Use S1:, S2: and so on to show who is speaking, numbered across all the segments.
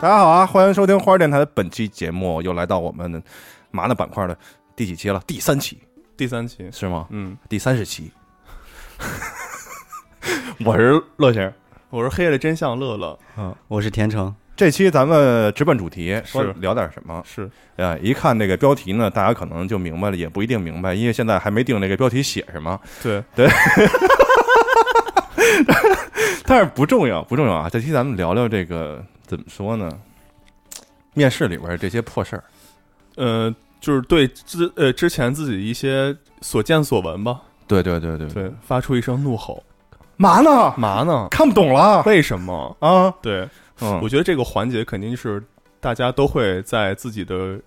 S1: 大家好啊，欢迎收听花儿电台的本期节目，又来到我们麻辣板块的第几期了？第三期
S2: 第三期，
S1: 是吗？
S2: 嗯，
S1: 第三十期。我是乐嗯先生，
S2: 我是黑了真相乐乐，
S3: 我是田成，
S1: 这期咱们直奔主题，说
S2: 是
S1: 聊点什么？
S2: 是
S1: 呃，一看这个标题呢，大家可能就明白了，也不一定明白，因为现在还没定这个标题写什 么。
S2: 对，
S1: 但是不重要，不重要啊！这期咱们聊聊这个怎么说呢？面试里边这些破事儿，
S2: 呃，就是对之呃之前自己一些所见所闻吧，
S1: 对对对对，嗯
S2: 对，发出一声怒吼，
S1: 嘛呢？
S2: 嘛呢？
S1: 看不懂了
S2: 为什么？
S1: 啊！
S2: 对，
S1: 嗯
S2: 我，觉得这个环节肯定是大家都会在自己的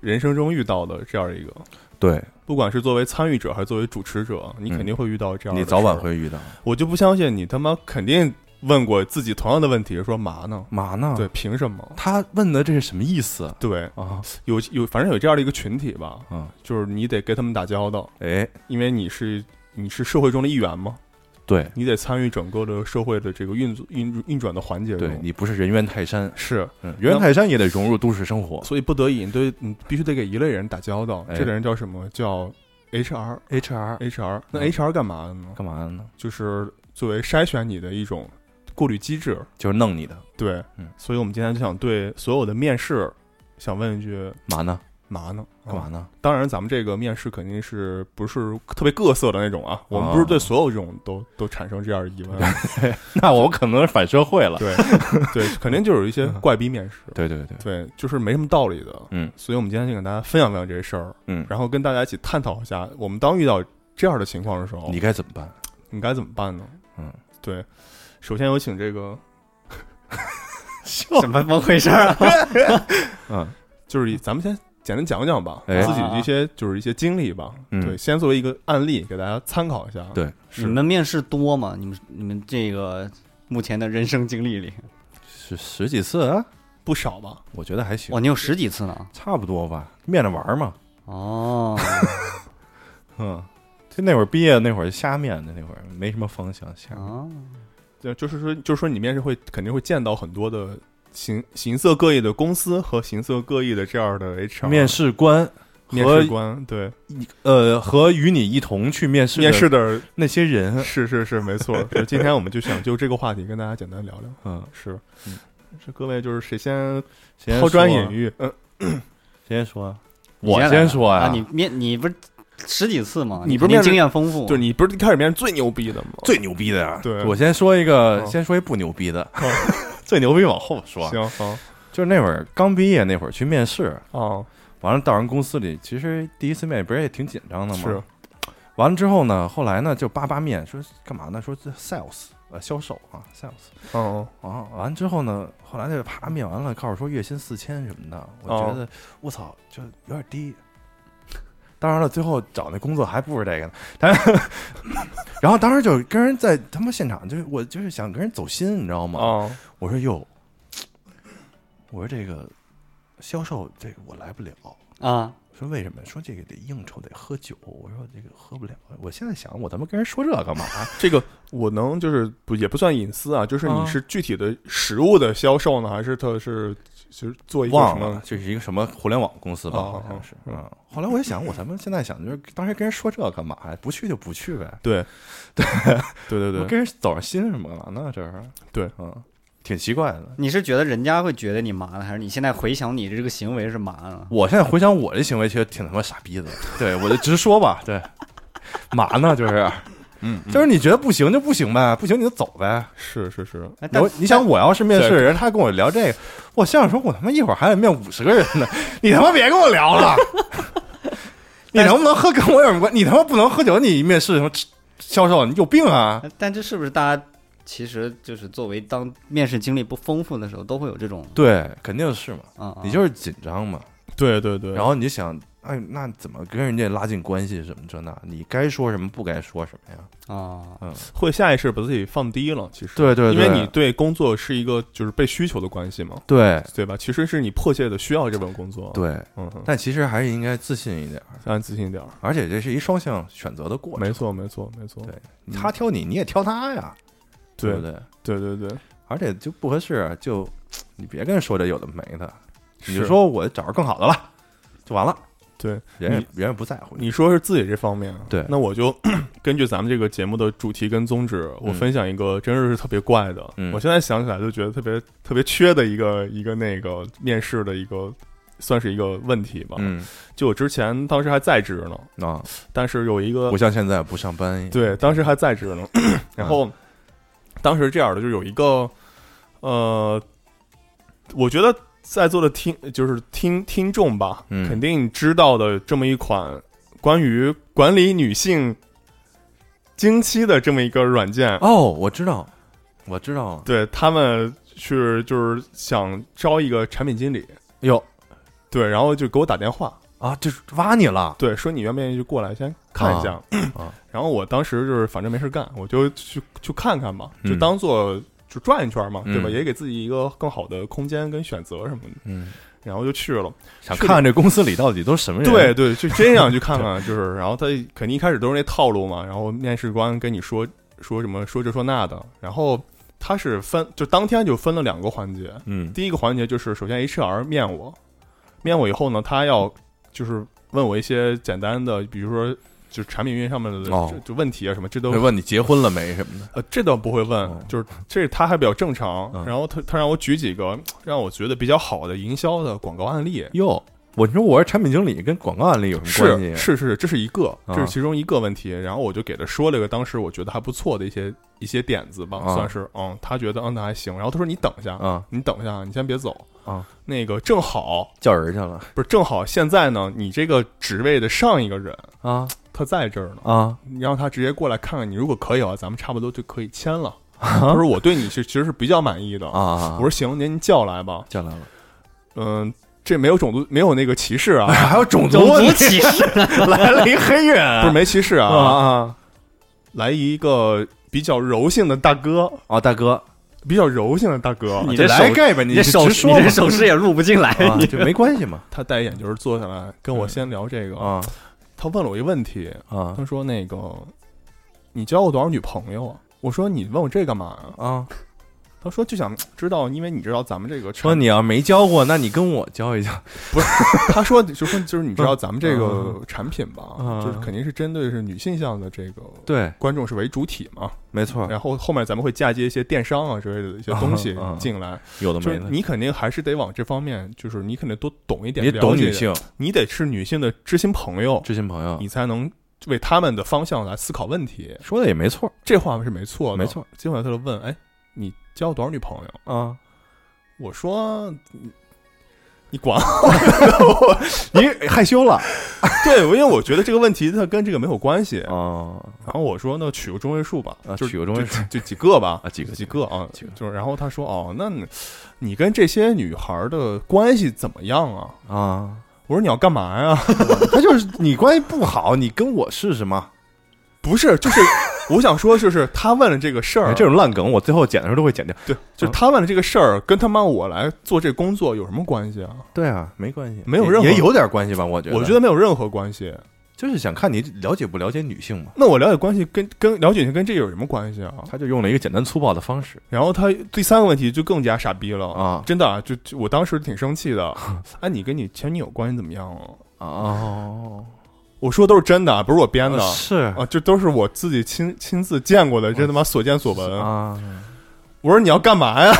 S2: 人生中遇到的这样一个，
S1: 对
S2: 不管是作为参与者还是作为主持者，你肯定会遇到这样的、
S1: 嗯你早晚。会遇到
S2: 我就不相信你他妈肯定问过自己同样的问题，说嘛呢？
S1: 嘛呢？
S2: 对，，凭什么？
S1: 他问的这是什么意思
S2: 对，
S1: 啊？
S2: 有有，反正有这样的一个群体吧，
S1: 嗯，
S2: 就是你得跟他们打交道，
S1: 哎，
S2: 因为你是你是社会中的一员嘛，
S1: 对
S2: 你得参与整个的社会的这个运作运运转的环节中。
S1: 对，你不是人猿泰山，
S2: 是，
S1: 嗯，人猿泰山也得融入都市生活。
S2: 所以不得已，你对你必须得给一类人打交道，
S1: 哎
S2: 这类人叫什么？叫 HR。
S1: HR
S2: HR，那
S1: 嗯
S2: HR 干嘛的呢？
S1: 干嘛呢？
S2: 就是作为筛选你的一种过滤机制。
S1: 就是弄你的
S2: 对，
S1: 嗯
S2: 所以我们今天就想对所有的面试，想问一句：
S1: 嘛呢？
S2: 嘛呢？
S1: 干嘛呢？
S2: 当然，咱们这个面试肯定是不是特别各色的那种啊？我们
S1: 啊
S2: 不是对所有这种都都产生这样的疑问，
S1: 那我可能是反社会了。
S2: 对对，肯定就有一些怪逼面试，
S1: 对对对，
S2: 对，就是没什么道理的。
S1: 嗯，
S2: 所以我们今天就给大家分享分享这事儿，
S1: 嗯，
S2: 然后跟大家一起探讨一下，我们当遇到这样的情况的时候，
S1: 你
S2: 你
S1: 该怎么办？
S2: 你该怎么办呢？
S1: 嗯，
S2: 对，首先有请这个，
S3: 怎么怎么回事儿啊？
S1: 嗯
S2: 就是咱们先简单讲讲吧，
S1: 哎
S2: 自己的一些就是一些经历吧，
S1: 嗯
S2: 对，先作为一个案例给大家参考一下。
S1: 对
S3: 你
S2: 是
S3: 们面试多吗？你们你们这个目前的人生经历里，
S1: 是十几次啊？
S2: 不少吧？
S1: 我觉得还行，
S3: 哇，你有十几次呢？
S1: 差不多吧，面着玩儿嘛。
S3: 哦，
S1: 嗯，就那会儿毕业那会儿瞎面的，那会儿没什么方向，瞎面
S3: 啊，
S2: 对，就是说，就是说，你面试会肯定会见到很多的形形色各异的公司和形色各异的这样的 HR
S1: 面试官
S2: 面
S1: 和
S2: 试官，对
S1: 呃和与你一同去面试的
S2: 面 试的
S1: 那些人，
S2: 是是是没错。所以今天我们就想就这个话题跟大家简单聊聊，
S1: 嗯，
S2: 是
S1: 嗯，
S2: 这各位就是谁先
S1: 先
S2: 抛砖
S1: 说
S2: 引，玉？嗯，
S1: 先说，
S3: 你
S1: 我
S3: 来
S1: 先说呀，
S3: 啊，你面你不是十几次吗？
S2: 你不是
S3: 肯定
S2: 面试
S3: 经验丰富，
S2: 就是你不是一开始面试最牛逼的吗？
S1: 最牛逼的呀，
S2: 对
S1: 我先说一个，
S2: 嗯
S1: 先说一不牛逼的
S2: 嗯，
S1: 最牛逼往后说，
S2: 行好
S1: 就是那会儿刚毕业那会儿去面试，
S2: 哦，
S1: 完了到人公司里，其实第一次面不是也挺紧张的吗？
S2: 是
S1: 完了之后呢，后来呢就叭叭面说干嘛呢？说这 sales 呃销售啊 sales
S2: 嗯
S1: 啊，完了之后呢，后来就啪面完了，告诉说月薪四千什么的，我觉
S2: 哦
S1: 得我操就有点低。当然了，最后找那工作还不是 这个呢，但然后当时就跟人在他妈现场，就是我就是想跟人走心，你知道吗？
S2: 哦
S1: 我说哟，我说这个销售这个我来不了，
S3: 啊，
S1: 说为什么？说这个得应酬，得喝酒。我说这个喝不了。我现在想，我他妈跟人说这干嘛？
S2: 这个我能就是不也不算隐私啊，就是
S1: 啊
S2: 你是具体的实物的销售呢，还是特是就是做一个什
S1: 忘了
S2: 么，？
S1: 这是一个什么互联网公司吧？
S2: 哦
S1: 好像是。嗯。后来我一想，我他妈现在想，就是当时跟人说这干嘛呀？不去就不去呗。
S2: 对，对对
S1: 我
S2: 对对，
S1: 跟人走上心什么干嘛呢？这是
S2: 对，
S1: 嗯，挺奇怪的。
S3: 你是觉得人家会觉得你麻呢，还是你现在回想你这个行为是麻呢？
S1: 我现在回想我这行为，其实挺他妈傻逼的。 对我就直说吧，对，嘛呢？就是，嗯，就是你觉得不行就不行呗，不行你就走呗。
S2: 是是是，
S3: 哎但
S1: 我你想，我要是面试
S2: 对
S1: 人，他跟我聊这个，我心想说，我他妈一会儿还得面五十个人呢， 你他妈别跟我聊了， 你能不能喝跟我有什么关？你他妈不能喝酒，你面试什么销售，你有病啊？
S3: 但但这是不是大家其实就是作为当面试经历不丰富的时候，都会有这种
S1: 对，肯定是嘛，
S3: 啊，啊
S1: 你就是紧张嘛，
S2: 对对对，
S1: 然后你就想，哎，那怎么跟人家拉近关系什么这那？你该说什么不该说什么呀？
S3: 啊，
S2: 会下意识把自己放低了，其实，
S1: 对对
S2: 因
S1: 对，
S2: 为你对工作是一个就是被需求的关系嘛，
S1: 对
S2: 对吧？其实是你迫切的需要这份工作，，
S1: 对，
S2: 嗯，嗯
S1: 但其实还是应该自信一点儿，
S2: 咱自信一点儿，
S1: 而且这是一双向选择的过
S2: 没
S1: 程，
S2: 错没错没错，
S1: 对他挑你，你也挑他呀，
S2: 对
S1: 嗯不对？
S2: 对对对，
S1: 啊而且就不合适，就你别跟人说这有的没的，你就是说我找着更好的了，就完了，
S2: 对，
S1: 人也人也不在乎你。
S2: 你说是自己这方面，啊
S1: 对
S2: 那我就 根据咱们这个节目的主题跟宗旨，我
S1: 嗯
S2: 分享一个真是特别怪的，
S1: 嗯
S2: 我现在想起来就觉得特别特别缺的一个一个那个面试的一个算是一个问题吧。
S1: 嗯
S2: 就我之前当时还在职呢，
S1: 啊，
S2: 但是有一个
S1: 不像现在不上班，
S2: 对，当时还在职呢，
S1: 嗯
S2: 然后当时这样的就有一个呃，我觉得在座的听就是听听众吧，
S1: 嗯
S2: 肯定知道的这么一款关于管理女性经期的这么一个软件，
S1: 哦，我知道，我知道，
S2: 对他们是就是想招一个产品经理，
S1: 哟
S2: 对，然后就给我打电话，
S1: 啊，这是挖你了，
S2: 对，说你愿不愿意就过来先看一下
S1: 啊
S2: 然后我当时就是反正没事干，我就去去看看嘛，
S1: 嗯
S2: 就当做就转一圈嘛，对吧？
S1: 嗯
S2: 也给自己一个更好的空间跟选择什么的，
S1: 嗯，
S2: 然后就去了。
S1: 想看看这公司里到底都是什么人，
S2: 对，对，就真想去看 看，就是，然后他肯定一开始都是那套路嘛，然后面试官跟你说说什么说这说那的，然后他是分就当天就分了两个环节，
S1: 嗯
S2: 第一个环节就是首先 HR 面我，面我以后呢，他要就是问我一些简单的，比如说就是产品运营上面的
S1: 哦
S2: 就就问题啊什么，这都
S1: 会问你结婚了没什么的，
S2: 呃这倒不会问
S1: 哦，
S2: 就是这他还比较正常
S1: 嗯。
S2: 然后他他让我举几个让我觉得比较好的营销的广告案例，
S1: 哟，我你说我是产品经理，跟广告案例有什么关
S2: 是
S1: 系？
S2: 是是，这是一个，
S1: 啊
S2: 这是其中一个问题。然后我就给他说了一个当时我觉得还不错的一些一些点子吧，
S1: 啊
S2: 算是嗯，他觉得嗯那还行。然后他说你等一下，
S1: 啊，
S2: 你等一下，你先别走
S1: 啊。
S2: 那个正好
S1: 叫人去了
S2: 不是正好现在呢，你这个职位的上一个人
S1: 啊
S2: 他在这儿呢，
S1: 啊，
S2: 你让他直接过来看看你，如果可以啊，咱们差不多就可以签了。他说我对你是其实是比较满意的
S1: 啊啊
S2: 我说行，您叫来吧。
S1: 叫来了，
S2: 嗯，这没有种族没有那个歧视啊，
S1: 还有种
S3: 种族歧视，
S1: 来了一黑人，
S2: 不是没歧视
S1: 啊
S2: 啊，
S1: 啊
S2: 来一个比较柔性的大哥，
S1: 啊！大哥，啊
S2: 比较柔性的大哥，
S3: 你这手
S1: 来 gay 吧，
S3: 你
S1: 你
S3: 这手
S1: 直
S3: 势
S1: 说
S3: 你
S1: 吧
S3: 这手势也入不进来。
S1: 啊，就没关系 嘛
S2: 他戴眼镜坐下来跟我先聊这个。
S1: 啊
S2: 他问了我一个问题，
S1: 啊
S2: 他说：“那个，你交过多少女朋友啊？”我说：“你问我这干嘛呀
S1: 啊！？”
S2: 他说：“就想知道，因为你知道咱们这个
S1: 说
S2: 产，
S1: 哦你要没教过，那你跟我教一教。
S2: 他说就说就是你知道咱们这个产品吧，
S1: 嗯
S2: 就是肯定是针对是女性向的这个
S1: 对，
S2: 观众是为主体嘛，
S1: 没错，
S2: 然后后面咱们会嫁接一些电商啊之类的一些东西
S1: 嗯嗯
S2: 进来，
S1: 有的
S2: 就
S1: 没
S2: 是
S1: 的。
S2: 你肯定还是得往这方面，就是你肯定多懂一点，
S1: 你
S2: 了
S1: 懂
S2: 解
S1: 女
S2: 一点
S1: 性，
S2: 你得是女性的知心朋友，
S1: 知心朋友
S2: 你才能为他们的方向来思考问题。
S1: 说的也没错
S2: 这话是没错的，
S1: 没错。
S2: 接下来他就问：“哎，你交多少女朋友
S1: 啊。？”
S2: 我说：“你 你管
S1: 你害羞了
S2: 对，因为我觉得这个问题它跟这个没有关系。
S1: 啊
S2: 然后我说：“那取个中位数吧，
S1: 啊！
S2: 就
S1: 取个中位数
S2: 就几个吧，
S1: 啊，几个
S2: 几个啊，
S1: 几个
S2: 就是。”然后他说：“哦，那你你跟这些女孩的关系怎么样啊
S1: 啊，？”
S2: 我说：“你要干嘛呀？”
S1: 他就是你关系不好，你跟我试试嘛。
S2: 不是，就是我想说，就是他问了这个事儿，
S1: 哎这种嗯烂梗，我最后剪的时候都会剪掉。
S2: 对，就是他问了这个事儿，跟他妈我来做这工作有什么关系啊？
S1: 对啊，没关系，
S2: 没有
S1: 也
S2: 任何
S1: 也有点关系吧？我觉得，
S2: 我觉得没有任何关系。
S1: 就是想看你了解不了解女性嘛。
S2: 那我了解关系跟跟了解跟这有什么关系啊？
S1: 他就用了一个简单粗暴的方式
S2: 然后他第三个问题就更加傻逼了！
S1: 啊
S2: 真的啊，就就我当时挺 生气的。哎，你跟你前女友关系怎么样啊？
S1: 啊哦，
S2: 我说的都是真的啊，不是我编的
S1: 是
S2: 啊，这都是我自己亲亲自见过的，这他妈所见所闻。
S1: 啊，
S2: 我说你要干嘛呀？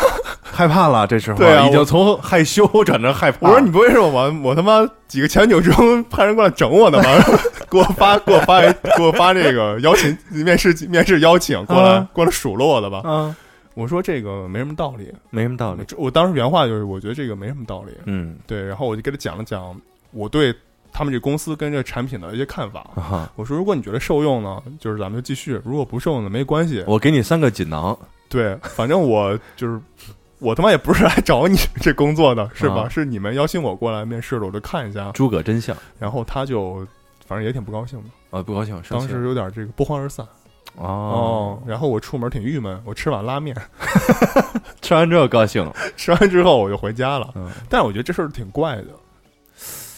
S1: 害怕了，这时候
S2: 对啊
S1: 已
S2: 我
S1: 经从害羞转成害怕。
S2: 我说你不会是我我他妈几个前女友中 派人过来整我的吧？ 给我发给我发给我发这个邀请面试面试邀请过来、
S1: 啊
S2: 过来数落我的吧？
S1: 啊，
S2: 我说这个没什么道理，
S1: 没什么道理。
S2: 这我当时原话就是我觉得这个没什么道理。
S1: 嗯
S2: 对，然后我就给他讲了讲我对他们这公司跟这产品的一些看法。
S1: 啊哈，
S2: 我说如果你觉得受用呢，就是咱们就继续；如果不受用呢，没关系。
S1: 我给你三个锦囊
S2: 对，反正我就是。我他妈也不是来找你这工作的，是吧？
S1: 啊
S2: 是你们邀请我过来面试的，我就看一下。
S1: 诸葛真相
S2: 然后他就反正也挺不高兴的，
S1: 啊，不高兴，生
S2: 当
S1: 气
S2: 时有点这个不欢而散嗯
S1: 哦，
S2: 然后我出门挺郁闷，我吃碗拉面，
S1: 吃完之后高兴了，
S2: 吃完之后我就回家了。
S1: 嗯
S2: 但我觉得这事儿挺怪的。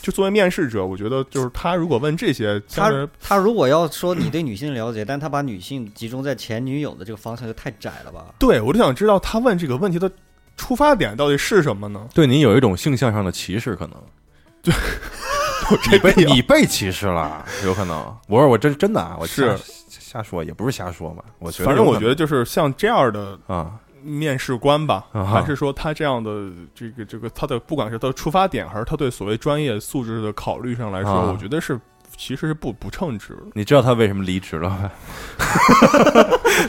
S2: 就作为面试者，我觉得就是他如果问这些，相对
S3: 他他如果要说你对女性了解，但他把女性集中在前女友的这个方向就太窄了吧？
S2: 对我就想知道他问这个问题的出发点到底是什么呢？
S1: 对你有一种性向上的歧视，可能
S2: 有这
S1: 你被
S2: 必要
S1: 你被歧视了，有可能。我说我真真的啊，我
S2: 是
S1: 瞎瞎说，也不是瞎说嘛。我觉得
S2: 反
S1: 有
S2: 正
S1: 可能，
S2: 我觉得就是像这样的
S1: 啊，
S2: 面试官吧，
S1: 啊哈
S2: 还是说他这样的这个这个他的不管是他的出发点，还是他对所谓专业素质的考虑上来说，
S1: 啊
S2: 我觉得是其实是不不称职的。
S1: 你知道他为什么离职了吗？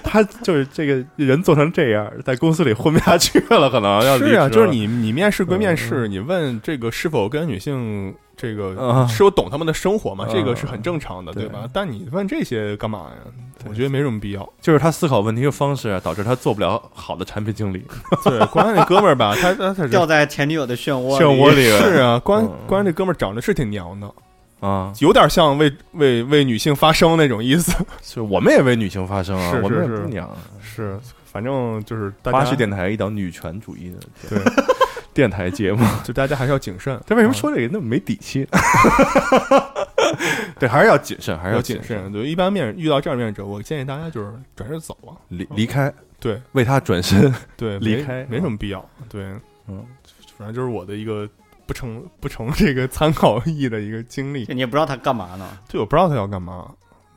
S1: 他就是这个人做成这样，在公司里混不下去了，可能要离
S2: 是啊，
S1: 职
S2: 就是
S1: 了嗯
S2: 你你面试归面试，你问这个是否跟女性这个
S1: 啊，
S2: 是我懂他们的生活嘛，
S1: 嗯
S2: 这个是很正常的，
S1: 对
S2: 对吧？但你问这些干嘛呀？
S1: 对
S2: 我觉得没什么 必要。
S1: 就是他思考问题的方式啊导致他做不了好的产品经理，
S2: 对，关键那哥们儿吧，他他他
S3: 掉
S2: 是
S3: 在前女友的漩涡
S1: 漩涡里
S2: 是 啊，关
S1: 嗯
S2: 关键这哥们儿长得是挺娘的，
S1: 啊，
S2: 有点像为为为女性发声那种意 思。
S1: 是我们也为女性发声啊，
S2: 是
S1: 我们也
S2: 是是
S1: 不娘。
S2: 是，反正就是大
S1: 巴
S2: 家
S1: 西电台一档女权主义的
S2: 对，
S1: 电台节目，
S2: 就大家还是要谨慎。
S1: 他为什么说这个那么没底气？ 对，还是要谨慎，还
S2: 还
S1: 是
S2: 要
S1: 谨
S2: 谨慎？对，一般面遇到这样的面者，我建议大家就是转身走啊。
S1: 离离开，
S2: 对
S1: 为他转身。
S2: 对，
S1: 离
S2: 没
S1: 开
S2: 没什么必要。对，
S1: 嗯，
S2: 反正就是我的一个不成不成这个参考意义的一个经历。
S3: 就你也不知道他干嘛呢。
S2: 对，我不知道他要干嘛，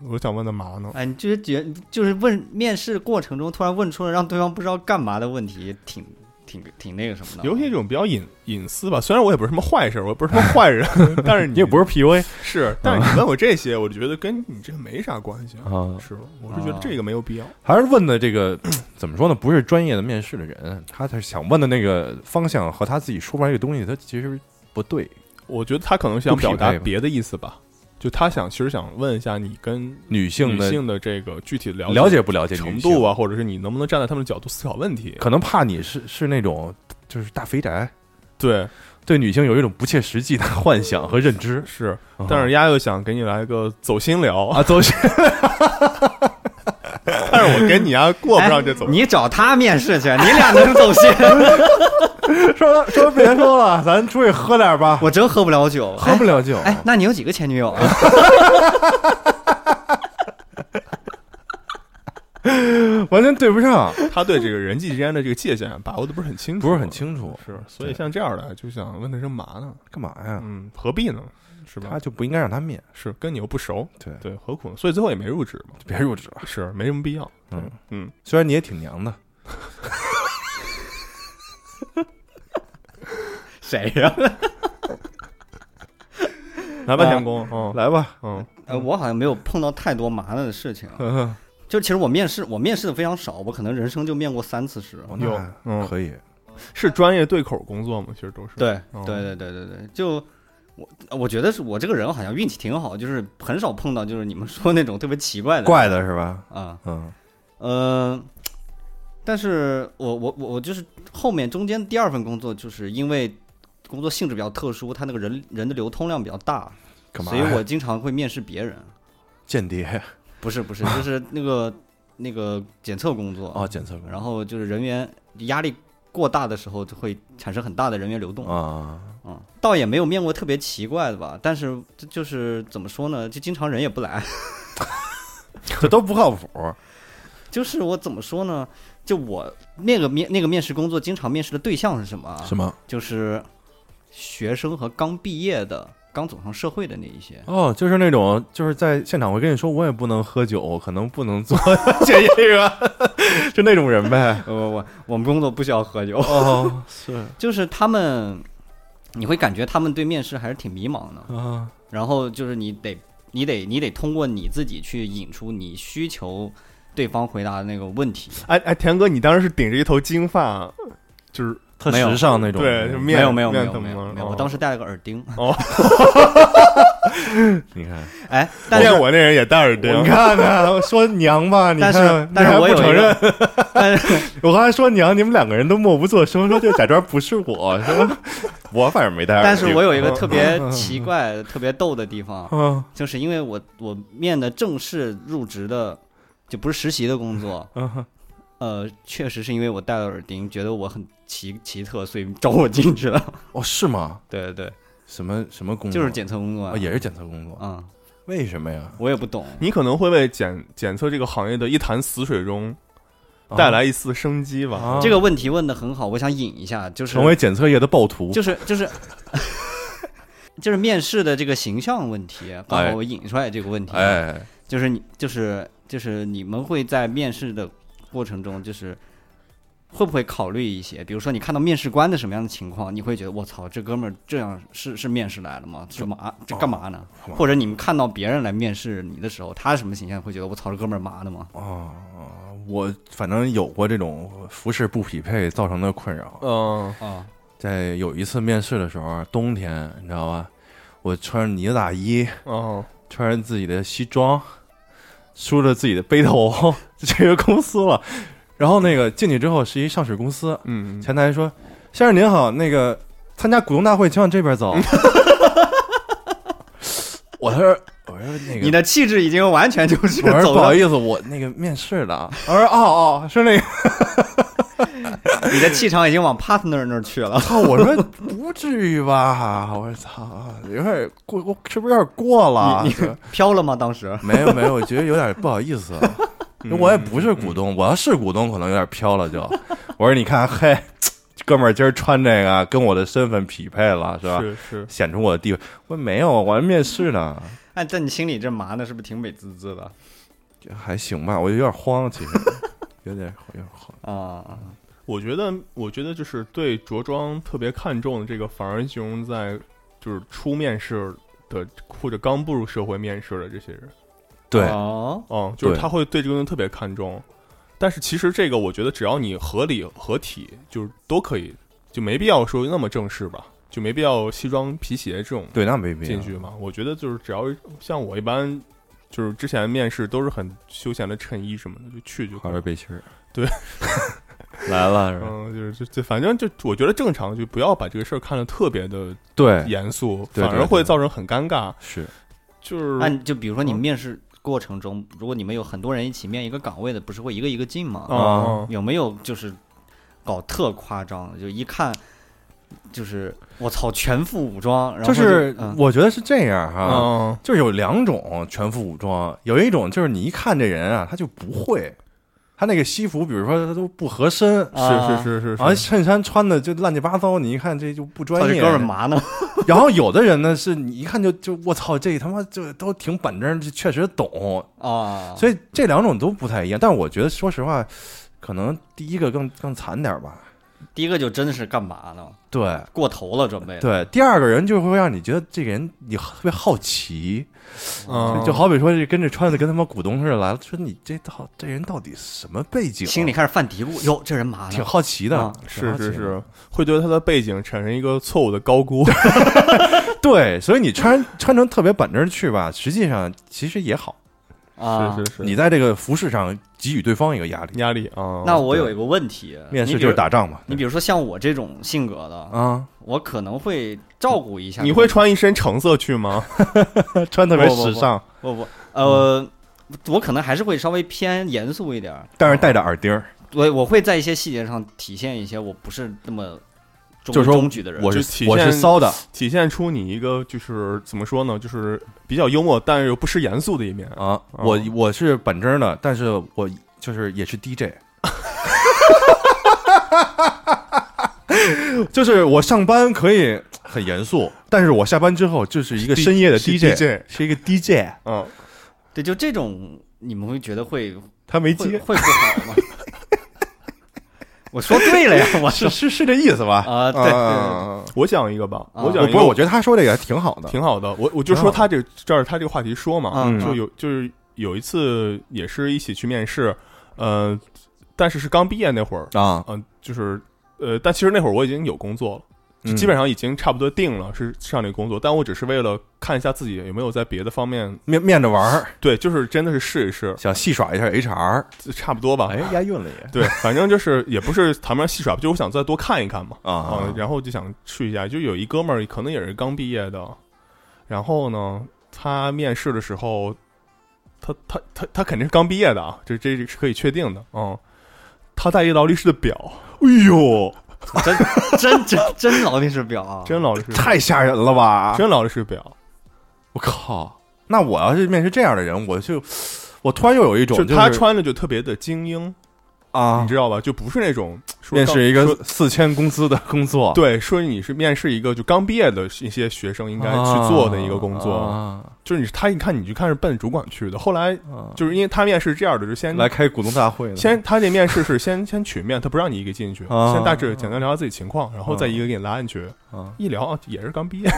S2: 我想问他嘛
S1: 嗯
S2: 呢？
S3: 哎，你就是觉就是问面试过程中突然问出了让对方不知道干嘛的问题，挺挺挺那个什么的。
S2: 尤其这种比较隐隐私吧，虽然我也不是什么坏事，我也不是什么坏 人，但是 你
S1: 你也不是嗯 PUA
S2: 是，但是你问我这些，我就觉得跟你这没啥关系啊，
S1: 啊，
S2: 是吧？我是觉得这个没有必要。
S1: 还是问的这个 怎么说呢？不是专业的面试的人，他他想问的那个方向和他自己说出来这个东西，他其实不对。
S2: 我觉得他可能想表达
S1: 不匹配吧
S2: 别的意思吧，就他想其实想问一下你跟
S1: 女性
S2: 女
S1: 的
S2: 性的这个具体了
S1: 了解不了解
S2: 程
S1: 女性
S2: 度，啊，或者是你能不能站在他们的角度思考问题？
S1: 可能怕你是是那种就是大肥宅，
S2: 对，
S1: 对女性有一种不切实际的幻想和认知。
S2: 是，
S1: 啊
S2: 但是丫又想给你来个走心聊，
S1: 啊，走心
S2: 但是我跟你丫过不
S3: 哎
S2: 上这走心。
S3: 你找他面试去，你俩能走心？
S1: 说说别说了，咱出去喝点吧，
S3: 我真喝不了酒，
S1: 喝不了酒。
S3: 哎。哎，那你有几个前女友啊？
S1: 完全对不上，
S2: 他对这个人际之间的这个界限把握的不是很清楚，
S1: 哎 不是很清楚，
S2: 是，所以像这样的就想问他是嘛呢？
S1: 干嘛呀？
S2: 嗯，何必呢？是吧
S1: 他？就不应该让他面，
S2: 是跟你又不熟，
S1: 对
S2: 对，何苦呢？所以最后也没入职嘛，
S1: 别入职了。
S2: 是没什么必要。
S1: 嗯
S2: 嗯，
S1: 虽然你也挺娘的，
S3: 谁呀、
S2: 来吧，
S1: 吧
S2: 田工，嗯，
S1: 啊来吧，
S2: 嗯，
S3: 呃，我好像没有碰到太多麻烦的事情。啊
S1: 呵
S3: 就其实我面试，我面试的非常少，我可能人生就面过三次试。
S1: 呵
S2: 有，嗯，
S1: 哦可以，
S2: 是专业对口工作吗？其实都是，
S3: 对
S2: 哦
S3: 对对对对对，就我我觉得是我这个人好像运气挺好，就是很少碰到就是你们说那种特别奇怪的
S1: 怪的是吧？
S3: 啊，
S1: 嗯，
S3: 呃，但是我我我我就是后面中间第二份工作，就是因为工作性质比较特殊，他那个人人的流通量比较大，
S1: 干嘛
S3: 所以
S1: 呀？
S3: 我经常会面试别人，
S1: 间谍
S3: 不是不是，就是那个那个检测工作
S1: 哦，，检测工
S3: 然后就是人员压力过大的时候，就会产生很大的人员流 动。
S1: 啊，
S3: 嗯，倒也没有面过特别奇怪的吧，但是这就是怎么说呢，就经常人也不来。
S1: 这都不靠谱。
S3: 就是我怎么说呢，就我那个面那个面试工作，经常面试的对象是什么啊？
S1: 什么？
S3: 就是学生和刚毕业的、刚走上社会的那一些。
S1: 哦，就是那种，就是在现场会跟你说，我也不能喝酒，可能不能 做检验员， 就那种人呗。
S3: 呃，我我们工作不需要喝酒，
S1: 哦，
S2: 啊
S1: 是
S3: 就是他们，你会感觉他们对面试还是挺迷茫的。
S1: 啊，
S3: 然后就是你得，你得，你得通过你自己去引出你需求对方回答的那个问题。
S2: 哎哎，田哥，你当时是顶着一头金发，就是
S1: 特
S3: 没有
S1: 时尚那种，
S2: 对就面
S3: 没有没有没
S2: 面
S3: 有
S2: 怎
S3: 没
S2: 么了
S3: 有没有，我
S2: 哦
S3: 当时戴了个耳钉。
S1: 你 看，
S3: 哎，但是
S1: 哦
S2: 面我那人也戴耳钉，
S1: 你看看，我说娘吧，你
S3: 但
S1: 看
S3: 是，但
S1: 你还
S3: 是我有
S1: 不
S3: 一
S1: 承认，
S3: 个，但是
S1: 我刚才说娘，你们两个人都默不作声，说就假装不是我， 是吧？我反正没戴耳
S3: 但是
S1: 钉
S3: 我有一个特别 奇怪、特别逗的地方，
S1: 嗯
S3: 就是因为我我面的正式入职的，就不是实习的工作，
S1: 嗯 哼
S3: 呃，确实是因为我戴了耳钉，觉得我很奇奇特，所以招我进去了。
S1: 哦，是吗？
S3: 对对
S1: 什么什么工
S3: 对，
S1: 作？
S3: 就是检测工作
S1: 啊，也是检测工作，
S3: 啊、嗯，
S1: 为什么呀？
S3: 我也不懂。
S2: 你可能会为检检测这个行业的一潭死水中带来一丝生机吧。
S1: 啊
S3: 这个问题问的很好，我想引一下，就是
S1: 成为检测业的暴徒，
S3: 就是就是 就是面试的这个形象问题，刚
S1: 哎
S3: 好我引出来这个问题，啊
S1: 哎，
S3: 就是你就是就是你们会在面试的过程中，就是会不会考虑一些，比如说你看到面试官的什么样的情况，你会觉得我操，这哥们儿这样是是面试来了吗？
S1: 呃
S3: 这嘛这干嘛呢？
S1: 干嘛
S3: 或者你们看到别人来面试你的时候，他什么形象会觉得我操，这哥们儿麻的吗？
S1: 我反正有过这种服饰不匹配造成的困扰。
S2: 嗯，
S1: 哦
S3: 啊，
S1: 在有一次面试的时候，冬天你知道吧，我穿着呢子大衣，
S2: 哦，
S1: 穿着自己的西装，梳着自己的背头， 这个公司了。然后那个进去之后是一上市公司，
S2: 嗯，
S1: 前台说：“先生您好，那个参加股东大会请往这边走。” 我说：“我说那个
S3: 你的气质已经完全就是
S1: 我说
S3: 走
S1: 不好
S3: 到
S1: 意思，我那个面试的啊。我说哦哦，是那个。
S3: 你的气场已经往 partner 那儿去了。
S1: 操！我说不至于吧？我说操，有点过，我是不是有点过了
S3: 你？你
S1: 这
S3: 飘了吗？当时
S1: 没有没有，我觉得有点不好意思。啊 因为我也不是股东，我要是股东，可能有点飘了就。我说你看，嘿，哥们儿，今儿穿这个啊跟我的身份匹配了，是吧？
S2: 是是，
S1: 显出我的地位。我说没有，我还面试呢，
S3: 哎，在你心里这麻的是不是挺美滋滋的
S1: 还行吧。我有点慌， 其实有点有点慌。
S3: 啊？
S2: 我觉得，我觉得就是对着装特别看重的这个，反而形容在就是初面试的或者刚步入社会面试的这些人，
S1: 对，
S3: 哦，
S2: 嗯，就是
S1: 对
S2: 他会对这个东西特别看重。但是其实这个，我觉得只要你合理合体，就是都可以，就没必要说那么正式吧，就没必要西装皮鞋这种
S1: 对，那啊没必要
S2: 进。去嘛。我觉得就是只要像我一般，就是之前面试都是很休闲的衬衣什么的就去就可
S1: 好
S2: 以
S1: 点背心儿，
S2: 对，
S1: 来了是吧？
S2: 嗯，就是就就反正就我觉得正常，就不要把这个事儿看得特别的
S1: 对，
S2: 严肃，
S1: 对对
S2: 反而
S1: 对
S2: 会造成很尴尬。
S1: 是
S2: 就是
S3: 那你就比如说你
S2: 嗯
S3: 面试过程中，如果你们有很多人一起面一个岗位的，不是会一个一个进吗？
S1: 哦
S2: 啊，
S3: 有没有就是搞特夸张的，就一看就是我操，全副武装，然后
S1: 就是嗯
S3: 嗯
S1: 我觉得是这样哈、
S2: 啊，
S1: 就是有两种全副武装，有一种就是你一看这人啊，他就不会，他那个西服，比如说他都不合身，
S3: 啊
S2: 是是是
S1: 然后
S2: 是是，
S1: 衬衫穿的就乱七八糟，你一看这就不专
S3: 操这
S1: 业
S3: 哥。们儿 麻呢？
S1: 然后有的人呢，是你一看就就我操，这他妈就都挺板正，这确实懂，
S3: 啊，
S1: 所以这两种都不太一样。但是我觉得，说实话，可能第一个更更惨点儿吧。
S3: 第一个就真的是干嘛呢？
S1: 对，
S3: 过头了，准备
S1: 对，第二个人就会让你觉得这个人你特别好奇，
S2: 嗯
S1: 就就好比说这跟着穿的跟他妈股东似的来了，说你这到这人到底什么背景啊、
S3: 心里开始犯嘀咕，哟，这人麻
S1: 挺
S3: 呢。
S1: 好奇的
S3: 啊，
S1: 挺
S2: 是
S1: 好奇的
S2: 是是，，会对他的背景产生一个错误的高估。
S1: 对，所以你穿 穿成特别板正去吧，实际上其实也好，
S3: 啊，
S2: 是是是，
S1: 你在这个服饰上给予对方一个压力，
S2: 压力啊，
S3: 那我有一个问题，
S1: 面
S3: 你
S1: 试
S3: 比
S1: 就是
S3: 如
S1: 打仗嘛，
S3: 你比如说像我这种性格的，
S1: 啊，
S3: 我可能会照顾一下
S2: 你
S3: 这
S2: 会
S3: 个
S2: 穿一身橙色去吗？
S1: 穿特别
S3: 不不不
S1: 时尚，
S3: 不不呃，我可能还是会稍微偏严肃一点儿，
S1: 但是戴着耳钉儿，
S3: 我我会在一些细节上体现一些我不是那么中
S1: 就是说
S3: 中举的人。
S1: 我
S2: 就是体
S1: 我是
S2: 现
S1: 骚的，
S2: 体现出你一个就是怎么说呢，就是比较幽默但是又不失严肃的一面。
S1: 啊，我
S2: 哦
S1: 我是本真的，但是我就是也是 DJ。就是我上班可以很严肃，但是我下班之后就是一个深夜的
S2: D-
S1: DJ，
S2: DJ
S1: 是一个 DJ，
S2: 嗯，
S3: 对，就这种你们会觉得会
S1: 他没
S3: 会
S1: 接，
S3: 会不好吗？ 我说 对了呀，我
S1: 是
S3: 说
S1: 是是这意思吧？
S3: 啊对对
S1: 啊
S2: 我讲一个吧，
S3: 啊
S2: 我
S1: 不
S2: 讲一
S1: 不
S2: 个，
S1: 是，我觉得他说这个还挺好的，
S2: 挺好的。我我就说他这这儿他这个话题说嘛，
S3: 啊
S1: 嗯
S2: 就有就是有一次也是一起去面试，呃，但是是刚毕业那会儿，
S1: 啊，
S2: 嗯、就是呃，但其实那会儿我已经有工作了。就
S1: 嗯
S2: 基本上已经差不多定了，是上这个工作，但我只是为了看一下自己有没有在别的方面，
S1: 面面着玩儿，
S2: 对，就是真的是试一试，
S1: 想戏耍一下 HR，
S2: 差不多吧。
S1: 哎，押韵了也
S2: 对，反正就是也不是谈不上戏耍，就是我想再多看一看嘛。啊
S1: 啊，，
S2: 然后就想去一下，就有一哥们儿可能也是刚毕业的，然后呢，他面试的时候，他他他他肯定是刚毕业的啊，这这这是可以确定的，嗯，他带一劳力士的表，哎呦，
S3: 真真真真劳力士表啊，
S2: 真劳力士表，
S1: 太吓人了吧！
S2: 真劳力士表，
S1: 我靠，那我要是面试这样的人，我就我突然又有一种
S2: 就
S1: 就是
S2: 他穿的就特别的精英，
S3: 啊
S2: 你知道吧？就不是那种说
S1: 面
S2: 刚
S1: 试一个
S2: 说
S1: 四千工资的工作，
S2: 对，说你是面试一个就刚毕业的一些学生应该去做的一个工作，
S1: 啊
S2: 就是你他一看你就看是奔主管去的，后来
S1: 啊
S2: 就是因为他面试这样的，就先
S1: 来开股东大会的，
S2: 先他这面试是 先先取面，他不让你一个进去，
S1: 啊
S2: 先大致简单聊聊自己情况，然后再一个给你拉进去，
S1: 啊
S2: 一聊啊也是刚 毕业，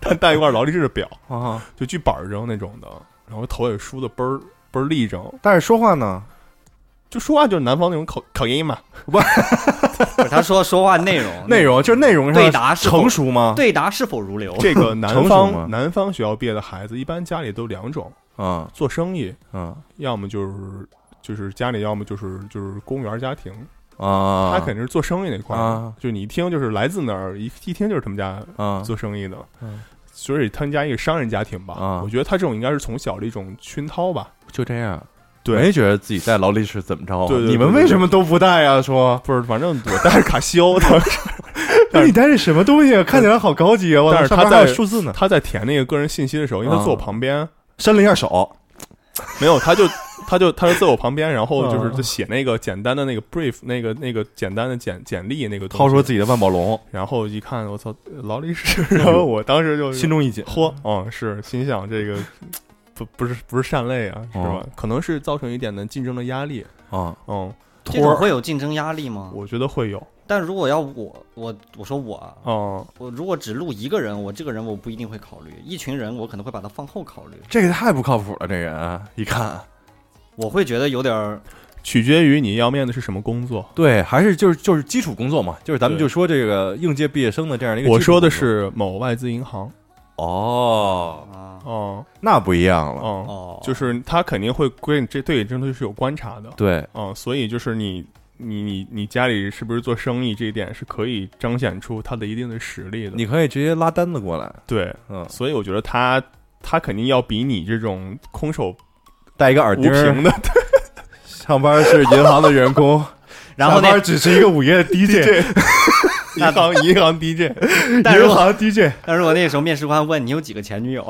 S2: 但带一块劳力士的表，
S1: 啊，
S2: 就锯板儿扔那种的，然后头也梳的倍儿倍儿立正，
S1: 但是说话呢，
S2: 就说话就是南方那种口口 音嘛，
S3: 不是他说说话内容
S1: 内容就是内容
S3: 对答
S1: 上
S3: 是否
S1: 成熟吗？
S3: 对答是否如流，
S2: 这个南
S1: 成熟吗
S2: 方南方学校毕业的孩子，一般家里都两种，
S1: 啊
S2: 做生意，
S1: 啊
S2: 要么就是就是家里，要么就是就是公务员家庭，
S1: 啊，
S2: 他肯定是做生意那块儿的，
S1: 啊
S2: 就你一听就是来自哪儿，一一听就是他们家
S1: 啊
S2: 做生意的，
S1: 嗯
S2: 所以他们家一个商人家庭吧，
S1: 啊
S2: 我觉得他这种应该是从小的一种熏陶吧，
S1: 就这样，
S2: 对
S1: 没觉得自己带劳力士怎么着啊？
S2: 对对对
S1: 你们为什么都不带啊？说
S2: 不是，反正我带着卡西欧当时但
S1: 那
S2: 是
S1: 你带是什么东西啊？看起来好高级啊！我操
S2: 但是
S1: 上
S2: 他
S1: 面还有
S2: 在
S1: 数字呢，
S2: 他在填那个个人信息的时候，因为他
S1: 嗯
S2: 坐我旁边，
S1: 伸了一下手，
S2: 没有，他就他就他就坐我旁边，然后就是
S1: 啊
S2: 就写那个简单的那个 brief，那个那个简单的简简历那个东西，
S1: 掏出自己的万宝龙，
S2: 然后一看，我操，劳力 士！然后我当时就
S1: 心中一紧，
S2: 嚯，嗯，是心想这个不不是不是善类啊，是吧？
S1: 哦
S2: 可能是造成一点的竞争的压力，
S1: 啊，
S2: 嗯，
S3: 这种会有竞争压力吗？
S2: 我觉得会有，
S3: 但如果要我我我说我啊
S2: 嗯，
S3: 我如果只录一个人，我这个人我不一定会考虑，一群人我可能会把它放后考虑，
S1: 这个太不靠谱了，这人啊一看，
S3: 我会觉得有点儿
S2: 取决于你要面的是什么工作。
S1: 对，还是就是就是基础工作嘛，就是咱们
S2: 对
S1: 就说这个应届毕业生的这样的一个基础工作。
S2: 我说的是某外资银行，
S1: 哦，
S3: 啊
S2: 嗯
S1: 那不一样了，
S2: 嗯，
S3: 哦，
S2: 就是他肯定会对你这对你这东西是有观察的，
S1: 对，
S2: 嗯，所以就是你。你你你家里是不是做生意这一点是可以彰显出他的一定的实力的？
S1: 你可以直接拉单子过来，
S2: 对，
S1: 嗯，
S2: 所以我觉得他他肯定要比你这种空手
S1: 戴一个耳
S2: 无
S1: 钉儿，
S2: 凭的
S1: 上班是银行的员工，
S3: 然后
S1: 上
S3: 那
S1: 班只是一个午夜 DJ，
S2: 银行银行 DJ，
S3: 但如
S1: 银
S3: 果
S1: 行 DJ，
S3: 但是我那个时候面试官问你有几个前 女友，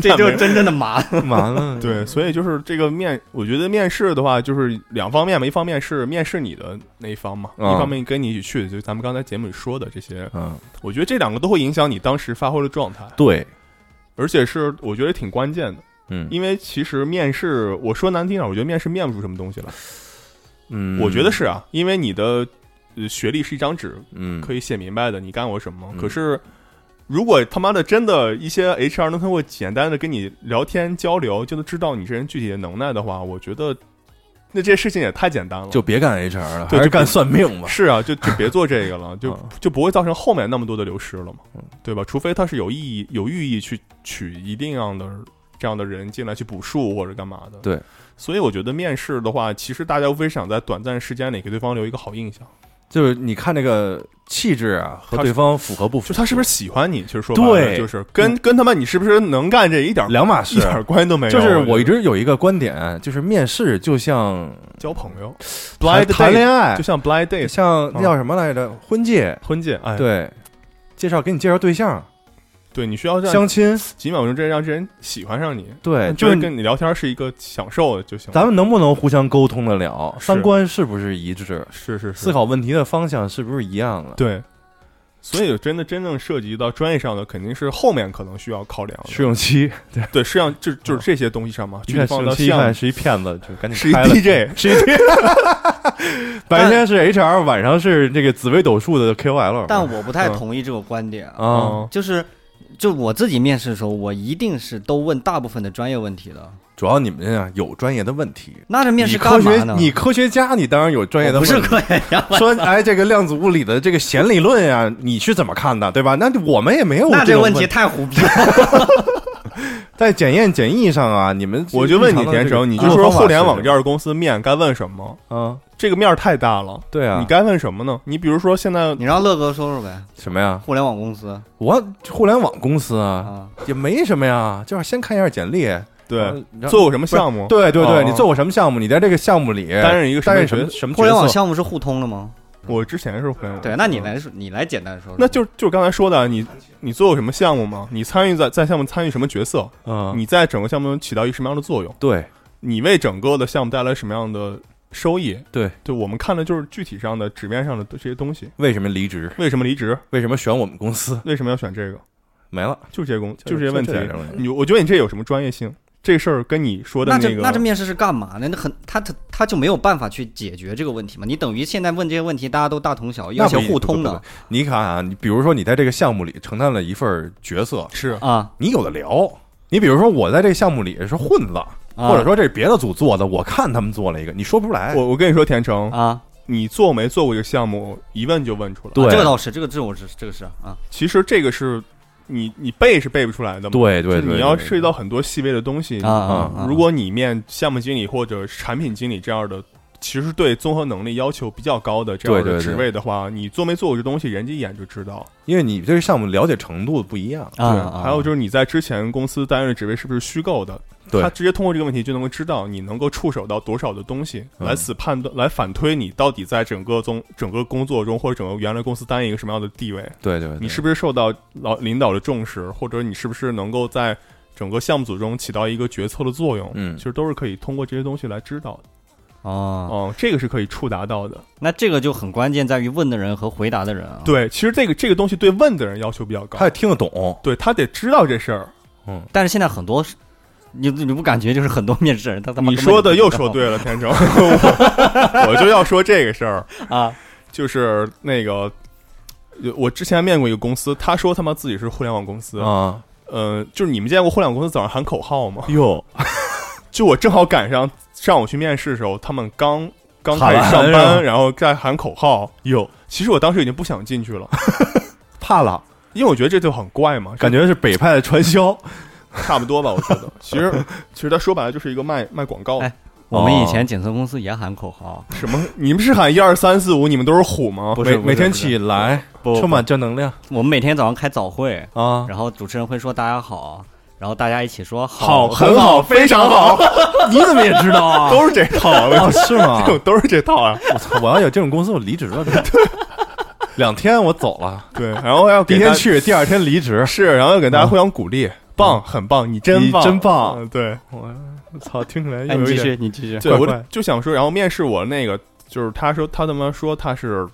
S3: 这就是真正的麻 烦。
S1: 完了，
S2: 对，所以就是这个面，我觉得面试的话就是两方面嘛，一方面是面试你的那一方嘛，
S1: 嗯
S2: 一方面跟你一起去的，就是咱们刚才节目里说的这些，
S1: 嗯，
S2: 我觉得这两个都会影响你当时发挥的状态，
S1: 对，
S2: 而且是我觉得挺关键的，
S1: 嗯
S2: 因为其实面试，我说难听点，我觉得面试面不出什么东西来，
S1: 嗯，
S2: 我觉得是啊，因为你的呃学历是一张纸，
S1: 嗯，
S2: 可以写明白的，你干过什么。
S1: 嗯
S2: 可是，如果他妈的真的一些 HR 能通过简单的跟你聊天交流，就能知道你这人具体的能耐的话，我觉得那这些事情也太简单了。
S1: 就别干 HR 了，
S2: 对
S1: 还是
S2: 就
S1: 干
S2: 不
S1: 算命吧。
S2: 是啊，就就别做这个了，就
S1: 啊
S2: 就不会造成后面那么多的流失了嘛，
S1: 嗯
S2: 对吧？除非他是有意义、有寓意去取一定样的这样的人进来去补数或者干嘛的。
S1: 对，
S2: 所以我觉得面试的话，其实大家无非是想在短暂时间里给对方留一个好印象，
S1: 就是你看这个气质啊，和
S2: 他
S1: 对方符合不符合，
S2: 就他是不是喜欢你，其实说白了
S1: 对嗯
S2: 就是跟跟他妈你是不是能干这一点
S1: 两码
S2: 一
S1: 事？
S2: 点关系都没有。
S1: 就是我一
S2: 觉得
S1: 直有一个观点，就是面试就像
S2: 交朋友
S1: 谈
S2: ，blind
S1: 谈
S2: date
S1: 恋爱
S2: 就，像 blind
S1: 就
S2: date
S1: 像那叫什么来着？婚介，
S2: 婚戒，哎，对，
S1: 对，介绍给你介绍对象，
S2: 你需要让
S1: 相亲，
S2: 几秒钟之内让这人喜欢上你，
S1: 对，
S2: 就
S1: 就是是
S2: 跟你聊天是一个享受的就行了。
S1: 咱们能不能互相沟通的了？
S2: 是
S1: 三观是不是一致？
S2: 是是
S1: 思
S2: 是，
S1: 考问题的方向是不是一样的？
S2: 对。所以，真的真正涉及到专业上的，肯定是后面可能需要考量的。
S1: 试用 期，
S2: 对，是让就就是这些东西上嘛，
S1: 嗯一
S2: 具体
S1: 看试
S2: 放到
S1: 用期一看
S2: 项
S1: 是一骗子，就赶紧
S2: 是一
S1: 开了
S2: DJ，
S1: 是一白天是 HR，晚上是这个紫微斗数的 KOL。
S3: 但我不太同意这个观点啊，
S1: 啊，
S2: 嗯，
S3: 就是就我自己面试的时候，我一定是都问大部分的专业问题的。
S1: 主要你们啊有专业的问题，
S3: 那这面
S1: 你
S3: 试
S1: 科
S3: 干
S1: 学
S3: 嘛呢？
S1: 你科学家，你当然有专业
S3: 我
S1: 的
S3: 不
S1: 问题。
S3: 是科学家，
S1: 说，哎，这个量子物理的这个弦理论呀、你是怎么看的，对吧？那我们也没有
S3: 那
S1: 这
S3: 这
S1: 种
S3: 问题
S1: 题，
S3: 太胡逼了。
S1: 在检验检疫上啊，你们
S2: 我就问你田成，你就说互联网这样的公司面该问什么？
S1: 啊，
S2: 这个面儿太大了，
S1: 对啊，
S2: 你该问什么呢？你比如说现在
S3: 你让乐哥说说呗，
S1: 什么呀？
S3: 互联网公司
S1: 我互联网公司啊，
S3: 啊，
S1: 也没什么呀，就是先看一下简历，
S2: 对
S1: 嗯然后
S2: 做过什么项目，
S1: 对对对，
S2: 哦
S1: 你做过什么项目？你在这个项目里
S2: 担任一个
S1: 担任
S2: 什
S1: 什么什么
S2: 么角色？
S3: 互联网
S1: 角色
S3: 项目是互通的吗？
S2: 我之前是互联网，
S3: 对，那你来说，你来简单说说。
S2: 那就是就是刚才说的，啊你你做过什么项目吗？你参与在在项目参与什么角色？
S1: 嗯，
S2: 你在整个项目中起到一个什么样的作用？
S1: 对，
S2: 你为整个的项目带来什么样的收益？
S1: 对，
S2: 对我们看的就是具体上的纸面上的这些东西。
S1: 为什么离职？
S2: 为什么离职？
S1: 为什么选我们公司？
S2: 为什么要选这个？
S1: 没了，
S2: 就是这些工，就是这些问题。
S1: 点儿问题。
S2: 你我觉得你这有什么专业性？这事儿跟你说的
S3: 那这
S2: 个，
S3: 那这面试是干嘛呢？那很他他他就没有办法去解决这个问题嘛？你等于现在问这些问题，大家都大同小异，
S1: 那
S3: 而
S1: 不
S3: 且
S1: 一定
S3: 互通
S1: 不
S3: 的
S1: 不你看啊，你比如说你在这个项目里承担了一份角色，
S2: 是
S3: 啊
S1: 你有的聊。你比如说我在这个项目里是混子，
S3: 啊
S1: 或者说这是别的组做的，我看他们做了一个，你说不出来。
S2: 我我跟你说，田成，
S3: 啊，
S2: 你做没做过这个项目，一问就问出来。
S1: 对
S3: 这个倒是，这个这个我知，这个是啊，
S2: 其实这个是你你背是背不出来的嘛，
S1: 对对
S2: 就是
S1: 对，
S2: 你要
S1: 对
S2: 涉及到很多细微的东西
S3: 啊啊啊
S2: 嗯如果你面项目经理或者产品经理这样的，其实对综合能力要求比较高的这
S1: 对
S2: 样
S1: 对
S2: 的
S1: 对
S2: 职位的话，你做没做过这东西，人家一眼就知道。
S1: 因为你对这项目了解程度不一样。
S3: 啊
S2: 对
S3: 啊，
S2: 还有就是你在之前公司担任的职位是不是虚构的？
S1: 对
S2: 他直接通过这个问题就能够知道你能够触手到多少的东西，
S1: 嗯
S2: 来此判断，来反推你到底在整个中整个工作中或者整个原来公司担任一个什么样的地位。
S1: 对对，对
S2: 你是不是受到老领导的重视，或者你是不是能够在整个项目组中起到一个决策的作用？
S1: 嗯啊
S2: 其实都是可以通过这些东西来知道的。
S3: 哦，啊
S2: 哦、这个是可以触达到的。
S3: 那这个就很关键，在于问的人和回答的人啊。
S2: 对，其实这个这个东西对问的人要求比较高
S1: 他，也听得懂，
S2: 对他得知道这事儿。
S3: 但是现在很多是，你你不感觉就是很多面试人他他妈
S2: 你
S3: 根本
S2: 说的
S3: 就
S2: 又
S3: 不知道
S2: 说对了，天成，我我就要说这个事儿，
S3: 啊
S2: 就是那个。有我之前面过一个公司，他说他妈自己是互联网公司，
S1: 啊，
S2: 呃，就是你们见过互联网公司早上喊口号吗？
S1: 哟，
S2: 就我正好赶上上午去面试的时候，他们刚刚
S1: 喊
S2: 开
S1: 完
S2: 始上
S1: 是吧
S2: 班，然后在喊口号。有，其实我当时已经不想进去了，
S1: 怕了，
S2: 因为我觉得这就很怪嘛，
S1: 感觉是北派的传 销。
S2: 差不多吧。我觉得，其实其实他说白了就是一个卖卖广告的
S3: 哎我们
S1: 哦
S3: 以前检测公司也喊口号，
S2: 什么？你们是喊一二三四五，你们都是虎吗？
S1: 每每天
S2: 起
S1: 起来
S3: 不
S1: 充满正能量
S3: 我们每天早上开早会，
S1: 啊，
S3: 然后主持人会说大家好，然后大家一起说
S2: 好，
S3: 好
S2: 很好，非常好，
S1: 你怎么也知道 啊？
S2: 都是这套啊，
S1: 哦，是 吗？
S2: 都是这套啊。
S1: 我操！我要有这种公司，我离职 了。两天我走了，
S2: 对，然后要
S1: 第
S2: 给
S1: 一天
S2: 大家
S1: 去，第二天离职。
S2: 是，然后要给大家互相鼓励，棒，很棒，你真
S1: 你
S2: 棒，
S1: 真棒
S2: 嗯对。
S1: 我操，听起来
S3: 哎，
S1: 又
S3: 你
S1: 有
S3: 继
S1: 一点
S3: 续，你继续。
S2: 对，
S1: 怪
S2: 我
S1: 怪
S2: 就想说，然后面试我那个，就是他说他他妈说他是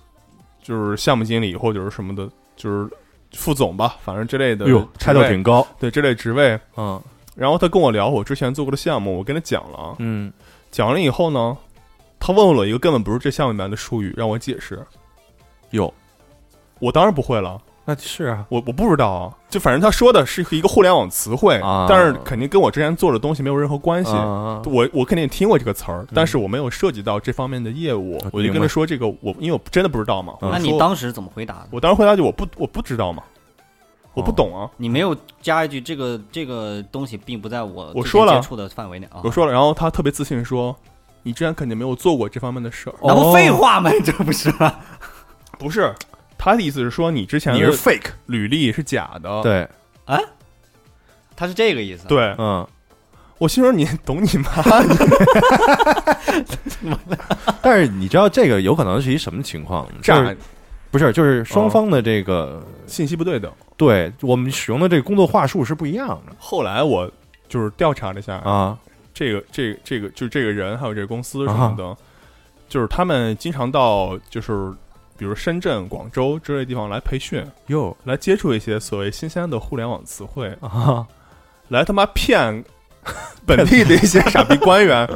S2: 就是项目经理或者是什么的，就是副总吧，反正之类的
S1: 哎呦，
S2: 职
S1: 开头
S2: 位
S1: 挺高。
S2: 对这类职位。
S1: 嗯
S2: 然后他跟我聊我之前做过的项目，我跟他讲了啊，
S1: 嗯，
S2: 讲了以后呢，他问了一个根本不是这项目里面的术语，让我解释，
S1: 有，
S2: 我当然不会了，
S1: 那是啊，
S2: 我我不知道啊，就反正他说的是一个互联网词汇，
S1: 啊
S2: 但是肯定跟我之前做的东西没有任何关系。
S1: 啊
S2: 我我肯定听过这个词儿，但是我没有涉及到这方面的业务，
S1: 我
S2: 我就
S1: 嗯啊明
S2: 跟
S1: 白
S2: 他说这个我因为我真的不知道嘛。
S1: 嗯
S2: 我
S3: 那
S2: 说
S3: 你当时怎么回答的？
S2: 我当时回答就我不我不知道嘛，我
S1: 哦
S2: 不懂啊，
S3: 你没有加一句这个这个东西并不在我
S2: 我
S3: 最
S2: 说
S3: 近
S2: 了
S3: 接触的范围内啊。
S2: 我说了，然后他特别自信地说。你之前肯定没有做过这方面的事儿，
S3: 那不
S1: 哦
S3: 废话吗？ 这不是吗
S2: 不是？他的意思是说哦你之前
S1: 你
S2: 的
S1: 是 fake，
S2: 履历是假的。
S1: 对，
S3: 他是这个意思。，
S2: 对，
S1: 嗯，
S2: 我心说你 懂你妈，
S1: 但是你知道这个有可能是一什么情况吗？就是
S2: 炸嗯
S1: 不是，就是双方的这个，
S2: 信息不对等。
S1: 对我们使用的这个工作话术是不一样的
S2: 后来我就是调查了一下，
S1: 啊。
S2: 这个这个这个就这个人还有这个公司什么的，就是他们经常到就是比如深圳、广州之类地方来培训，
S1: 哟
S2: 来接触一些所谓新鲜的互联网词汇，
S1: 啊，
S2: 来他妈 骗本地的一些傻逼官员，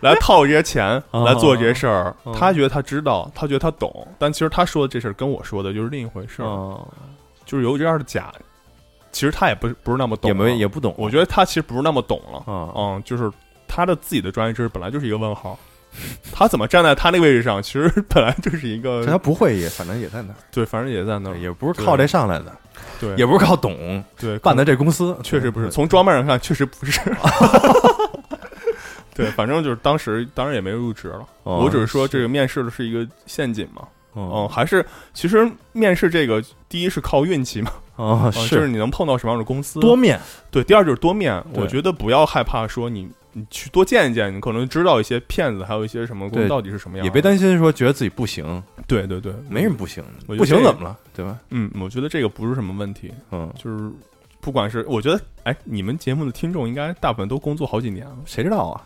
S2: 来套这些钱，
S1: 哦
S2: 来做这些事儿
S1: 哦。
S2: 他觉得他知道，他觉得他懂，但其实他说的这事儿跟我说的就是另一回事儿，
S1: 嗯
S2: 就是有点儿假。其实他也不是不是那么懂
S1: 也
S2: 啊，
S1: 没也不懂，
S2: 我觉得他其实不是那么懂了。
S1: 啊，
S2: 嗯，就是他的自己的专业知识本来就是一个问号， 他怎么站在他那个位置上，其实 本来就是一
S1: 这他
S2: 个
S1: 不会也反正也在那儿，
S2: 对，反正也在那儿，
S1: 也不是靠这上来的，
S2: 嗯对，
S1: 也不嗯是靠懂
S2: 对，可
S1: 办
S2: 能
S1: 的这公司，
S2: 确实不是，从装扮上看确实 不是。对，反正就是当时当然也没入职了，
S1: 哦
S2: 我只是说这个面试的是一个陷阱嘛，嗯，
S1: 哦
S2: 还是其实面试这个第一是靠运气嘛，
S1: 哦
S2: 嗯就是
S1: 是
S2: 你能碰到什么样的公司，
S1: 多面，
S2: 对，第二就是多面，
S1: 对
S2: 我觉得不要害怕说你你去多见一见，你可能知道一些骗子还有一些什么公
S1: 对
S2: 司到底是什么样的，
S1: 也别担心说觉得自己不行，
S2: 对对对，
S1: 嗯没什么不行的，
S2: 我觉
S1: 不
S2: 得
S1: 行
S2: 这个
S1: 怎么了，对吧？
S2: 嗯，我觉得这个不是什么问题，
S1: 嗯
S2: 就是不管是我觉得，哎，你们节目的听众应该大部分都工作好几年了，
S1: 谁知道啊？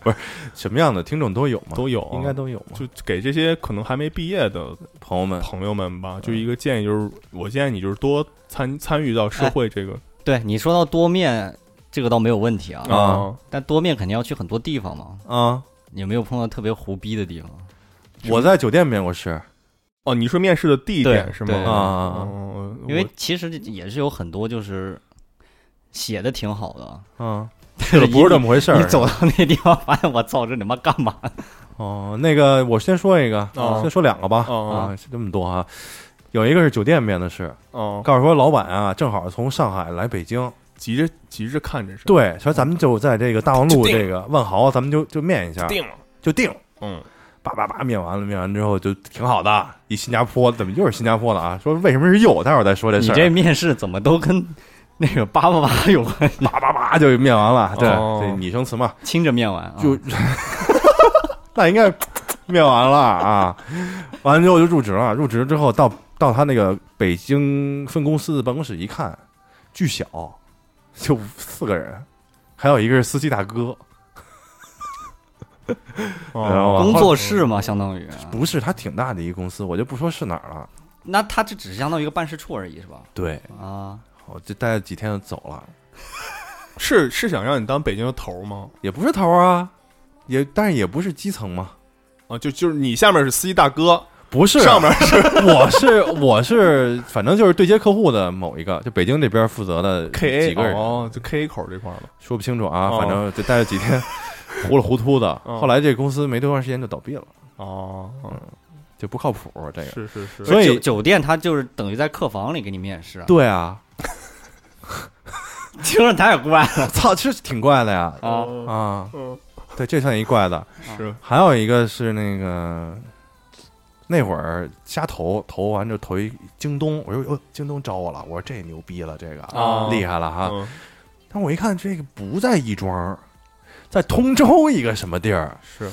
S1: 不是嗯什么样的听众哦都有嘛，
S2: 都有啊、
S1: 应该都有嘛。
S2: 就给这些可能还没毕业的
S1: 朋友们，
S2: 朋友们吧，就一个建议，就是我建议你就是多参参与到社会这个
S3: 对你说到多面，这个倒没有问题啊，
S1: 哎
S2: 啊
S3: 但多面肯定要去很多地方嘛。
S1: 啊，
S3: 你有没有碰到特别胡逼的地方？
S1: 我在酒店面过试，
S2: 哦，你说面试的地点
S3: 对
S2: 是吗？
S3: 对
S1: 啊啊啊
S2: 哦
S3: 因为其实也是有很多就是写的挺好 的，
S1: 嗯，
S3: 但
S1: 去了不是这
S3: 么
S1: 么回事
S3: 你
S1: 儿。啊
S3: 走到那地方，发现我操，这你妈干嘛？
S1: 哦，那个我先说一个，
S2: 哦
S1: 先说两个吧。
S2: 哦
S1: 啊，这么多啊，有一个是酒店面的事，
S2: 我哦，
S1: 告诉说老板啊，正好从上海来北京，
S2: 急着急着看着是吧
S1: 对，说咱们就在这个大望路
S2: 就定
S1: 这个万豪，咱们就就面一下，
S2: 定了，
S1: 就定，
S2: 嗯，
S1: 叭叭叭面完了，面完之后就挺好的。一新加坡怎么又是新加坡了啊？说为什么是又？待会儿再说这
S3: 你
S1: 事儿。啊
S3: 这面试怎么都跟那个八八八有关？
S1: 叭叭叭就面完了，对，
S2: 哦嗯
S1: 这拟声词嘛，
S3: 亲着面完啊，
S1: 就 那应该是面完了啊。完了之后就入职了，入职之后到到他那个北京分公司的办公室一看，巨小，就四个人，还有一个是司机大哥，
S2: 哦
S1: 然后
S3: 工作室嘛，相当于。
S1: 不是他挺大的一个公司，我就不说是哪儿了。
S3: 那他这只是相当于一个办事处而已，是吧？
S1: 对，
S3: 啊，
S1: 我就待了几天就走了，
S2: 是是想让你当北京的头吗？
S1: 也不是头儿啊，也但是也不是基层嘛。
S2: 啊，就就是你下面是司机大哥，
S1: 不是
S2: 上面
S1: 是， 我是我是，反正就是对接客户的某一个，就北京这边负责的
S2: K A
S1: 几个人，
S2: 哦，就 K A 口这块儿了。
S1: 说不清楚啊，
S2: 哦
S1: 反正就待了几天，糊里糊涂的。
S2: 哦
S1: 后来这公司没多长时间就倒闭了，
S2: 哦，
S1: 就不靠谱这个。
S2: 是是是，
S1: 所以
S3: 酒酒店他就是等于在客房里给你面试啊，
S1: 对啊，
S3: 听着太怪了
S1: 我操，其实挺怪的呀
S3: 啊！
S1: 啊，
S2: 嗯，
S1: 对，这算一怪的。
S2: 是
S1: 还有一个是那个那会儿瞎投，投完就投一京东，我说哟、京东招我了，我说这牛逼了，这个、
S3: 啊
S2: 哦
S1: 厉害了哈。
S2: 嗯
S1: 但我一看这个不在亦庄，在通州一个什么地儿，
S2: 是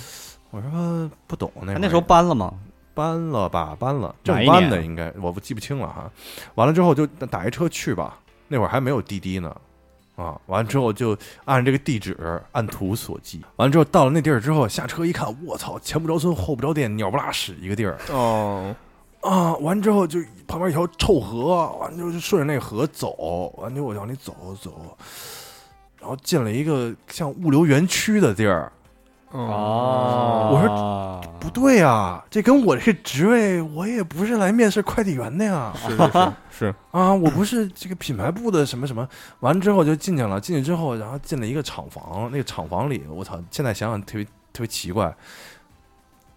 S1: 我说不懂那会
S3: 他
S1: 儿
S3: 啊那时候搬了吗？
S1: 搬了吧，搬了，正
S3: 哪一
S1: 搬
S3: 年
S1: 的
S3: 啊
S1: 应该我不记不清了哈。完了之后就打一车去吧，那会儿还没有滴滴呢。啊，完了之后就按这个地址按图索骥，完了之后到了那地儿之后下车一看，我操，前不着村后不着店，鸟不拉屎一个地儿
S2: 哦，
S1: 啊！完了之后就旁边一条臭河，完了之后就顺着那个河走，完了之后我往里走走，然后进了一个像物流园区的地儿，
S2: 哦，
S1: 我
S3: 说
S1: 不对呀、这跟我这职位，我也不是来面试快递员的呀。
S2: 是 是是，
S1: 啊，我不是这个品牌部的什么什么。完了之后就进去了，进去之后，然后进了一个厂房，那个厂房里，我操，现在想想特别特别奇怪。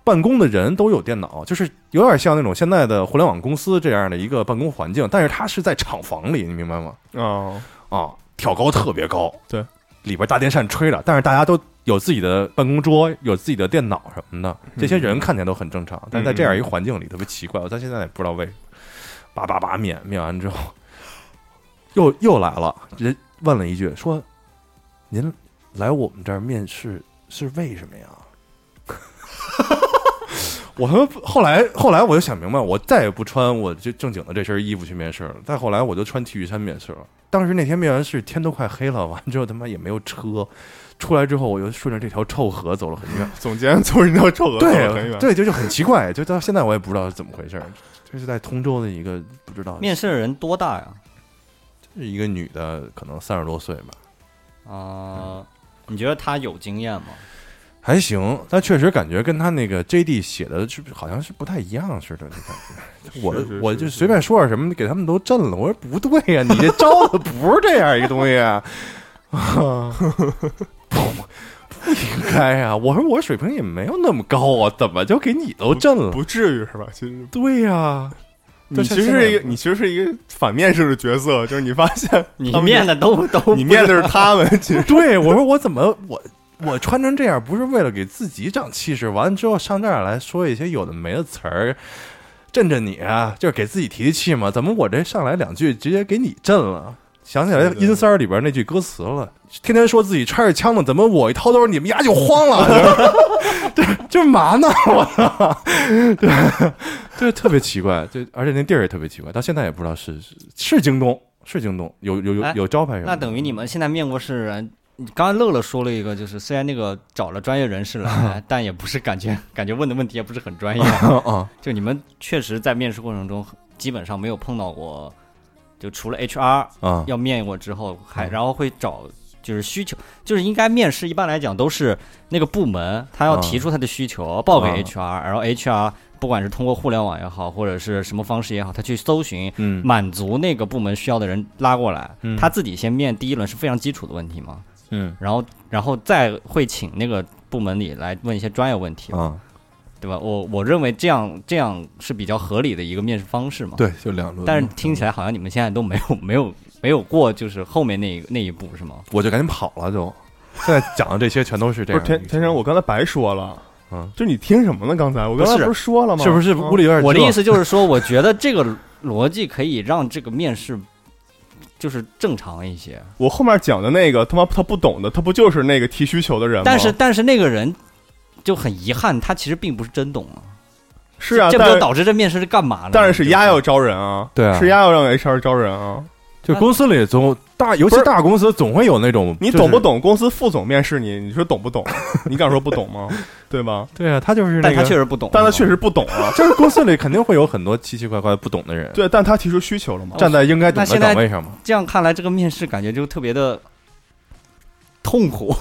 S1: 办公的人都有电脑，就是有点像那种现在的互联网公司这样的一个办公环境，但是它是在厂房里，你明白吗？
S2: 是哦，
S1: 啊，挑高特别高，
S2: 对，
S1: 里边大电扇吹着，但是大家都有自己的办公桌，有自己的电脑什么的，这些人看起来都很正常，但是在这样一个环境里特别奇怪，我到现在也不知道为什么。叭叭叭面面完之后，又又来了，人问了一句说：“您来我们这儿面试是为什么呀？” 我他妈后来后来我就想明白，我再也不穿我这正经的这身衣服去面试了。再后来我就穿 T 恤衫面试了。当时那天面完试，天都快黑了，完之后他妈也没有车，出来之后我又顺着这条臭河走了很远。
S2: 总监从人到臭鹅走了很
S1: 对
S2: 远，
S1: 对，就是很奇怪，就到现在我也不知道是怎么回事儿。这是在通州的一个不知道
S3: 面试的人多大呀？
S1: 是一个女的，可能三十多岁吧，
S3: 啊，你觉得他有经验吗？
S1: 还行，但确实感觉跟她那个 JD 写的是好像是不太一样似的，就感觉。 我
S2: 是是
S1: 我
S2: 是
S1: 就是随便说点什么，给他们都震了。我说不对呀、你这招的不是这样一个东西 啊，啊，不不应该啊！我说我水平也没有那么高啊，怎么就给你都震了？
S2: 不至于是吧？其实
S1: 对呀、
S2: 你其实是一个，你其实是一个反面式的角色， 就是你发现
S3: 你
S2: 他们
S3: 面的都都不
S2: 你面的是他 们，其实
S1: 对，我说我怎么我我穿成这样，不是为了给自己长气势，完了之后上这儿来说一些有的没的词儿，震震你啊，就是给自己提提气嘛。怎么我这上来两句直接给你震了？想起来
S2: 是
S1: 《
S2: 的
S1: 阴三儿》里边那句歌词了，天天说自己揣着枪呢，怎么我一掏兜你们丫就慌了？ 这这嘛呢？我 操！对，对，特别奇怪，就而且那地儿也特别奇怪，到现在也不知道是是是京东
S4: 是京东，有有有
S3: 哎
S4: 有招牌是吧？
S3: 那等于你们现在面过世人，你刚刚乐乐说了一个，就是虽然那个找了专业人士来，但也不是感觉感觉问的问题也不是很专业。
S4: 啊，
S3: 就你们确实在面试过程中，基本上没有碰到过，就除了 HR
S4: 啊
S3: 要面过之后，还
S4: 嗯
S3: 然后会找就是需求，就是应该面试一般来讲都是那个部门他要提出他的需求报
S4: 嗯
S3: 给 HR，然后 HR 不管是通过互联网也好，或者是什么方式也好，他去搜寻
S4: 嗯，
S3: 满足那个部门需要的人拉过来
S4: 嗯，
S3: 他自己先面第一轮是非常基础的问题嘛，
S4: 嗯
S3: 然后然后再会请那个部门里来问一些专业问题，
S4: 啊，
S3: 对吧？我我认为这样这样是比较合理的一个面试方式嘛。
S4: 对，就两轮。嗯
S3: 但
S2: 嗯
S3: 是听起来好像你们现在都没有没有没有过，就是后面那一那一步是吗？
S4: 我就赶紧跑了，就现在讲的这些全都是这
S2: 不是
S4: 样。
S2: 田田生，我刚才白说了，
S4: 嗯，
S2: 就你听什么呢？刚才我刚才
S3: 不是
S2: 不是说了吗？
S4: 是不是
S2: 嗯
S4: 屋里有点热？
S3: 我的意思就是说，我觉得这个逻辑可以让这个面试就是正常一些，
S2: 我后面讲的那个他妈他不懂的，他不就是那个提需求的人吗？
S3: 但是但是那个人就很遗憾，他其实并不是真懂啊。
S2: 是啊，
S3: 这这不
S2: 但
S3: 就导致这面试是干嘛呢？
S2: 但是是丫
S3: 对不
S2: 要
S3: 对
S2: 招人啊，
S4: 对
S1: 嗯
S4: 啊
S2: 是丫要让 HR 招人啊。
S4: 就公司里总大，尤
S2: 不
S4: 其
S2: 是
S4: 大公司总会有那种
S2: 你懂不？懂？公司副总面试你，你说懂不懂？啊你敢说不懂吗？对吧？
S4: 就是对啊，他就是那
S3: 但他确
S4: 个，
S3: 实不懂，
S2: 但他确实不懂啊。
S4: 就是公司里肯定会有很多奇奇怪怪不懂的人，
S2: 对，但他提出需求了嘛？
S4: 站在应该懂
S3: 那
S4: 的
S3: 现在
S4: 岗位上嘛。
S3: 这样看来，这个面试感觉就特别的痛苦，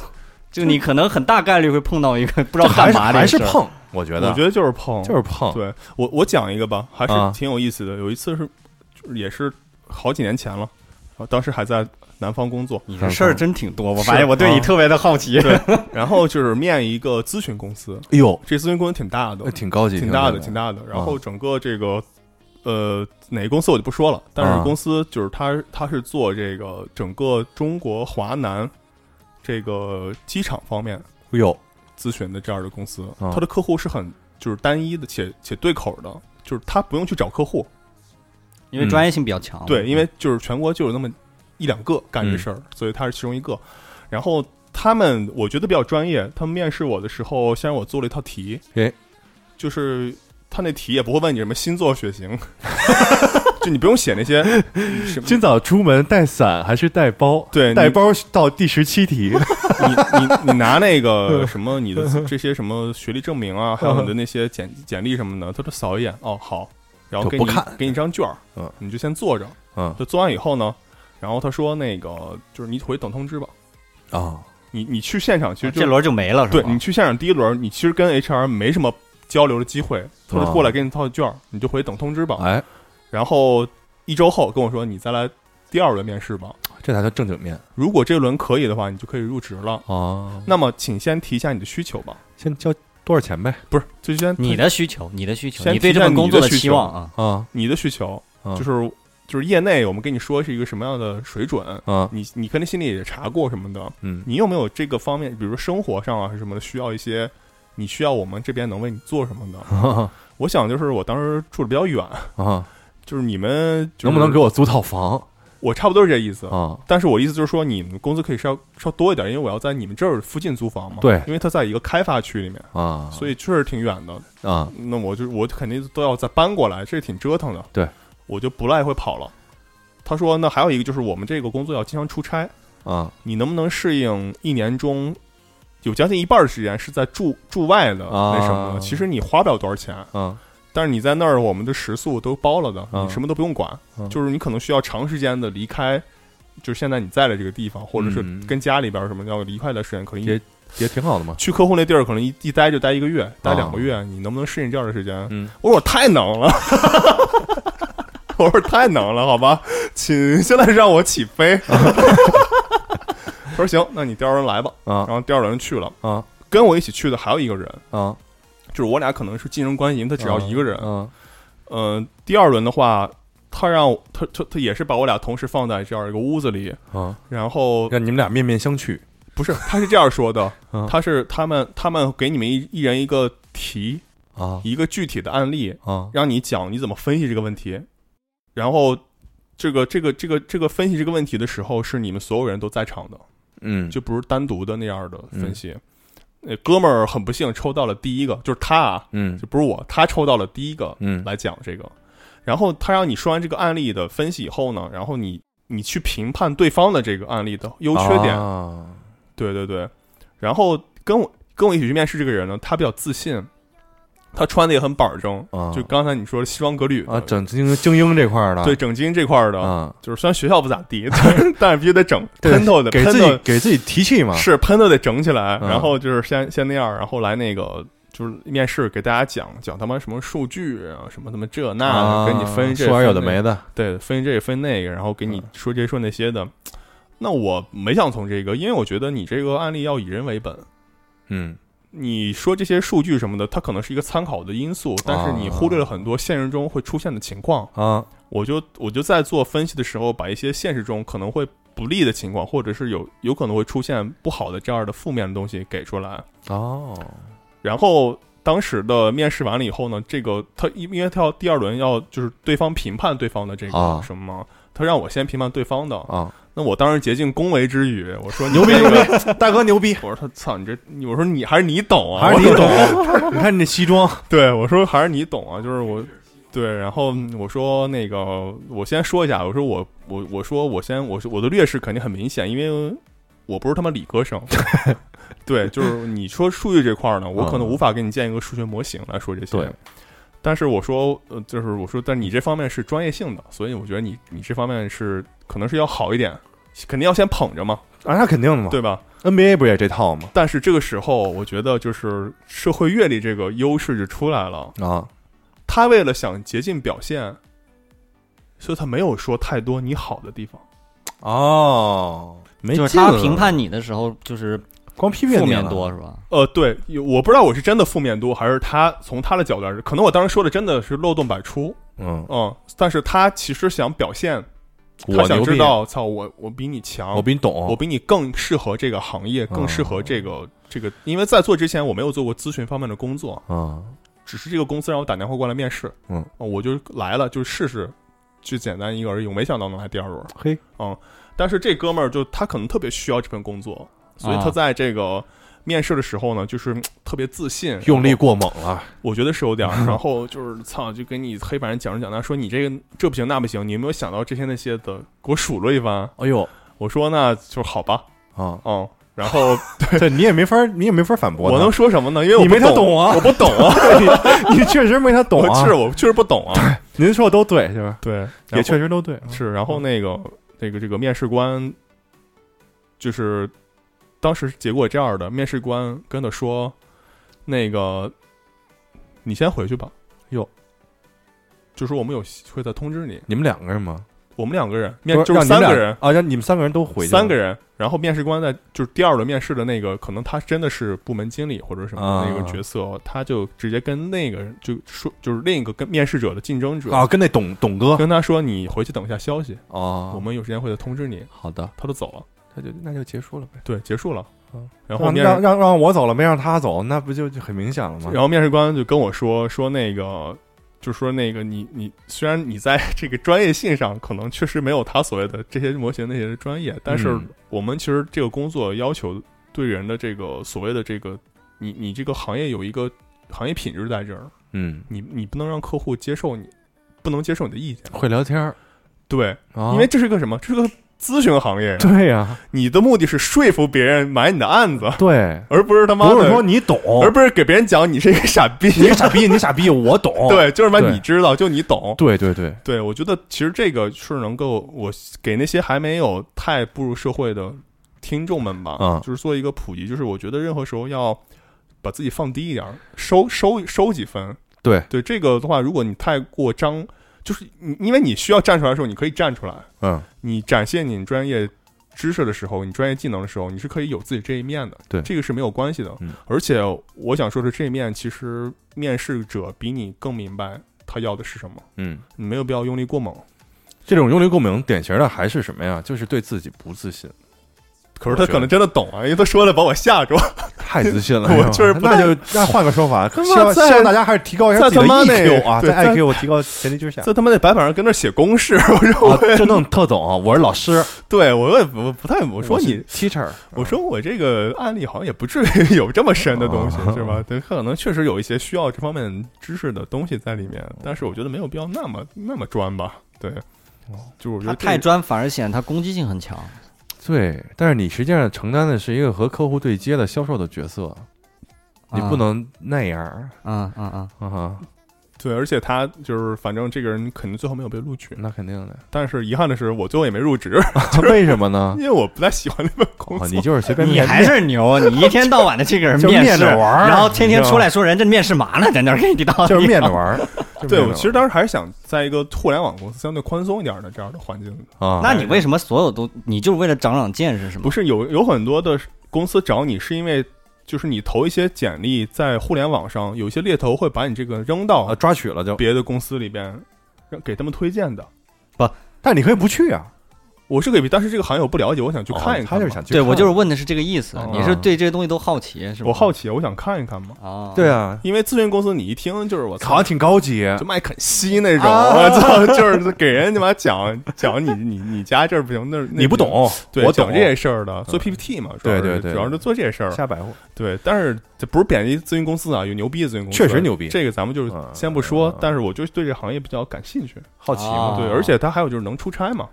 S3: 就你可能很大概率会碰到一个不知道
S4: 这还
S3: 干
S4: 是
S3: 嘛的
S4: 还是
S3: 事儿，
S4: 碰，我觉
S2: 我
S4: 得啊
S2: 觉得就是碰，
S4: 就是碰。
S2: 对我我讲一个吧，还是
S4: 啊
S2: 挺有意思的。有一次是，就是也是好几年前了，啊当时还在南方工作，
S3: 你这事儿真挺多，我
S2: 嗯
S3: 发
S2: 是
S3: 现我对
S2: 啊
S3: 你特别的好奇。
S2: 对然后就是面一个咨询公司，
S4: 哎呦，
S2: 这咨询公司挺大的
S4: 那，挺高级，
S2: 挺大的，
S4: 高级
S2: 挺大的。嗯然后整个这个，呃，哪个公司我就不说了，但
S4: 啊
S2: 是公司就是它，它是做这个整个中国华南这个机场方面
S4: 哎呦，
S2: 咨询的这样的公司，
S4: 啊
S2: 它的客户是很就是单一的且且对口的，就是它不用去找客户，
S3: 因为专业性比较
S4: 啊
S3: 强。
S2: 对，
S4: 嗯
S2: 因为就是全国就有那么一两个干这事儿，所以他是其中一个。然后他们我觉得比较专业，他们面试我的时候，先让我做了一套题，
S4: 诶
S2: 就是他那题也不会问你什么星座、血型， 就你不用写那些什么。
S4: 今早出门带伞还是带包？
S2: 对你
S4: 带包到第十七题。
S2: 你你你拿那
S4: 嗯
S2: 个什 么你的这些什么学历证明啊，还有你的那些简简历什么的，他都扫一眼哦好，然后
S4: 就
S2: 给
S4: 不
S2: 你
S4: 看
S2: 给你一张卷儿，
S4: 嗯
S2: 你就先坐着，
S4: 嗯
S2: 就做完以后呢，然后他说那个就是你回等通知吧，
S4: 啊，
S2: 你你去现场其实就
S3: 啊这啊轮就没了，是
S2: 对
S3: 吧？
S2: 你去现场第一轮，你其实跟 HR 没什么交流的机会，他
S3: 啊
S2: 就过来给你套卷儿，你就回等通知吧。
S4: 哎，
S2: 然后一周后跟我说你再来第二轮面试吧，
S4: 这才叫正经面
S2: 如果这轮可以的话，你就可以入职了。
S4: 啊。
S2: 哦那么请先提一下你的需求吧，
S4: 先交多少钱呗？
S2: 不是，就先
S3: 你的需求，你的需求，
S2: 先
S3: 你对这份工作期望啊，
S4: 啊
S2: 你的需求，
S4: 嗯
S2: 就是就是业内我们跟你说是一个什么样的水准，
S4: 啊
S2: 你你可能心里也查过什么的，
S4: 嗯
S2: 你有没有这个方面，比如说生活上啊还是什么的，需要一些你需要我们这边能为你做什么的？
S4: 啊
S2: 我想就是我当时住的比较远，
S4: 啊，
S2: 就是你们、
S4: 能不能给
S2: 我？
S4: 我租套房
S2: 我差不多是这意思。
S4: 啊？
S2: 但是我意思就是说，你们工资可以稍稍多一点，因为我要在你们这儿附近租房嘛。
S4: 对
S2: 因为它在一个开发区里面，
S4: 啊，
S2: 所以确实挺远的。
S4: 以啊，
S2: 那我就我肯定都要再搬过来，这挺折腾的。
S4: 对，
S2: 我就不赖会跑了。他说，那还有一个就是我们这个工作要经常出差，
S4: 啊
S2: 你能不能适应一年中有将近一半的时间是在驻驻外的
S4: 啊
S2: 那什么的？其实你花不了多少钱，
S4: 啊
S2: 但是你在那儿我们的食宿都包了的，
S4: 嗯
S2: 你什么都不用管，
S4: 嗯
S2: 就是你可能需要长时间的离开。就是现在你在的这个地方，或者是
S4: 嗯
S2: 跟家里边儿什么要离开的时间，可能一
S4: 也也挺好的嘛。
S2: 去客户那地儿，可能一一待就待一个月，
S4: 啊
S2: 待两个月，你能不能适应这样的时间？
S4: 嗯
S2: 我说我太能了， 我说太能了，好吧，请现在让我起飞。他说行，那你第二轮来吧。
S4: 啊
S2: 然后第二轮去了，
S4: 啊
S2: 跟我一起去的还有一个人，
S4: 啊
S2: 就是我俩可能是竞争关系，因为他只要一个人。
S4: 啊
S2: 嗯，第二轮的话，他让我他他他也是把我俩同时放在这样一个屋子里，
S4: 啊，
S2: 然后
S4: 让你们俩面面相觑
S2: 不是他是这样说的
S4: 嗯，
S2: 他是他们他们给你们一一人一个题，
S4: 啊
S2: 一个具体的案例，
S4: 啊
S2: 让你讲你怎么分析这个问题，然后这个这个这个这个分析这个问题的时候，是你们所有人都在场的，
S4: 嗯
S2: 就不是单独的那样的分析。那哥们儿很不幸抽到了第一个，就是他啊，
S4: 嗯
S2: 就不是我，他抽到了第一个
S4: 嗯
S2: 来讲这个。然后他让你说完这个案例的分析以后呢，然后你你去评判对方的这个案例的优缺点。
S1: 啊
S2: 对对对，然后跟我跟我一起去面试这个人呢，他比较自信，他穿的也很板正，
S1: 啊
S2: 就刚才你说的西装革履的
S1: 啊，整精精英这块儿的，
S2: 对整经这块儿的，
S1: 啊，
S2: 就是虽然学校不咋 地，但是但是必须得整，
S1: 对
S2: 喷头得
S1: 给
S2: 喷
S1: 自
S2: 头
S1: 己啊给自己提气嘛，
S2: 是喷头得整起来，
S1: 嗯
S2: 然后就是先先那样，然后来那个。就是面试给大家讲讲他妈什么数据啊，什么他妈这那的，
S1: 啊，
S2: 给你分这
S1: 说点有的
S2: 分
S1: 没
S2: 那个
S1: 的，
S2: 对，分这个分那个，然后给你
S1: 嗯
S2: 说这说那些的。那我没想从这个，因为我觉得你这个案例要以人为本。
S1: 嗯
S2: 你说这些数据什么的，它可能是一个参考的因素，但是你忽略了很多现实中会出现的情况。
S1: 啊
S2: 我就我就在做分析的时候，把一些现实中可能会不利的情况，或者是有有可能会出现不好的这样的负面的东西给出来。
S1: 哦，
S2: 然后当时的面试完了以后呢，这个他因因为他要第二轮要就是对方评判对方的这
S1: 啊
S2: 个什么嘛，他让我先评判对方的。
S1: 啊，
S2: 那我当时竭尽恭维之语，我说
S1: 牛逼
S2: 这
S1: 牛
S2: 个
S1: 逼，大哥牛逼，
S2: 我说他操你这，你我说你还是你懂啊，
S1: 还是你
S2: 我说
S1: 懂，啊你看你这西 装，
S2: 对，我说还是你懂啊，就是我，对，然后我说那个，我先说一下，我说我我我说我先我说我的劣势肯定很明显，因为我不是他妈理科 生，对，就是你说数据这块儿呢，我可能
S1: 嗯
S2: 无法给你建一个数学模型来说这些，
S1: 对。
S2: 但是我说，呃，就是我说，但你这方面是专业性的，所以我觉得你你这方面是可能是要好一点，肯定要先捧着嘛，
S1: 啊，那肯定的嘛，
S2: 对吧？
S1: ，NBA 不也这套吗？
S2: 但是这个时候，我觉得就是社会阅历这个优势就出来了。
S1: 啊，
S2: 他为了想竭尽表现，所以他没有说太多你好的地方。
S1: 哦，没
S3: 就是
S1: 劲
S3: 他
S1: 了
S3: 评判你的时候，就是
S1: 光批评
S3: 负
S1: 你
S3: 面
S1: 了
S3: 多是吧？
S2: 呃，对，有我不知道我是真的负面多，还是他从他的角度来说，可能我当时说的真的是漏洞百出，
S1: 嗯，
S2: 嗯，但是他其实想表现，他
S1: 我
S2: 想
S1: 牛
S2: 知
S1: 逼，
S2: 道，操，我我比你强，
S1: 我比你
S2: 我
S1: 懂，
S2: 比你更适合这个行业，更适合
S1: 哦
S2: 这个、这个，因为在做之前我没有做过咨询方面的工作，
S1: 啊
S2: 只是这个公司让我打电话过来面试，
S1: 嗯
S2: 呃我就来了，就试试，就简单一个而已。我没想到能来第二轮，
S1: 嘿，
S2: 嗯，但是这哥们儿就他可能特别需要这份工作，所以
S3: 啊
S2: 他在这个面试的时候呢，就是嗯特别自信，
S1: 用力
S2: 然后
S1: 过猛了，
S2: 我觉得是有 点儿，然后就是操，就给你黑板上讲着讲着，说你这个这不行那不行，你有没有想到这些那些的？给我数落一番。
S1: 哎呦
S2: 我说那就好吧，
S1: 啊，
S2: 嗯，然后
S1: 对你也没法，你也没法反驳他，
S2: 我能说什么呢？因为我
S1: 你
S2: 不
S1: 没他懂啊
S2: 我不懂啊，
S1: 对你你确实没他懂
S2: 我
S1: 啊
S2: 是，我确实不懂啊，
S1: 您说的都对是吧？嗯
S2: 对，
S1: 也
S2: 然后
S1: 确实都对，
S2: 是，然后那个那个这个面试官，就是当时结果这样的，面试官跟他说，那个你先回去吧，
S1: 哟，
S2: 就说我们有会再通知你，
S1: 你们两个人吗？
S2: 我们两个人面
S1: 不
S2: 就是
S1: 让你们
S2: 三个
S1: 俩
S2: 人。
S1: 啊，让你们三个人都回去，
S2: 三个人，然后面试官在就是第二轮面试的那个，可能他真的是部门经理或者什么的那个
S1: 啊
S2: 角色，哦他就直接跟那个人就说，就是另一个跟面试者的竞争者，
S1: 啊，跟那董董哥
S2: 跟他说你回去等一下消息，
S1: 哦
S2: 我们有时间会再通知你。
S1: 好的，
S2: 他都走了，
S1: 那就那就结束了呗。
S2: 对，结束了
S1: 嗯。
S2: 然后
S1: 让
S2: 面
S1: 让
S2: 试，
S1: 让让我走了，没让他走，那不就就很明显了吗？
S2: 然后面试官就跟我说说那个，就说那个你你虽然你在这个专业性上可能确实没有他所谓的这些模型那些的专业，但是
S1: 嗯
S2: 我们其实这个工作要求对人的这个所谓的这个你你这个行业有一个行业品质在这儿，
S1: 嗯，
S2: 你你不能让客户接受你，不能接受你的意见，
S1: 会聊天儿
S2: 对，
S1: 啊，
S2: 因为这是个什么？这是个咨询行业，
S1: 对呀，
S2: 你的目的是说服别人买你的案子，
S1: 对，
S2: 而不是他妈
S1: 不
S2: 的
S1: 是说你懂，
S2: 而不是给别人讲你是一个傻逼。
S1: 哦你傻逼，你傻逼，我懂。
S2: 对，就是 嘛，
S1: 对
S2: 你知道，就你懂。
S1: 对对对，
S2: 对，我觉得其实这个是能够我给那些还没有太步入社会的听众们吧，
S1: 嗯
S2: 就是做一个普及，就是我觉得任何时候要把自己放低一点儿，收收收几分。
S1: 对
S2: 对，这个的话，如果你太过张，就是你因为你需要站出来的时候，你可以站出来，
S1: 嗯，
S2: 你展现你专业知识的时候，你专业技能的时候，你是可以有自己这一面的。
S1: 对
S2: 这个是没有关系的。
S1: 嗯
S2: 而且我想说的这一面，其实面试者比你更明白他要的是什么，
S1: 嗯，
S2: 你没有必要用力过猛。
S1: 这种用力过猛，典型的还是什么呀？就是对自己不自信，
S2: 可是他可能真的懂啊，因为他说的把我吓 住。
S1: 太自 信了。
S2: 我就是不
S1: 那就那换个说 法，
S2: 他妈
S1: 希望希
S2: 在
S1: 望大家还是提高一下自己的
S2: 在他妈那
S1: EQ 啊，
S2: 对
S1: 在
S2: 在
S1: IQ 我提高前提之下
S2: 在他妈那白板上跟那儿写公式，我说
S1: 啊，就弄特懂啊，我是老师，
S2: 对我也不不太，我说你
S1: 是 teacher，
S2: 我说我这个案例好像也不至于 有这么深的东西，
S1: 哦
S2: 是吧？对，可能确实有一些需要这方面知识的东西在里面，但是我觉得没有必要那么那么专吧。对，
S1: 哦
S2: 就是我觉
S3: 他
S2: 得
S3: 太
S2: 这
S3: 专反而显得他攻击性很强。
S1: 对，但是你实际上承担的是一个和客户对接的销售的角色，你不能那样儿
S3: 啊啊啊！
S1: 啊哈，
S2: 对，而且他就是反正这个人肯定最后没有被录取，
S1: 那肯 定的。
S2: 但是遗憾的是我最后也没入职，
S1: 为什么呢？
S2: 因为我不太喜欢那份工
S1: 啊哦
S2: 作。
S1: 你就是随便
S3: 你
S1: 面
S3: 还是牛，你一天到晚的这个人
S1: 就是面
S3: 面试
S1: 着玩儿啊
S3: 然后天天出来说人这面试嘛呢，在那儿给你当
S1: 就是面着玩儿。 就是
S2: 对，
S1: 面
S2: 我
S1: 着
S2: 其实当时还是想在一个互联网公司相对宽松一点的这样的环境，
S1: 玩儿啊，
S3: 那你为什么所有都你就是为了长长见识是吗
S2: 不？是有有很多的公司找你是因为就是你投一些简历在互联网上，有一些猎头会把你这个扔
S1: 啊
S2: 到
S1: 抓取了就，
S2: 别的公司里边，让给他们推荐的。
S1: 但你可以不去啊，
S2: 我是给，但是这个行业我不了解，我想去看一看嘛。
S1: 哦他就是想去
S3: 对
S1: 看。
S3: 我就是问的是这个意思
S2: 哦，
S3: 你是对这些东西都好奇是吗？
S2: 我好奇，我想看一看嘛。
S3: 啊，
S1: 对啊，
S2: 因为咨询公司你一听就是我
S1: 好
S2: 操
S1: 像，挺高级。
S2: 就卖肯西那种，
S1: 啊
S2: 我 操，就是给人他妈讲讲你你你家这儿不行，那儿那
S1: 你不
S2: 儿行，
S1: 懂，
S2: 对，
S1: 我
S2: 讲嗯
S1: 懂
S2: 这些事儿的，做 PPT 嘛，主要是
S1: 对对对
S2: 主要是做这些事儿。
S1: 瞎白活。
S2: 对，但是这不是贬低咨询公司啊，有牛逼的咨询公司，
S1: 确实牛逼
S2: 这个咱们就是
S1: 嗯
S2: 先不说，
S1: 嗯嗯
S2: 但是我就对这行业比较感兴趣。
S1: 好奇嘛，
S3: 啊
S2: 对，而且他还有就是能出差嘛，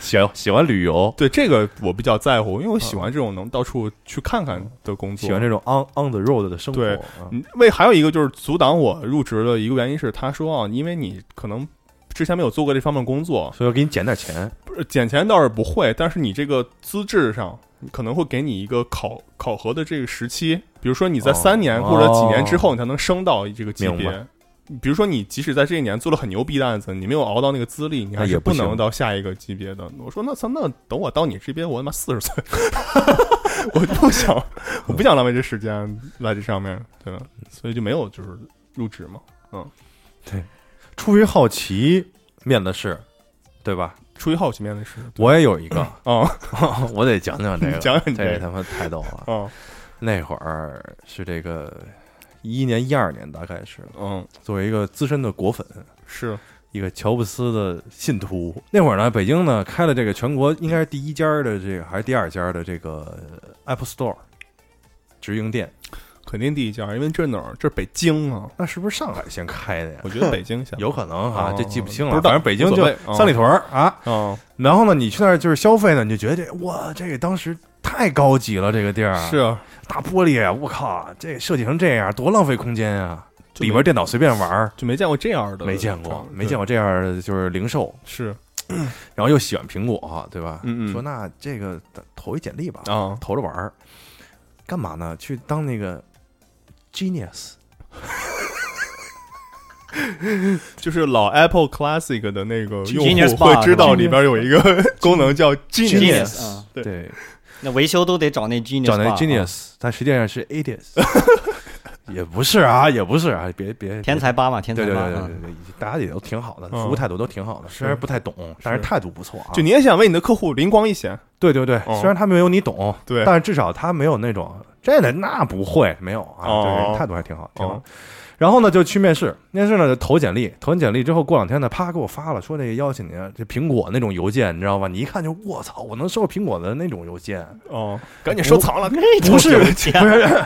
S1: 喜喜欢旅游，
S2: 对这个我比较在乎，因为我喜欢这种能到处去看看的工
S1: 嗯
S2: 作。
S1: 喜欢这种 on on the road 的生活。
S2: 对
S1: 啊
S2: 嗯为还有一个就是阻挡我入职的一个原因是，他说啊，因为你可能之前没有做过这方面工作，
S1: 所以我给你减点钱，
S2: 不是捡钱倒是不会，但是你这个资质上可能会给你一个考考核的这个时期，比如说你在
S1: 哦
S2: 三年、
S1: 哦
S2: 或者几年之后，你才能升到这个级
S1: 明
S2: 别。比如说你即使在这一年做了很牛逼的案子，你没有熬到那个资历，你还
S1: 那
S2: 是
S1: 也不
S2: 不
S1: 行
S2: 能到下一个级别的。我说那操，那等我到你这边，我他妈四十岁， 我不想，我不想浪费这时间在这上面，对吧？所以就没有就是入职嘛。
S1: 出于好奇面的事，对吧？
S2: 出于好奇面的事，
S1: 我也有一个，
S2: 哦
S1: 我得讲 讲这个，
S2: 讲讲你
S1: 这
S2: 这
S1: 个
S2: 个
S1: 他妈太逗了。
S2: 哦，
S1: 那会儿是这个一一年、一二年，大概是
S2: 嗯，
S1: 作为一个资深的果粉，
S2: 是
S1: 一个乔布斯的信徒。那会儿呢，北京呢开了这个全国应该是第一家的这个还是第二家的这个 Apple Store 直营店，
S2: 肯定第一家，因为这哪儿？这是北 京啊。
S1: 那是不是上海先开的呀？
S2: 我觉得北京先
S1: 有可能哈、
S2: 哦
S1: 这记不清了。
S2: 不知道
S1: 反正北京
S2: 无
S1: 就
S2: 所谓
S1: 三里屯儿啊。
S2: 啊，
S1: 然后呢，你去那儿就是消费呢，你就觉得这哇，这个当时太高级了，这个地儿
S2: 是啊，
S1: 大玻璃，我靠，这设计成这样多浪费空间啊！
S2: 就没
S1: 里边电脑随便玩儿，
S2: 就没见过这样的，
S1: 没见过，没见
S2: 过，
S1: 过这样的就是零售，
S2: 是
S1: 然后又喜欢苹果，对吧？
S2: 嗯嗯
S1: 说那这个投一简历吧，
S2: 啊，
S1: 投着玩儿，干嘛呢？去当那个 genius，
S2: 就是老 Apple Classic 的那个用
S3: Genius
S2: 户会
S3: Bar
S2: 知道
S3: 是吧
S2: 里边有一个 功能叫 Genius，
S3: Genius，嗯
S2: 对
S1: 对，
S3: 那维修都得找那 Genius，
S1: 找那
S3: bar，啊
S1: genius，但实际上是 idiot，也不是啊，也不是啊，别别
S3: 天。才吧嘛，天
S1: 别
S3: 才
S1: 对对
S3: 吧
S1: 对对
S3: 啊
S1: 对，对大家也都挺好的，
S2: 嗯
S1: 服务态度都挺好的，虽然不太懂，但是
S2: 是
S1: 态度不错啊。
S2: 就你也想为你的客户灵光一现，
S1: 对对对，
S2: 嗯
S1: 虽然他没有你懂，
S2: 对
S1: 但是至少他没有那种这的那不会没有啊，
S2: 哦
S1: 对，态度还挺好，挺好。
S2: 哦
S1: 然后呢，就去面试，面试呢就投简历，投完简历之后，过两天呢，啪给我发了，说那个邀请您啊，这苹果那种邮件，你知道吧？你一看就我操，我能收到苹果的那种邮件，
S2: 哦， 赶紧收藏了，
S1: 哎不是 不
S3: 这
S1: 是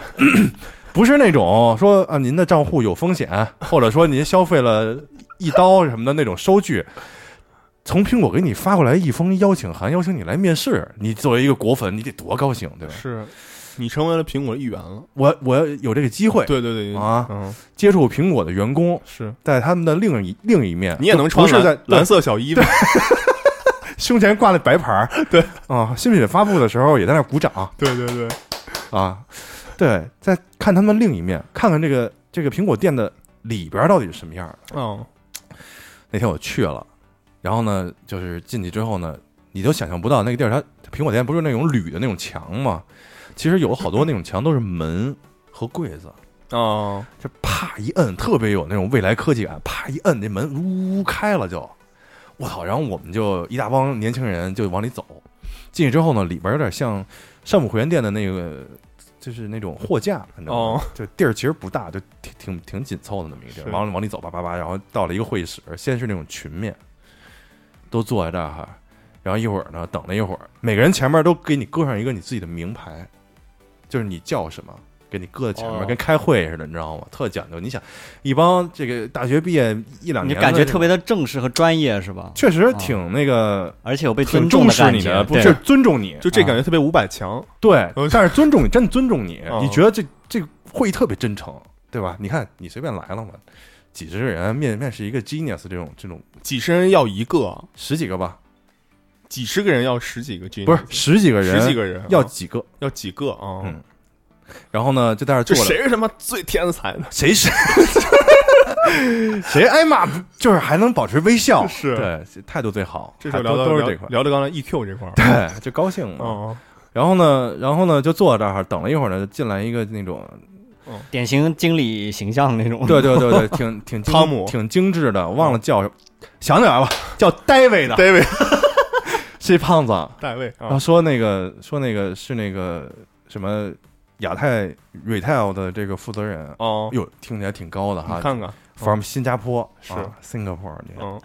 S1: 不是那种说啊您的账户有风险，或者说您消费了一刀什么的那种收据。从苹果给你发过来一封邀请函，邀请你来面试，你作为一个果粉，你得多高兴，对吧？
S2: 是你成为了苹果的一员了，
S1: 我我有这个机会
S2: 对对对
S1: 啊
S2: 嗯，
S1: 接触苹果的员工，
S2: 是
S1: 在他们的另一另一面，
S2: 你也能
S1: 就不
S2: 穿
S1: 是在
S2: 蓝蓝色小衣服，
S1: 胸前挂那白牌 儿，
S2: 对
S1: 啊，新品发布的时候也在那儿鼓掌
S2: 对对 对，
S1: 啊，对，在看他们另一面，看看这个这个苹果店的里边儿到底是什么样儿。
S2: 哦，
S1: 那天我去了，然后呢，就是进去之后呢，你都想象不到那个地儿，它它苹果店不是那种铝的那种墙吗？其实有好多那种墙都是门和柜子，
S2: 哦，
S1: 就啪一摁，特别有那种未来科技感，啪一摁，那门呜呜开了就，我操！然后我们就一大帮年轻人就往里走，进去之后呢，里边有点像山姆会员店的那个，就是那种货架，你知道吗？
S2: 哦
S1: 就地儿其实不大，就挺挺挺紧凑的那么一个地儿。
S2: 是
S1: 往往里走吧吧吧，然后到了一个会议室，先是那种群面，都坐在这儿哈，然后一会儿呢，等了一会儿，每个人前面都给你搁上一个你自己的名牌，就是你叫什么。给你搁在前面，
S2: 哦
S1: 跟开会似的，你知道吗？特讲究。你想，一帮这个大学毕业一啊两
S3: 你
S1: 年的这种，
S3: 感觉
S2: 哦
S3: 特别的正式和专业是吧？
S1: 确实挺那个，
S3: 而且我被
S1: 挺
S3: 尊重
S1: 重视
S3: 感
S1: 你
S3: 觉，
S1: 不是
S3: 对
S1: 尊重你，
S2: 就这感觉特别五百强，
S1: 对
S2: 嗯，
S1: 但是尊重你， 真的尊重你，
S2: 嗯
S1: 你觉得这这个会议特别真诚，对吧？你看你随便来了嘛，几十个人面面试一个 genius 这种这种
S2: 几十人要一个，啊
S1: 十几个吧，
S2: 几十个人要十几个 G，
S1: 不是十几个人，
S2: 嗯十几个人
S1: 要
S2: 啊
S1: 几个？
S2: 要几个啊？
S1: 嗯然后呢，就在那儿
S2: 这
S1: 坐着，
S2: 谁是他妈最天才 呢？
S1: 谁是谁挨骂，就是还能保持微笑，
S2: 是
S1: 对态度最好，
S2: 这
S1: 还
S2: 就聊
S1: 都
S2: 到
S1: 都是
S2: 聊
S1: 这块儿，
S2: 聊到刚才 EQ 这块儿，
S1: 对，就高兴嘛。
S2: 嗯，
S1: 然后呢，然后呢，就坐在这儿等了一会儿呢，就进来一个那种，
S3: 典型经理形象那种。
S1: 对对对对，挺挺精
S2: 汤姆
S1: 挺精致的，忘了叫什么，想起来了，叫 David 啊的，
S2: 戴维，
S1: 是一胖子。
S2: 戴维
S1: 然后
S2: 啊，
S1: 说那个说那个是那个什么亚太 retail 的这个负责人，
S2: 哦，
S1: 哟，听起来挺高的
S2: 你
S1: 哈
S2: 看看，
S1: ，from 新加坡
S2: 是
S1: 啊 Singapore 这个。
S2: 嗯，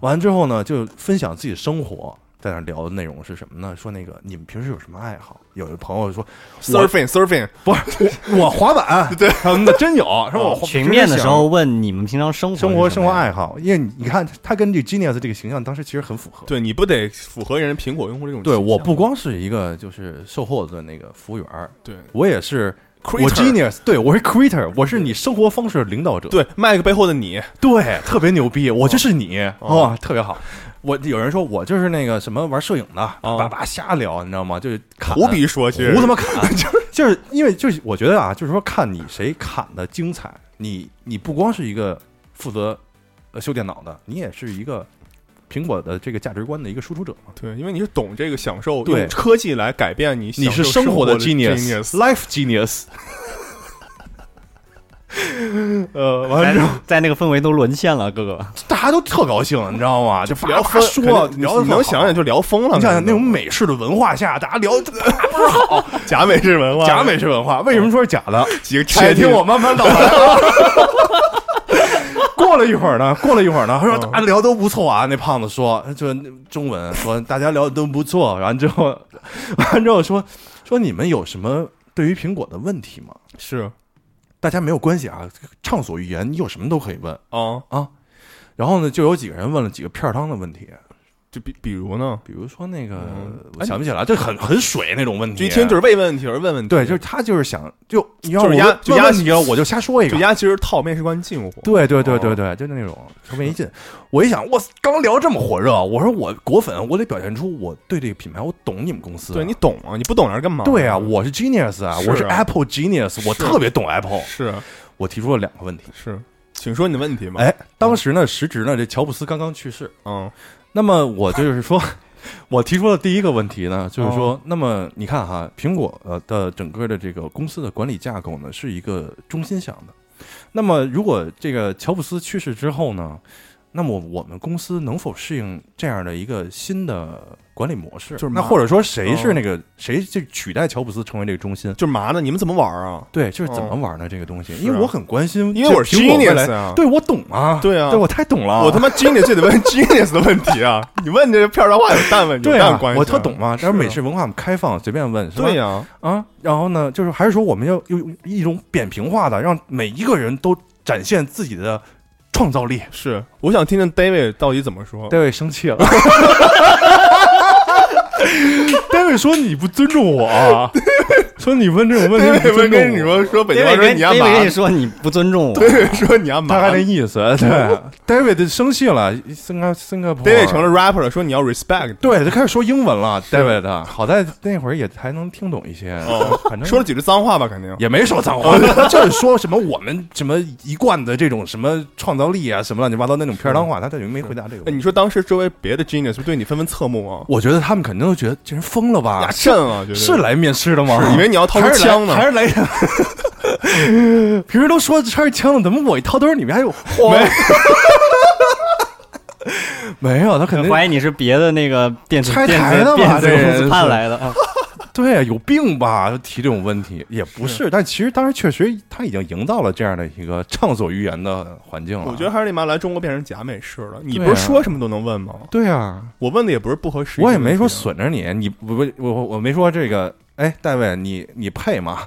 S1: 完之后呢，就分享自己生活，在那聊的内容是什么呢？说那个你们平时有什么爱好？有的朋友说
S2: surfing surfing，
S1: 不是我 我滑 板，对什么的真有，
S2: 嗯
S1: 说我滑
S3: 群哦面的时。
S1: 平时
S3: 候问你们平常生活
S1: 想生活
S3: 是什
S1: 生
S3: 么
S1: 活
S3: 呀
S1: 爱好，因为你你看他跟这个 Genius 这个形象当时其实很符合。
S2: 对你不得符合人家苹果用户这种倾
S1: 对，
S2: 向？
S1: 我不光是一个就是售后的那个服务员儿，
S2: 对
S1: 我也是我
S2: Creator
S1: genius，对我是 creator，我是你生活方式的领导者，
S2: 对麦克背后的你，
S1: 对，特别牛逼，我就是你
S2: 哦
S1: 哦，特别好。我有人说我就是那个什么玩摄影的，
S2: 哦
S1: 叭叭瞎聊，你知道吗？就是砍啊
S2: 胡逼说去，
S1: 胡他妈砍， 就是就是因为就是我觉得啊，就是说看你谁砍的精彩，你你不光是一个负责呃修电脑的，你也是一个苹果的这个价值观的一个输出者嘛。
S2: 对，因为你是懂这个享受，
S1: 对
S2: 用科技来改变你
S1: 你
S2: 享受
S1: 是
S2: 生
S1: 活
S2: 的
S1: genius，life genius。呃，完了之后，
S3: 在在那个氛围都沦陷了，哥 哥。
S1: 大家都特高兴，你知道吗？就
S2: 聊
S1: 疯
S2: 疯，
S1: 说
S2: 肯定
S1: 聊得特
S2: 你
S1: 好
S2: 能想想就聊疯了。
S1: 你想想
S2: 可能
S1: 那种美式的文化下，大 家聊得
S2: 啊
S1: 特
S2: 假美式文化，
S1: 假美式文化，为什么说是假的？
S2: 几个
S1: 且听我慢慢道来啊。 过了一会儿呢，过了一会儿呢，他说
S2: 嗯
S1: 大家聊都不错啊。那胖子说，就是中文说大家聊得都不错。完之后，完之后说说你们有什么对于苹果的问题吗？
S2: 是
S1: 大家没有关系啊，畅所欲言，你有什么都可以问。
S2: 啊，
S1: 然后呢，就有几个人问了几个片儿汤的问题，
S2: 就比比如呢，
S1: 比如说那个，
S2: 嗯
S1: 我想不起来，这很很水那种问
S2: 就
S1: 题，
S2: 一听就是问问题而问问题，
S1: 啊对，就是他就是想就你要我
S2: 就是压
S1: 问
S2: 就压
S1: 问问题了，我就哦瞎说一
S2: 就
S1: 个。
S2: 压其实套面试官进货，
S1: 对对对对对，就那种特别没劲。我一想，我刚聊这么火热，我说我果粉，我得表现出我对这个品牌，我懂你们公司啊。
S2: 对你懂啊，你不懂那是干嘛？
S1: 对啊，我是 genius 啊，
S2: 是啊
S1: 我是 Apple genius，我
S2: 是
S1: 特别懂 Apple。
S2: 是啊
S1: 我提出了两个问题。
S2: 是，请说你的问题嘛。
S1: 哎，当时呢，时值呢，这乔布斯刚刚去世，
S2: 嗯，
S1: 那么我就是说， 我提出的第一个问题呢，就是
S2: 哦
S1: 说，那么你看哈，苹果呃的整个的这个公司的管理架构呢，是一个中心向的。那么如果这个乔布斯去世之后呢，那么我们公司能否适应这样的一个新的管理模式？
S2: 就是
S1: 那
S2: 马哦
S1: 或者说谁是那个、谁就取代乔布斯成为这个中心？
S2: 就是嘛呢？你们怎么玩啊？
S1: 对，就是怎么玩呢？这个东西，
S2: 是啊
S1: 因为我很关心，
S2: 因为我是
S1: 这苹果未来
S2: genius 啊
S1: 对我懂啊，
S2: 对啊
S1: 对我太懂了，
S2: 我他妈 genius 就得问 genius 的问题啊！你问这片儿的话有蛋问，有
S1: 对
S2: 蛋
S1: 啊
S2: 关系啊，
S1: 我特懂嘛。但是
S2: 是啊
S1: 美式文化开放，随便问是吧？
S2: 对呀，
S1: 啊，然后呢，就是还是说我们要用一种扁平化的，让每一个人都展现自己的创造力。
S2: 是，我想听听 David 到底怎么说。
S1: 戴维生气了， 戴维说你不尊重我 啊，说你问这种问题不尊
S2: 跟你
S1: 重我。
S2: 说说北京
S3: 因
S2: 话
S3: 为
S2: 说
S3: 跟
S2: 你要
S3: 因
S2: 嘛
S3: 为跟你说你不尊 重我，
S2: ，David 说你要嘛
S1: 大概那意思， 对，戴维生气了，新加新加坡，
S2: ，David 成了 rapper 了，说你要 respect，
S1: 啊对，就开始说英文了。戴维的，好在那会儿也还能听懂一些，
S2: 哦
S1: 反正
S2: 说了几句脏话吧，肯定。
S1: 也没说脏话， 就是说什么我们什么一贯的这种什么创造力啊，什么乱七八糟那种片儿汤话，他等于没回答这个
S2: 哎，
S1: 问题。
S2: 你说当时周围别的 genius 对你纷纷侧目啊，
S1: 我觉得他们肯定都觉得这人疯了吧
S2: 呀，？震啊，觉得
S1: 是来面试的吗？
S2: 是以为你要掏出
S1: 还是来
S2: 枪呢
S1: 还是来？ 平时都说揣着枪的，怎么我一掏兜里面还有花？没 有，他肯定
S3: 怀疑你是别的那个电子
S1: 拆
S3: 电
S1: 台的
S3: 子
S1: 吧
S3: 电子
S1: 这人
S3: 公司
S1: 是
S3: 派来的啊。
S1: 对有病吧？就提这种问题也不是，但其实当时确实他已经营造了这样的一个畅所欲言的环境了。
S2: 我觉得还是那妈来中国变成假美式了。你
S1: 对
S2: 不
S1: 啊
S2: 是说什么都能问吗？
S1: 对啊，
S2: 我问的也不是不合时宜的
S1: 我也
S2: 问题啊，
S1: 没说损着你，你不不我我我没说这个哎，大卫，你你配 吗？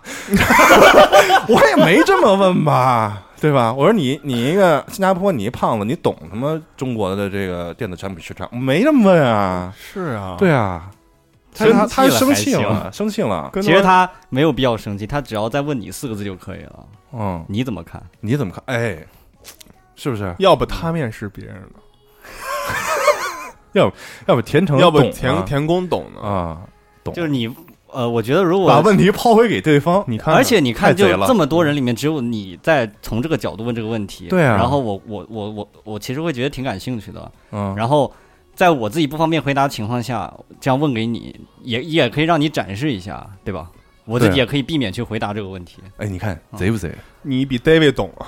S1: 我也没这么问吧，对吧？我说你你一个新加坡，你一胖子，你懂他妈中国的这个电子产品市场？没这么问啊，
S2: 是啊，
S1: 对啊，他
S3: 生
S1: 他
S3: 气
S1: 他
S3: 了
S1: 生
S3: 还
S1: 气
S3: 行
S1: 了，生气 了，
S2: 跟
S3: 其实
S2: 们
S3: 他没有必要生气，他只要再问你四个字就可以了。
S1: 嗯，
S3: 你怎么看？
S1: 你怎么看？哎，是不是？
S2: 要不他面试别人呢，
S1: 要不田成
S2: 要不
S1: 懂
S2: 田
S1: 啊
S2: 田工懂呢？
S1: 啊，懂
S3: 就是你，呃，我觉得如
S1: 把
S3: 果，
S1: 问题抛回给对方，
S2: 你看看，
S3: 而且你看，
S1: 太
S3: 就
S1: 贼了嗯
S3: 这么多人里面，只有你在从这个角度问这个问题。
S1: 对啊
S3: 然后我我我我我其实会觉得挺感兴趣的。
S1: 嗯，
S3: 然后在我自己不方便回答的情况下，这样问给你，也也可以让你展示一下，对吧？我自己
S1: 对
S3: 也可以避免去回答这个问题。
S1: 哎，你看
S3: 嗯
S1: 贼不贼？
S2: 你比 David 懂啊，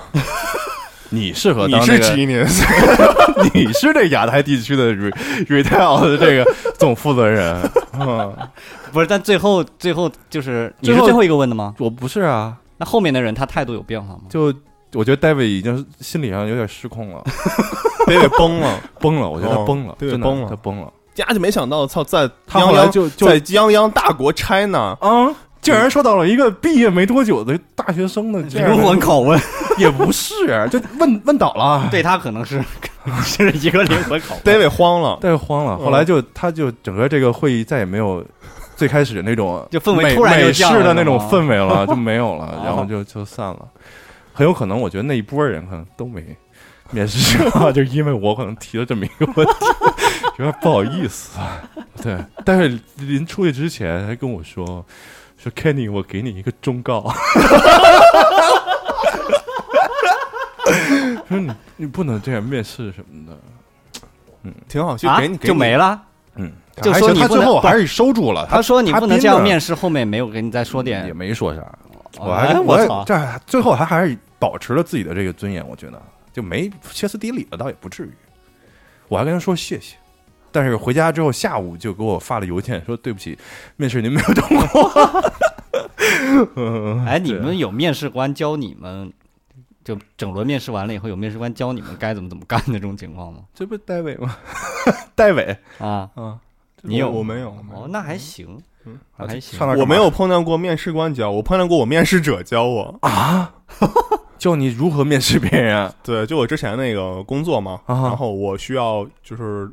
S1: 你适合
S2: 你
S1: 当这
S2: 是
S1: 个
S2: genius，
S1: 你是这亚太地区的 re- retail 的这个总负责人，嗯，
S3: 不是，但最后最后就是你
S1: 最
S3: 是
S1: 后
S3: 最后一个问的吗？
S1: 我不是啊，
S3: 那后面的人他态度有变化吗？
S1: 就我觉得 David 已经心理上有点失控了，
S2: d a v i d 崩了，
S1: 崩了，我觉得他
S2: 哦
S1: 崩了，
S2: 对
S1: 真的
S2: 崩了
S1: 他崩了，
S2: 家就没想到，操，在
S1: 他
S2: 泱
S1: 后来
S2: 泱
S1: 就就
S2: 在泱泱大国 China，
S1: 啊，竟然受到了一个毕业没多久的大学生 的这样
S3: 灵
S1: 的，
S3: 魂拷问，
S1: 也不是，啊就问问倒 了，
S3: 对他可能是 是一个灵魂拷问。
S2: David 慌了，
S1: 但是慌了，
S2: 嗯
S1: 后来就他就整个这个会议再也没有最开始那种
S3: 就氛围
S1: 美
S3: 突然就
S1: 美式
S3: 降了
S1: 的那种
S3: 是吗
S1: 氛围 了，就没有了
S3: 哦，
S1: 然后就就散了。很有可能，我觉得那一波人可能都没面试上， 就因为我可能提了这么一个问题， 有点不好意思。啊对，但是临出去之前还跟我说说 Kenny，我给你一个忠告。 说你你不能这样面试什么的，
S2: 挺好，就
S3: 啊
S2: 给你，
S3: 就没。了。
S1: 嗯，
S3: 就
S1: 还
S3: 说
S1: 行
S3: 你
S1: 他
S3: 不
S1: 最
S3: 能
S1: 后
S3: 不
S1: 还是收住了，
S3: 他说你不能
S1: 他
S3: 这样
S1: 盯着
S3: 面试，后面没有给你再说
S1: 也
S3: 点。
S1: 没说啥，我还
S3: 哎，
S1: 我
S3: 我操！
S1: 这还最后还还是保持了自己的这个尊严，我觉得就没歇斯底里了，倒也不至于。我还跟他说谢谢，但是回家之后下午就给我发了邮件说对不起，面试您没有通 过。嗯，
S3: 哎，你
S1: 啊
S3: 们有面试官教你们，就整轮面试完了以后，有面试官教你们该怎么怎么干的这种情况吗？
S1: 这不是戴伟吗？ 戴伟
S3: 啊，
S1: 啊，
S3: 你有
S2: 我我没有，我没有
S3: 哦，那还行，
S2: 嗯
S3: 那还行
S1: 上。那儿干嘛
S2: 我没有碰到过面试官教我，碰到过我面试者教我。
S1: 教你如何面试别人啊
S2: 对，就我之前那个工作嘛，
S1: 啊哈
S2: 然后我需要就是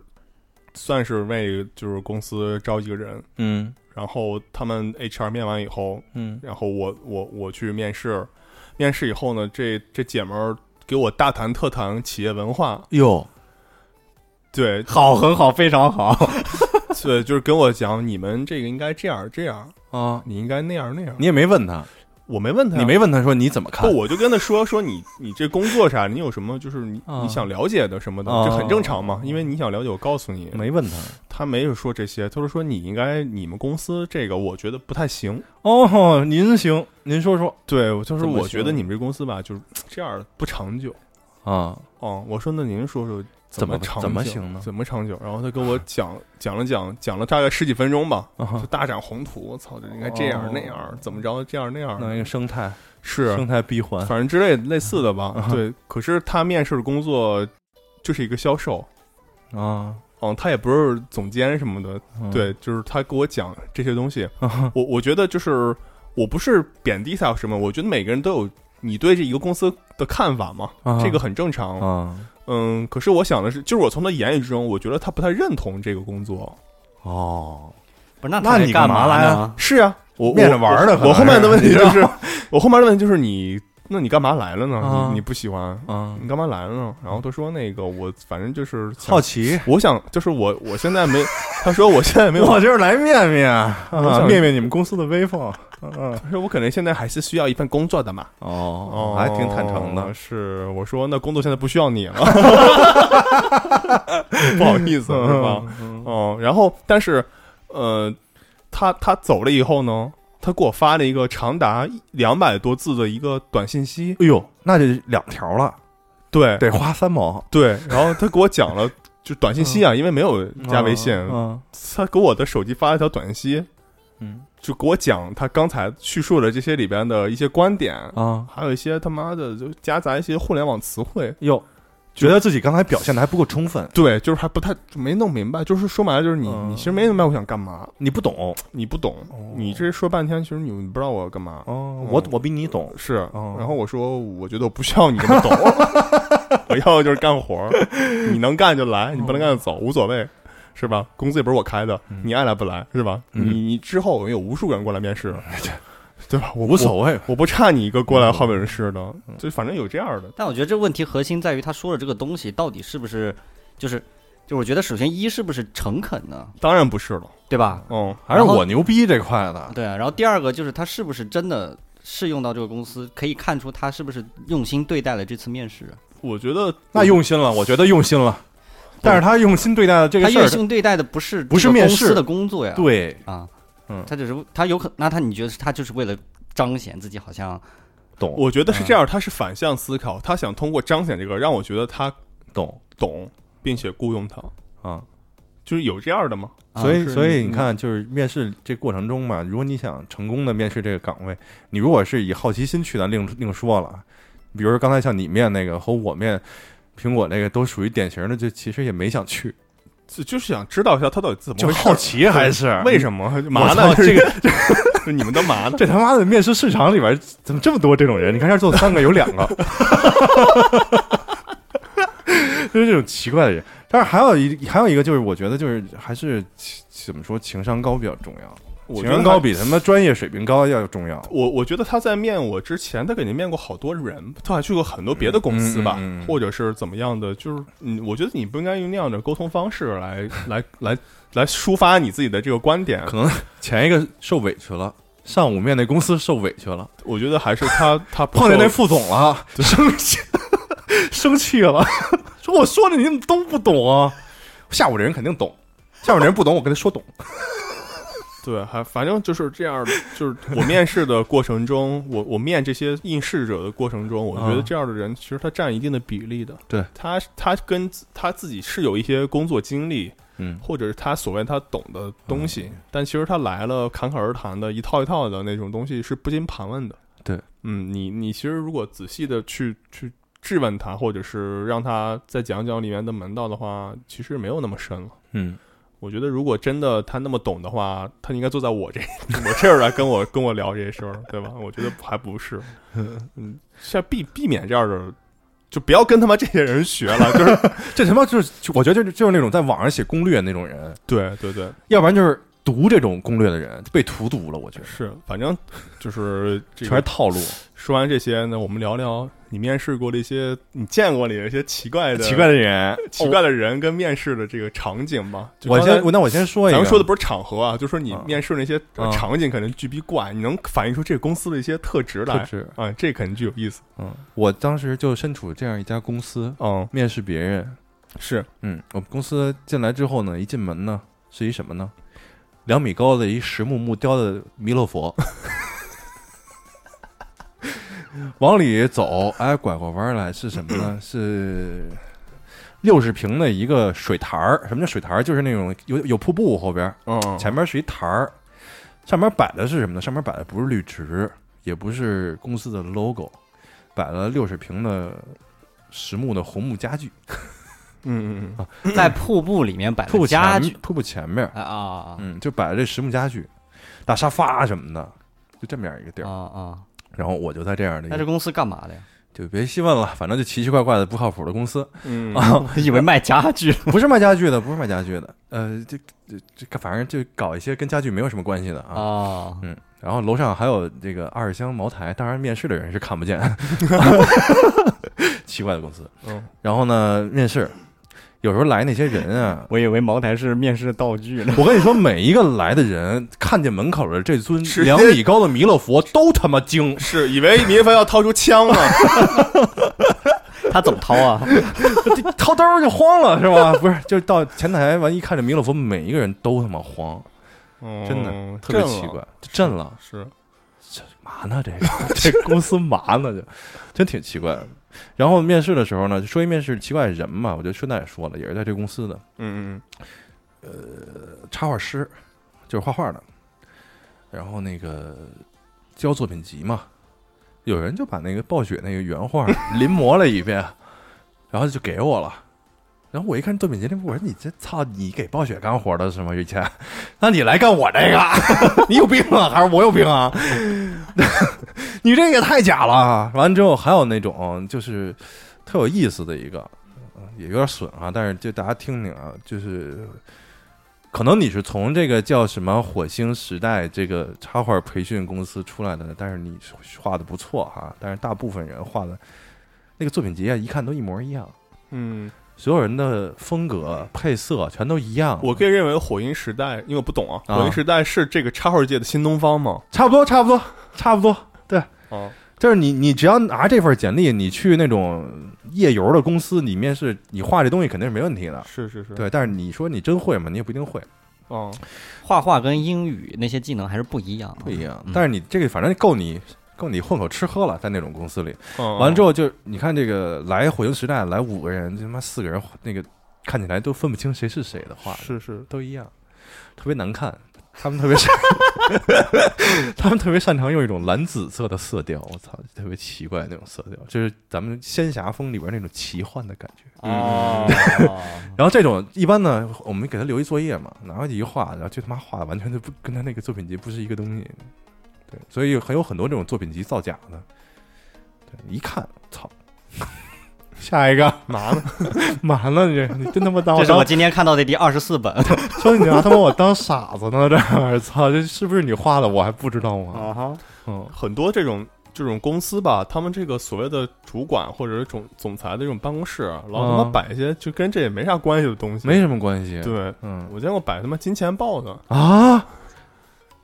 S2: 算是为就是公司招一个人，
S1: 嗯
S2: 然后他们 HR 面完以后，
S1: 嗯
S2: 然后我我我去面试，面试以后呢，这这姐们儿给我大谈特谈企业文化，
S1: 哟，
S2: 对
S3: 好，很好，非常好。
S2: 对，就是跟我讲你们这个应该这样这样，
S1: 啊，
S2: 你应该那样那样。
S1: 你也没问他，
S2: 我没问他呀，
S1: 你没问他说你怎么看
S2: 不，？我就跟他说说你你这工作啥，你有什么就是你、
S1: 啊
S2: 你想了解的什么的，
S1: 啊
S2: 这很正常嘛，因为你想了解，我告诉你。
S1: 没问他
S2: 他没有说这些，他就说你应该你们公司这个，我觉得不太行。
S1: 哦，您行，您说说
S2: 对，我就是
S1: 怎么
S2: 我觉得
S1: 行
S2: 你们这公司吧，就是这样不长久。
S1: 啊，
S2: 哦，我说那您说说
S1: 怎么
S2: 长久
S1: 怎么行呢
S2: 怎么长久？然后他跟我讲讲了讲，讲了大概十几分钟吧，
S1: 啊
S2: 就
S1: 哈
S2: 大展宏图。我操，这应该这样、
S1: 哦
S2: 那样，怎么着这样那样
S1: 弄一个生态
S2: 是
S1: 生态闭环，
S2: 反正之类类似的吧。
S1: 啊
S2: 对，可是他面试的工作就是一个销售，
S1: 啊，
S2: 嗯，他也不是总监什么的，
S1: 嗯
S2: 对，就是他给我讲这些东西，
S1: 啊
S2: 我我觉得就是我不是贬低他什么，我觉得每个人都有你对这一个公司的看法嘛，
S1: 啊
S2: 这个很正常。
S1: 啊
S2: 嗯，可是我想的是，就是我从他言语之中，我觉得他不太认同这个工作。
S1: 哦，
S3: 不是，那
S1: 那
S3: 他
S1: 你
S3: 干
S1: 干嘛来
S3: 呢？
S2: 是啊，我
S1: 面着玩儿的
S2: 我
S1: 可能
S2: 我后面的问题
S1: 是
S2: 就
S1: 你
S2: 是，我后面的问题就是你，那你干嘛来了呢？
S1: 啊
S2: 你你不喜欢？
S1: 嗯，
S2: 你干嘛来了呢？然后他说那个我反正就是想
S1: 好，奇，
S2: 我想就是我我现 在没，他说我现在没有，
S1: 我就是来面面
S2: 我
S1: 啊
S2: 想
S1: 面面你们公司的威风，嗯
S2: 他说我可能现在还是需要一份工作的嘛。
S1: 哦还挺坦诚的，
S2: 是我说那工作现在不需要 你了，不好意思是吧？
S1: 嗯
S2: 哦、然后但是呃，他他走了以后呢，他给我发了一个长达两百多字的一个短信息，
S1: 哎呦，那就两条了，
S2: 对
S1: 得花三毛，
S2: 对，然后他给我讲了。就短信息啊，因为没有加微信，
S1: 嗯
S2: 他给我的手机发了一条短信息，
S1: 嗯
S2: 就给我讲他刚才叙述的这些里边的一些观点，
S1: 啊，
S2: 还有一些他妈的就夹杂一些互联网词汇，
S1: 哟，觉得自己刚才表现的还不够充分，
S2: 对，就是还不太就没弄明白，就是说白了，就是你、
S1: 嗯哦
S2: 你其实没明白我想干嘛，
S1: 你不懂
S2: 你不懂，你这说半天，其实你你不知道我要干嘛。
S1: 哦
S2: 嗯
S1: 我我比你懂，
S2: 是，
S1: 哦
S2: 然后我说，我觉得我不需要你这 么懂，我要的就是干活儿，你能干就来，你不能干就走，无所谓，是吧？工资也不是我开的，你爱来不来是吧？
S1: 嗯
S2: 你你之后有无数个人过来面试， 对吧？我
S1: 无所谓。
S2: 我，我不差你一个过来好本试的，就反正有这样的，
S3: 但我觉得这问题核心在于他说的这个东西到底是不是，就是，就我觉得首先一是不是诚恳呢，
S2: 当然不是了，
S3: 对吧？
S2: 嗯，
S1: 还是
S3: 然后
S1: 我牛逼这块的，
S3: 对啊，然后第二个就是他是不是真的适用到这个公司，可以看出他是不是用心对待了这次面试。
S2: 我觉得
S1: 那用心了，我觉得用心了，但是他用心对待的这
S3: 他
S1: 个事
S3: 用
S1: 儿，
S3: 心对待的不是
S1: 不是
S3: 这个
S1: 面
S3: 公司
S1: 试
S3: 的工作呀，
S1: 对，
S3: 啊，
S1: 嗯
S3: 他只是他有可那他你觉得是他就是为了彰显自己好像
S1: 懂
S2: 我觉得是这样，他是反向思考，他想通过彰显这个，让我觉得他
S1: 懂
S2: 懂，并且雇佣他，
S1: 啊。
S2: 就是有这样的吗？
S3: 啊
S1: 所以，
S2: 是
S1: 所以
S2: 嗯
S1: 你看，就是面试这过程中嘛，如果你想成功的面试这个岗位，你如果是以好奇心去的，另另说了。比如说刚才像你面那个和我面苹果那个，都属于典型的，就其实也没想去，
S2: 就就是想知道一下他到底是怎么回事，
S1: 奇还是
S2: 为
S1: 么？
S2: 什么
S1: 我
S2: 麻
S1: 操
S2: 呢？
S1: 这
S2: 个 你们都麻呢？
S1: 这他妈的面试市场里边怎么这么多这种人？你看这儿坐三个，有两个， 就是这种奇怪的人。但是还有一还有一个就是，我觉得就是还是怎么说，情商高比较重要，
S2: 我
S1: 情
S2: 觉得
S1: 商
S2: 他
S1: 高。比他妈专业水平高要重要。
S2: 我我觉得他在面我之前，他肯定面过好多人，他还去过很多别的公司吧，
S1: 嗯嗯嗯
S2: 或者是怎么样的，就是嗯，我觉得你不应该用那样的沟通方式来来来来抒发你自己的这个观点。
S1: 可能前一个受委屈了，上午面那公司受委屈了，
S2: 我觉得还是 他他不
S1: 碰见
S2: 受
S1: 那副总了，生气，生气了， 说我说的你们都不懂啊，下午这人肯定懂，下午这人不懂，我跟他说懂。
S2: 对，还反正就是这样的，就是我面试的过程中，我我面这些应试者的过程中，我觉得
S1: 啊
S2: 这样的人其实他占一定的比例的。
S1: 对
S2: 他，他跟自他自己是有一些工作经历，
S1: 嗯，
S2: 或者是他所谓他懂的东西，但其实他来了侃侃而谈的一套一套的那种东西是不经盘问的。
S1: 对，
S2: 嗯，你你其实如果仔细的去去质问他，或者是让他再讲讲里面的门道的话，其实没有那么深了。
S1: 嗯，
S2: 我觉得如果真的他那么懂的话，他应该坐在我这我这儿来跟我跟我聊这些事儿，对吧？我觉得还 不是，嗯，是要避避免这样的，就不要跟他妈这些人学了， 就是
S1: 这他妈就是，我觉得就是就是那种在网上写攻略那种人，
S2: 对对对，
S1: 要不然就是读这种攻略的人被荼毒了，我觉得
S2: 是，反正就是这
S1: 全是
S2: 个。
S1: 套路，
S2: 说完这些呢，我们聊聊你面试过的一些你见过的一些奇怪的
S1: 奇怪的人。
S2: 奇怪的人跟面试的这个场景吧。就
S1: 哦我
S2: 刚才
S1: 先，我那我先说一
S2: 咱
S1: 个，
S2: 们说的不是场合啊，就说你
S1: 嗯
S2: 面试那些呃
S1: 嗯
S2: 场景可能巨逼怪，你能反映出这个公司的一些特质
S1: 特
S2: 来
S1: 质。
S2: 啊，这肯定具有意思。
S1: 嗯，我当时就身处这样一家公司，
S2: 嗯，
S1: 面试别人，
S2: 是
S1: 嗯，我们公司进来之后呢，一进门呢，是一什么呢？两米高的一实木木雕的弥勒佛， 往里走，哎，拐过弯来是什么呢？是六十平的一个水台儿。什么叫水台儿？就是那种有有瀑布后边儿，
S2: 嗯，
S1: 前面是一台儿，上面摆的是什么呢？上面摆的不是绿植，也不是公司的 logo，摆了六十平的实木的红木家具。
S2: 嗯嗯嗯，
S3: 在瀑布里面摆
S1: 瀑布
S3: 的家
S1: 前
S3: 具
S1: 瀑布前面，
S3: 啊啊
S1: 嗯，就摆着这实木家具、大沙发什么的，就这么样一个地
S3: 啊啊
S1: 儿。
S3: 啊！
S1: 然后我就在这样的一
S3: 那这
S1: 个，
S3: 公司干嘛的呀？
S1: 就别细问了，反正就奇奇怪怪的、不靠谱的公司，
S2: 嗯
S3: 我以为卖家具。
S1: 不是卖家具的，不是卖家具的，呃，这这这，反正就搞一些跟家具没有什么关系的啊。
S3: 哦，
S1: 嗯，然后楼上还有这个二箱茅台，当然面试的人是看不见，奇怪的公司。
S2: 嗯，
S1: 然后呢，面试有时候来那些人啊，
S3: 我以为茅台是面试道 具呢。
S1: 我跟你说，每一个来的人看见门口的这尊
S2: 直接
S1: 两米高的弥勒佛，都他妈啊惊。
S2: 是以为民凡要掏 出枪了，
S3: 他怎么掏啊？
S1: 掏兜儿就慌了是 吧？不是，就是到前台完一看这弥勒佛，每一个人都他妈慌，真的、
S2: 嗯
S1: 特别
S2: 震了嗯
S1: 奇怪，就震了，
S2: 是
S1: 嘛呢这个这公司嘛呢就，真挺奇怪的。然后面试的时候呢，就说一面试奇怪的人嘛，我就顺带也说了，也是在这公司的
S2: 嗯嗯
S1: 插画师，就是画画的，然后那个交作品集嘛，有人就把那个暴雪那个原画临摹了一遍。然后就给我了。然后我一看对面经理，我说你这操，你给暴雪干活的是吗？以前，那你来干我这个， 你有病啊？还是我有病啊？ 你这也太假了。完了之后还有那种就是特有意思的一个，呃也有点损啊，但是就大家听听啊，就是可能你是从这个叫什么火星时代这个插画培训公司出来的，但是你画的不错哈、但是大部分人画的那个作品集啊，一看都一模一样。
S2: 嗯，
S1: 所有人的风格、配色全都一样，
S2: 我可以认为火影时代，因为我不懂啊，
S1: 哦啊
S2: 火影时代是这个插画界的新东方吗？
S1: 差不多，差不多，差不多。
S2: 啊，
S1: 就是你，你只要拿这份简历，你去那种夜游的公司里面是，你画这东西肯定是没问题的。
S2: 是是是，，
S1: 对，但是哦你说你真会吗？你也不一定会，
S2: 嗯，
S3: 画画跟英语那些技能还是不一样啊，
S1: 不一样
S3: 嗯。
S1: 但是你这个反正够你够你混口吃喝了，在那种公司里。
S2: 嗯
S1: 完了之，后就你看这个来火星时代来五个人，他妈四个人那个看起来都分不清谁是谁的画的，
S2: 是是，
S1: 都一样，特别难看。他们特别擅， 他们特别擅长用一种蓝紫色的色调，我操，特别奇怪那种色调，就是咱们仙侠风里边那种奇幻的感觉。嗯
S3: 哦，
S1: 然后这种一般呢，我们给他留一作业嘛，拿回去一画，然后就他妈画的完全就不跟他那个作品集不是一个东西。对，所以很有很多这种作品集造假的。对，一看，操，
S4: 下一个
S2: 嘛 呢？
S4: 完了，你这你真他妈当
S3: 这
S4: 我
S3: 是
S4: 当
S3: 我今天看到的第二十四本。
S4: 说你拿他妈我当傻子呢？这儿操，这是不是你画的？我还不知道吗？
S3: 啊哈，
S4: 嗯，
S2: 很多这种这种公司吧，他们这个所谓的主管或者是总总裁的这种办公室啊，老他妈
S1: 嗯
S2: 摆一些就跟这也没啥关系的东西。
S1: 没什么关系。，
S2: 对，
S1: 嗯
S2: 我见过摆他妈金钱豹的，
S1: 啊，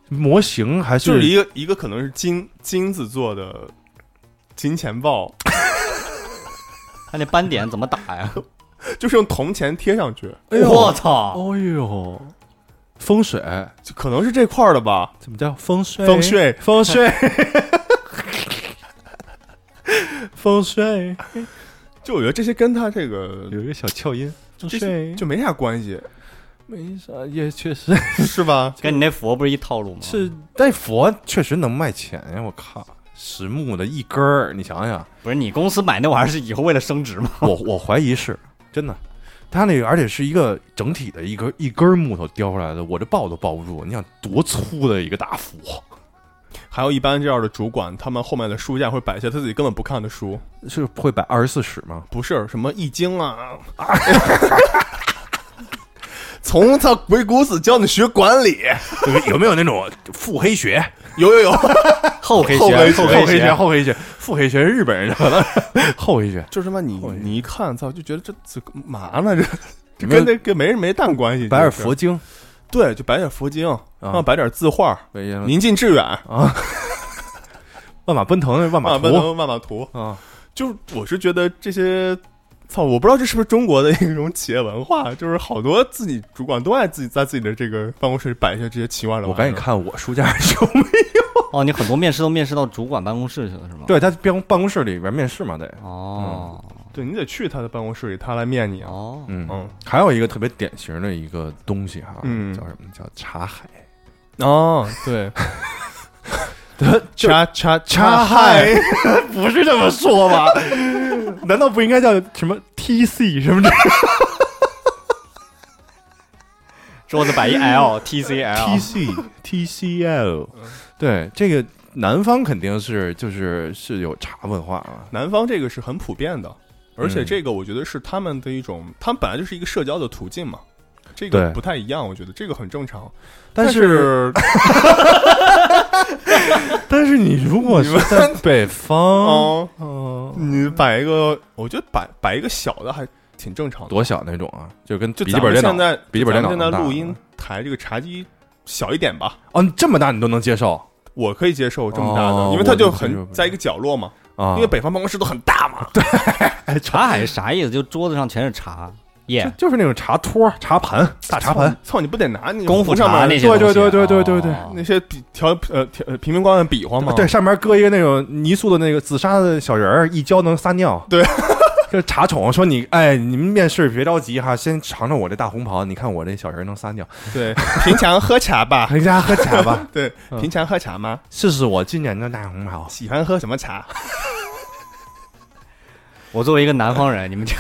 S1: 模型还
S2: 就是是一个一个可能是金金子做的金钱豹，
S3: 他那斑点怎么打呀？
S2: 就是用铜钱贴上去，
S1: 哎呦
S3: 我操！
S1: 哦呦，风水
S2: 就可能是这块儿的吧，
S1: 怎么叫风水？
S2: 风水。
S4: 风 水，风水
S2: 就我觉得这些跟他这个
S1: 有一个小翘音，
S2: 这些
S4: 水
S2: 就没啥关系，
S1: 没啥，也确实
S2: 是吧？
S3: 跟你那佛不是一套路吗？
S1: 是。哦但佛确实能卖钱呀！我靠，实木的一根儿，你想想，
S3: 不是你公司买那玩意儿是以后为了升值吗？
S1: 我我怀疑是真的。它那个而且是一个整体的一根一根木头雕出来的，我这抱都抱不住。你想多粗的一个大斧？
S2: 还有一般这样的主管，他们后面的书架会摆一些他自己根本不看的书，
S1: 是会摆二十四史吗？
S2: 不是什么易经 啊，从他鬼谷子教你学管理，
S1: 有没有那种腹黑学？
S2: 有有有，
S3: 厚黑
S2: 厚黑学
S3: 学，厚
S1: 后
S3: 黑
S1: 黑
S3: 学
S1: 学，，后黑学，腹黑学是日本人 的，后黑学。
S2: 就是嘛，你
S1: 哎呀
S2: 你一看，操，就觉得这这干嘛呢？这这
S1: 没有
S2: 跟那跟没人没蛋关系。
S1: 摆点
S2: 这是
S1: 佛，经，
S2: 对，就摆点佛经，然后摆点字画，
S1: 您
S2: 宁近致远，
S1: 万马奔腾那万马
S2: 万马
S1: 图
S2: 图，万马图。
S1: 啊，
S2: 就我是觉得这些，操，我不知道这是不是中国的一种企业文化，就是好多自己主管都爱自己在自己的这个办公室里摆一些这些奇怪的玩意儿。
S1: 我赶紧看我书架上有 没有。
S3: 哦，你很多面试都面试到主管办公室去了是吗？，
S1: 对，他办办公室里边面试嘛得。
S3: 哦
S2: 对你得去他的办公室里，他来面你啊。
S3: 哦，
S1: 嗯
S2: 嗯，
S1: 还有一个特别典型的一个东西哈，
S2: 嗯
S1: 叫什么叫茶海？
S2: 哦，对，
S1: 就
S2: 插插
S1: 插
S2: 插害，
S4: 不是这么说吧？
S1: 难道不应该叫什么 TC 什么的
S3: 桌子摆一 L T C L，
S1: TC TCL？对，这个南方肯定是就是是有茶文化啊。
S2: 南方这个是很普遍的，而且
S1: 嗯
S2: 这个我觉得是他们的一种，他们本来就是一个社交的途径嘛，这个
S1: 对
S2: 不太一样，我觉得这个很正常。
S1: 但是
S2: 是，
S1: 但是你如果是在北方，
S2: 嗯，
S1: 嗯，
S2: 你摆一个，我觉得摆摆一个小的还挺正常的，
S1: 多小那种啊，就跟
S2: 就
S1: 笔记
S2: 咱
S1: 本
S2: 们
S1: 电
S2: 现
S1: 脑
S2: 在
S1: 笔记本
S2: 咱
S1: 电脑
S2: 们现
S1: 那
S2: 在
S1: 么大
S2: 录音台这个茶几小一点吧，
S1: 哦，你这么大你都能接受
S2: 我可以接受这么大
S1: 哦
S2: 的，因为它就
S1: 我能接
S2: 很
S1: 受
S2: 在一个角落嘛，
S1: 啊？
S2: 因为北方办公室都很大嘛，对，
S1: 哎
S3: 茶海是啥意思？就桌子上全是茶，耶，
S1: 就是那种茶托、茶盘、大茶盘，
S2: 操你不得拿你
S3: 功夫
S2: 上
S3: 茶
S2: 面
S3: 那些
S1: 对
S3: 东西，
S1: 对对对对对对
S3: 哦
S2: 那些比条呃条呃瓶瓶罐罐比划嘛，
S1: 对，上面搁一个那种泥塑的那个紫砂的小人儿，一浇能撒尿。
S2: 对，
S1: 这茶宠说你，哎，你们面试别着急哈，先尝尝我这大红袍，你看我这小人能撒尿，
S2: 对，平常喝茶吧。
S1: 回家喝茶 吧，
S2: 对，
S1: 嗯
S2: 平常喝茶吗？
S1: 试试我今年的大红袍。
S2: 喜欢喝什么茶？
S3: 我作为一个南方人，你们就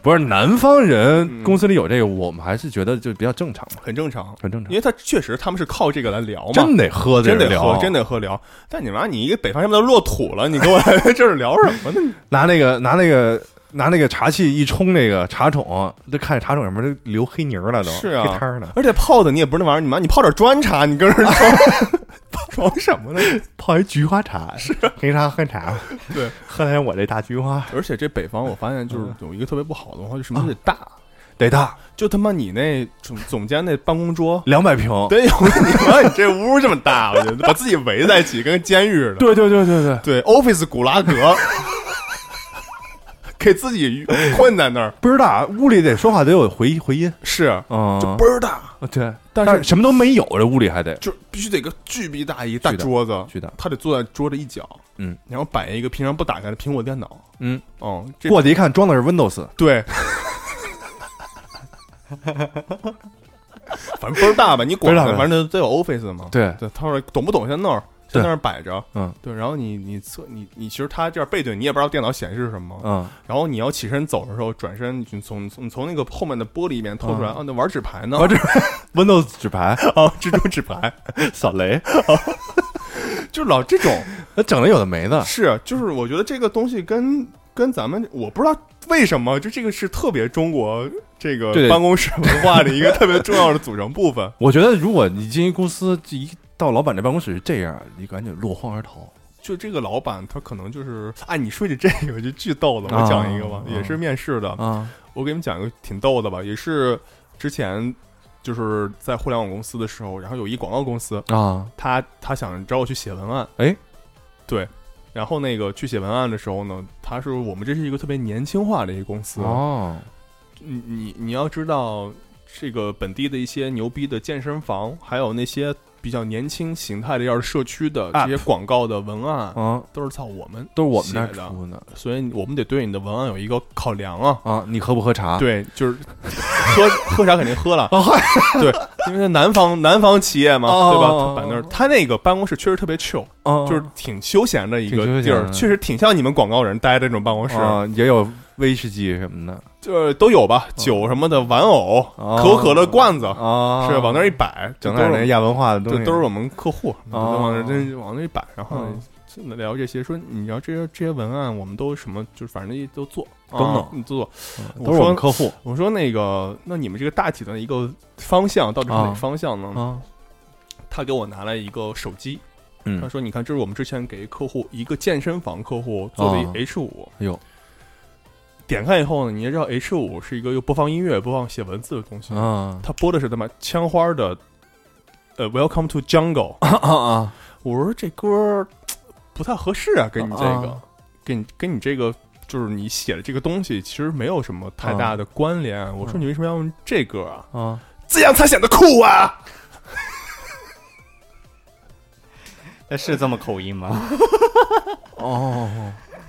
S1: 不是南方人
S2: 嗯
S1: 公司里有这个，我们还是觉得就比较正常嘛，
S2: 很正常。
S1: 很正常
S2: 因。为他确实他们是靠这个来聊嘛，
S1: 真得喝，
S2: 真
S1: 得
S2: 得喝
S1: 聊，，
S2: 真得喝聊。但你妈，你一个北方人都落土了，你跟我 来这儿聊什么呢？
S1: 拿那个拿那个拿那个茶器一冲那个茶桶，就看着茶桶上面都流黑泥儿了都，
S2: 是啊
S1: 黑汤儿了，
S2: 而且泡的你也不是那玩意儿，你妈，你泡点砖茶，你跟这 儿装装什么呢？
S1: 泡一菊花茶，是啊黑茶喝 茶，
S2: 对，
S1: 喝点我这大菊花，
S2: 而且这北方，我发现就是有一个特别不好的文化，就什么都得大，
S1: 得大，
S2: 就他妈你那总总监那办公桌
S1: 两百平，
S2: 得有你妈，你这屋这么大，我觉得把自己围在一起，跟监狱似的。
S1: 对对对对对，
S2: 对，Office 古拉格， 给自己困在那儿
S1: 倍儿大，屋里得说话得有回回音，
S2: 是
S1: 嗯
S2: 倍，儿大，
S1: 对，
S2: 但
S1: 但
S2: 是
S1: 是什么都没有，这屋里还得
S2: 就必须得个巨逼大一大
S1: 巨大
S2: 桌子，
S1: 巨大，
S2: 他得坐在桌的一角，
S1: 嗯，
S2: 然后摆一个平常不打开的苹果电脑，
S1: 嗯，
S2: 哦、这
S1: 过去一看装的是 Windows，
S2: 对，反正倍儿大吧，你管
S1: 倍儿
S2: 它，
S1: 大呗
S2: 反正得有 Office 嘛，
S1: 对
S2: 对，他说懂不懂先弄儿，先
S1: 对
S2: 在那儿摆着，
S1: 嗯
S2: 对，然后你你侧你你其实他这样背对你也不知道电脑显示什么，
S1: 嗯，
S2: 然后你要起身走的时候，转身你从从从那个后面的玻璃里面透出来，
S1: 嗯
S2: 啊，那玩纸牌呢，
S1: 玩纸 Windows 纸哦牌
S2: 啊，蜘蛛纸牌，
S1: 扫雷，
S2: 就老这种。
S1: 那整的有的没的，
S2: 是，就是我觉得这个东西跟跟咱们我不知道为什么，就这个是特别中国这个
S1: 对
S2: 办公室文化的一个特别重要的组成部分，
S1: 我觉得如果你进一公司这一到老板这办公室是这样，你赶紧落荒而逃。
S2: 就这个老板他可能就是，哎，你说起这个就巨逗了，
S1: 啊
S2: 我讲一个吧，
S1: 啊
S2: 也是面试的，
S1: 啊，
S2: 我给你们讲一个挺逗的吧，也是之前就是在互联网公司的时候，然后有一广告公司，
S1: 啊，
S2: 他他想找我去写文案，
S1: 哎，
S2: 对。然后那个去写文案的时候呢，他是我们这是一个特别年轻化的一个公司，
S1: 哦，
S2: 你你你要知道，这个本地的一些牛逼的健身房，还有那些比较年轻形态的，要是社区的这
S1: App
S2: 些广告的文案，
S1: 啊，
S2: 都是操我们，
S1: 都是我们那儿
S2: 写的
S1: 出的
S2: 所以我们得对你的文案有一个考量啊。
S1: 啊，你喝不喝茶？，
S2: 对，就是喝喝茶肯定喝了，
S1: 啊，嗨
S2: 对，因为是南方南方企业嘛，
S1: 哦
S2: 对
S1: 哦
S2: 吧？
S1: 哦
S2: 摆那儿，他那个办公室确实特别 chill，
S1: 啊
S2: 就是挺休闲的一个
S1: 挺休
S2: 地
S1: 闲的
S2: 儿，确实挺像你们广告人待的那种办公室，
S1: 啊，也有威士忌什么的
S2: 就是都有吧，酒什么的，玩偶、
S1: 哦
S2: 可口可乐罐子，
S1: 啊
S2: 是往那儿一摆，
S1: 整
S2: 就
S1: 点
S2: 都
S1: 那
S2: 是
S1: 个亚文化的东
S2: 就
S1: 西，
S2: 都是我们客户，就
S1: 哦
S2: 往那儿就往那儿一摆，然后
S1: 嗯
S2: 真的聊这些，说你要这些这些文案，我们都什么，就是反正都做，
S1: 都
S2: 啊
S1: 弄
S2: 你都做。
S1: 嗯都是我们客户
S2: 我说那个，那你们这个大体的一个方向到底是哪
S1: 啊
S2: 个方向呢？
S1: 啊，
S2: 他给我拿来一个手机，他
S1: 嗯，
S2: 说：“你看，这是我们之前给客户一个健身房客户做的
S1: 哦
S2: H 五，
S1: 哎呦
S2: 点开以后呢，你也知道 H 五是一个又播放音乐、播放写文字的东西，
S1: 啊
S2: 他播的是他妈枪花的，呃，Welcome to Jungle。”
S1: 啊啊
S2: 我说这歌儿不太合适啊，跟你这个
S1: 啊，
S2: 跟你跟你这个，就是你写的这个东西，其实没有什么太大的关联。啊我说你为什么要用这歌啊？
S1: 啊！
S2: 这样才显得酷 啊！
S3: 是这么口音吗？
S2: 嗯
S1: 哦，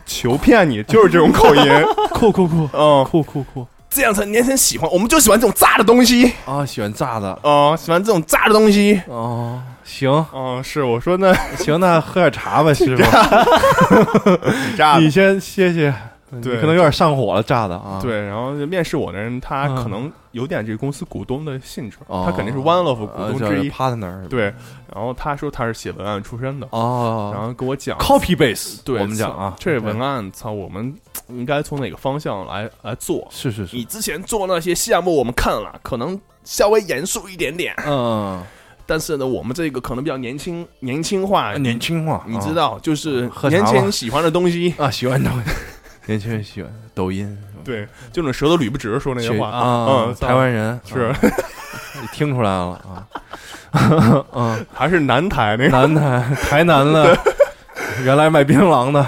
S2: 求骗你，就是这种 口音，
S1: 酷酷酷
S2: 嗯，
S1: 酷酷酷
S2: 这样才年轻人喜欢。我们就喜欢这种炸的东西，
S1: 啊！喜欢炸的
S2: 嗯，喜欢这种炸的东西。
S1: 哦，行
S2: 嗯，是我说那
S1: 行，那喝点茶 吧，师傅。
S2: 炸
S1: 你先歇歇，你
S2: 对
S1: 可能有点上火了，炸的啊。，
S2: 对，然后面试我的人，他
S1: 嗯
S2: 可能有点这个公司股东的性质，
S1: 哦
S2: 他肯定是 one of 股
S1: 呃
S2: 东
S1: 叫
S2: 之一。
S1: partner
S2: 对，然后他说他是写文案出身的，
S1: 哦，
S2: 然后跟我讲，
S1: copy base，
S2: 对
S1: 我们讲啊，
S2: 这文案，操，我们应该从哪个方向来来做？
S1: 是是是
S2: 你，之前做那些项目，我们看了，可能稍微严肃一点点，
S1: 嗯，
S2: 但是呢，我们这个可能比较年轻，年轻化，
S1: 年轻化，
S2: 你
S1: 啊
S2: 知道，就是
S1: 喝茶
S2: 年轻
S1: 吧
S2: 人喜欢的东 西，
S1: 啊，喜欢抖音，年轻人喜欢抖音，
S2: 对，就那舌头捋不直说那些
S1: 去
S2: 话
S1: 啊，
S2: 嗯，
S1: 台湾人
S2: 是
S1: 啊你听出来了 啊，嗯，
S2: 还是南台那个，
S1: 南台台南的， 原来卖槟榔的，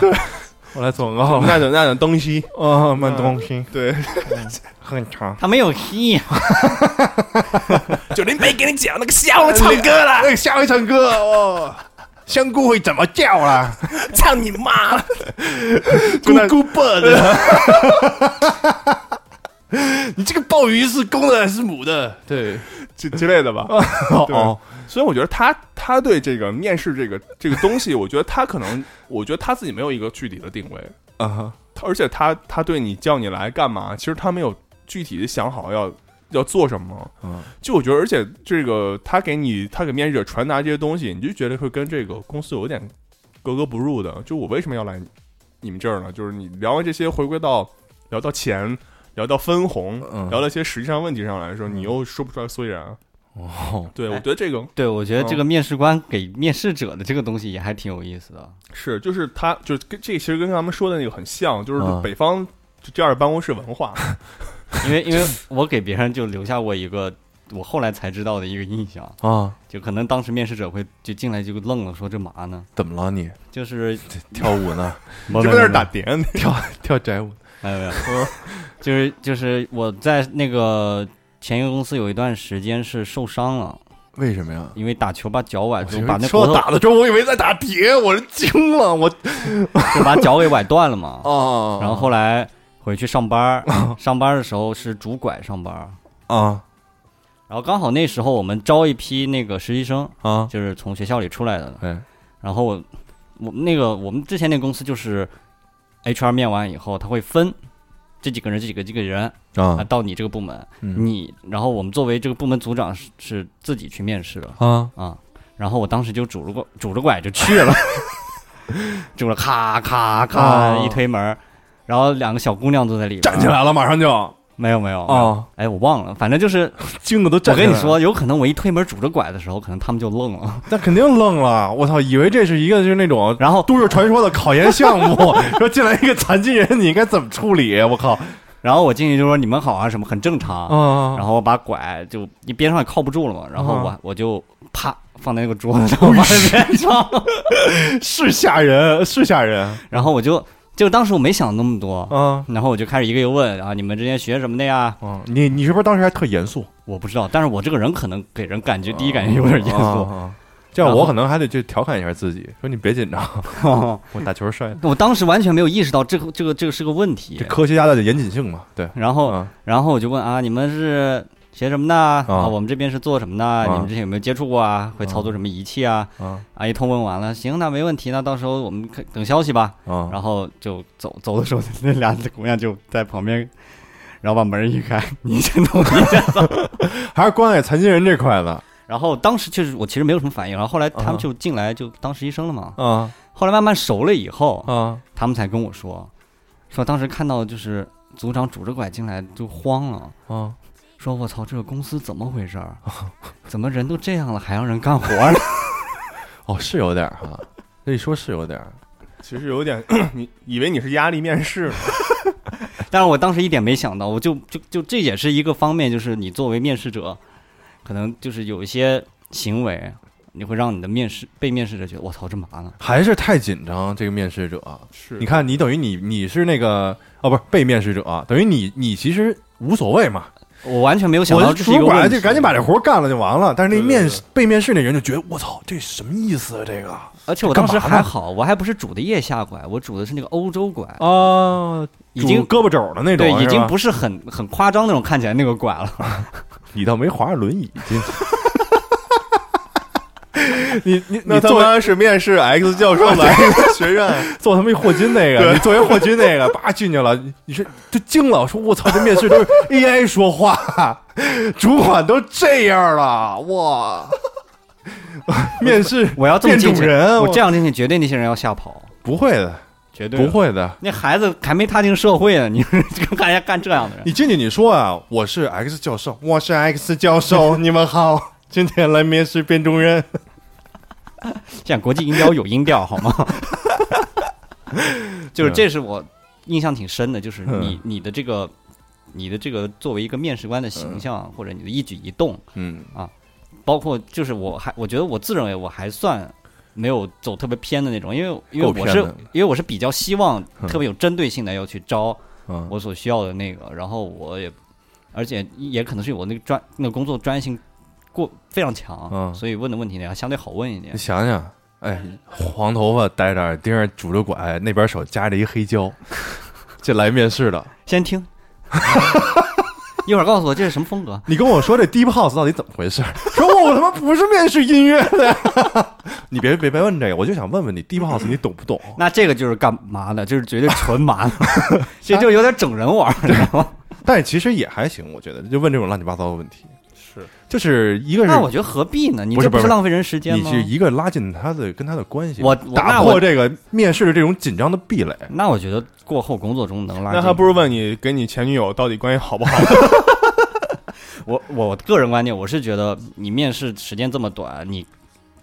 S1: 我来做广告了
S2: 哦那种那种东西，
S1: 啊，卖东西
S2: 对，
S1: 很长，
S3: 他没有戏，
S2: 就林北给你讲那个瞎了唱歌 了，
S1: 哎，下回唱歌哦。香菇会怎么叫啦？
S2: 唱你 妈了，
S1: 咕咕 bird，你这个鲍鱼是公的还是母的？ 对，
S2: 之之类的吧，对
S1: 哦，
S2: 所以我觉得他他对这个面试这个这个东西，我觉得他可能，我觉得他自己没有一个具体的定位，
S1: 啊，
S2: 他而且他他对你叫你来干嘛，其实他没有具体的想好要要做什么。
S1: 嗯，
S2: 就我觉得，而且这个他给你他给面试者传达这些东西，你就觉得会跟这个公司有点格格不入的。就我为什么要来你们这儿呢？就是你聊完这些，回归到聊到钱，聊到分红，
S1: 嗯
S2: 聊到一些实际上问题上来说，你又说不出来所以然。
S1: 哦，
S2: 对，我
S3: 哎
S2: 觉得这个
S3: 对，我觉得这
S2: 嗯
S3: 个面试官给面试者的这个东西也还挺有意思的。
S2: 是，就是他，就是跟这其实跟他们说的那个很像，就是
S1: 嗯
S2: 北方就这样的办公室文化。
S3: 因为因为我给别人就留下过一个我后来才知道的一个印象，
S1: 啊，
S3: 就可能当时面试者会就进来就愣了，说这嘛呢？
S1: 怎么了你？
S3: 就是
S1: 跳 舞呢？
S2: 你
S3: 我
S2: 是不是在这儿打碟呢？
S1: 哦跳宅舞？
S3: 没有没有，就是就是我在那个前一个公司有一段时间是受伤了，
S1: 为什么呀？
S3: 因为打球把脚崴
S1: 我以
S3: 住，
S1: 为
S3: 把那
S1: 说
S3: 骨
S1: 到
S3: 头
S1: 打的时候，我以为在打碟，我是惊了， 我
S3: 就把脚给崴断 了嘛。
S1: 啊
S3: 然后后来回去上班儿，上班儿的时候是拄拐上班儿，
S1: 啊
S3: 然后刚好那时候我们招一批那个实习生，
S1: 啊，
S3: 就是从学校里出来的。
S1: 哎，
S3: 然后我我们那个我们之前那个公司就是 HR 面完以后，他会分这几个人、这几个这个人啊
S1: 啊
S3: 到你这个部门，
S1: 嗯
S3: 你然后我们作为这个部门组长是是自己去面试的
S1: 啊
S3: 啊。然后我当时就拄着拐拄着拐就去了， 拄着咔咔咔
S1: 哦
S3: 一推门儿，然后两个小姑娘坐在里边，
S4: 站起，来了，马上就
S3: 没有没有，
S1: 啊，
S3: 哎我忘了，反正就是
S1: 惊的都
S3: 我
S1: 站。
S3: 跟你，说，有可能我一推门拄着拐的时候，可能他们就愣 了，
S1: 那肯定愣了，我操，以为这是一个就是那 种
S3: 然后
S1: 都市传说的考研项 目，说进来一个残疾人，你应该怎么处理？我靠
S3: 然后我进去就说你们好啊什么很正常，
S1: 啊
S3: 然后我把拐就一边上也靠不住了嘛，然后我、
S1: 啊
S3: 我就啪放在那个桌子上往边上，
S1: 是吓人，是吓人
S3: 然后我就就当时我没想那么多，
S1: 啊！
S3: 然后我就开始一个一个问啊，你们之前学什么的呀？
S1: 啊，你你是不是当时还特严肃？
S3: 我不知道，但是我这个人可能给人感觉第一感觉有点严肃，
S1: 啊，这样
S3: 然后
S1: 我可能还得去调侃一下自己，说你别紧张，我打球摔了。
S3: 我当时完全没有意识到这个这个这个是个问题
S1: 这，科学家的严谨性嘛，对，
S3: 然后
S1: 啊
S3: 然后我就问啊，你们是学什么的啊
S1: 啊
S3: 我们这边是做什么的？你们之前有没有接触过啊？会操作什么仪器啊？
S1: 啊
S3: 啊，一通问完了，行，那没问题，那到时候我们看等消息吧。
S1: 啊
S3: 然后就走走的时候， 那俩姑娘就在旁边，然后把门一开，你先走，你先走。
S1: 还是关爱残疾人这块的
S3: 然后当时确实我其实没有什么反应，然后后来他
S1: 啊
S3: 们就进来就当实习生了嘛。
S1: 啊
S3: 后来慢慢熟了以后，
S1: 啊
S3: 他们才跟我说，说当时看到就是组长拄着拐进来就慌了。
S1: 啊！
S3: 说我操，这个公司怎么回事儿？怎么人都这样了，还让人干活儿呢？
S1: 哦，是有点儿哈，那你说是有点儿，
S2: 其实有点， 你以为你是压力面试呢，
S3: 但是我当时一点没想到，我就就就这也是一个方面，就是你作为面试者，可能就是有一些行为，你会让你的面试被面试者觉得我操，这嘛呢？
S1: 还是太紧张这个面试者。
S2: 是
S1: 你看，你等于你你是那个哦，不是被面试者，等于你你其实无所谓嘛，
S3: 我完全没有想到
S1: 我
S3: 这是一
S1: 主
S3: 个
S1: 管
S3: 问题
S1: 就赶紧把这活儿干了就完了。但是那
S2: 对对
S1: 面
S2: 对
S1: 试被面试那人就觉得我操，这什么意思啊？这个
S3: 而且我当时
S1: 干嘛呢
S3: 还好，我还不是拄的腋下拐，我拄的是那个欧洲拐，
S1: 啊，
S3: 哦已经
S1: 拄胳膊肘儿的那种
S3: 对，
S1: 是吧，
S3: 已经不是很很夸张那种看起来那个 拐了。
S1: 你倒没滑着轮椅进去。你你
S2: 那
S1: 你
S2: 他
S1: 作为
S2: 妈是面试啊 X 教授来的学院，
S1: 做他妈一霍金那个，
S2: 对
S1: 你作为霍金那个，叭进去了，你你是就惊了，我说我操，这面试都是 AI 说话，主管都这样了，哇！面试
S3: 我要这么
S1: 变
S3: 进
S1: 种
S3: 去，
S1: 人，
S3: 我这样进去绝对那些人要吓跑，
S1: 不会的，
S3: 绝对
S1: 不会的。
S3: 那孩子还没踏进社会啊 呢，你说这个大家干这样的人，
S1: 你进去你说啊，我是 X 教授，我是 X 教授，你们好，今天来面试变种人。
S3: 现在国际音标有音调 好吗？就是
S1: 嗯
S3: 这是我印象挺深的，就是你你的这个你的这个作为一个面试官的形象，或者你的一举一动，
S1: 嗯
S3: 包括就是我还我觉得我自认为我还算。没有走特别偏的那种，因为因为
S1: 够
S3: 我
S1: 偏
S3: 是
S1: 的
S3: 因为我是比较希望
S1: 嗯
S3: 特别有针对性的要去招
S1: 嗯
S3: 我所需要的那个，然后我也，而且也可能是我那个专那个工作专业性过非常强，
S1: 嗯
S3: 所以问的问题呢相对好问一点
S1: 你。想想，哎，黄头发戴着耳钉儿，拄着拐，那边手夹着一黑胶，这来面试的。
S3: 先听， 一会儿告诉我这是什么风 格。
S1: 你跟我说这 Deep House 到底怎么回事？说我他妈不是面试音乐的， 你别别别问这个，我就想问问你，Deep House 你懂不懂？
S3: 那这个就是干嘛的？就是绝对纯麻的， 这就有点整人玩儿，你知道吗？
S1: 但其实也还行，我觉得就问这种乱七八糟的问题，
S2: 是
S1: 就是一个
S3: 那我
S1: 是
S3: 觉得何必呢？你
S1: 不
S3: 这
S1: 是
S3: 不
S1: 不
S3: 是
S1: 是
S3: 浪费人时间
S1: 你
S3: 吗？
S1: 是一个拉近他的跟他的关系，
S3: 我我那
S1: 打
S3: 我
S1: 破这个面试的这种紧张的壁垒。
S3: 那我觉得过后工作中能
S1: 啊
S3: 拉近，
S2: 那还不如问你给你前女友到底关系好不好？
S3: 我我个人观点，我是觉得你面试时间这么短，你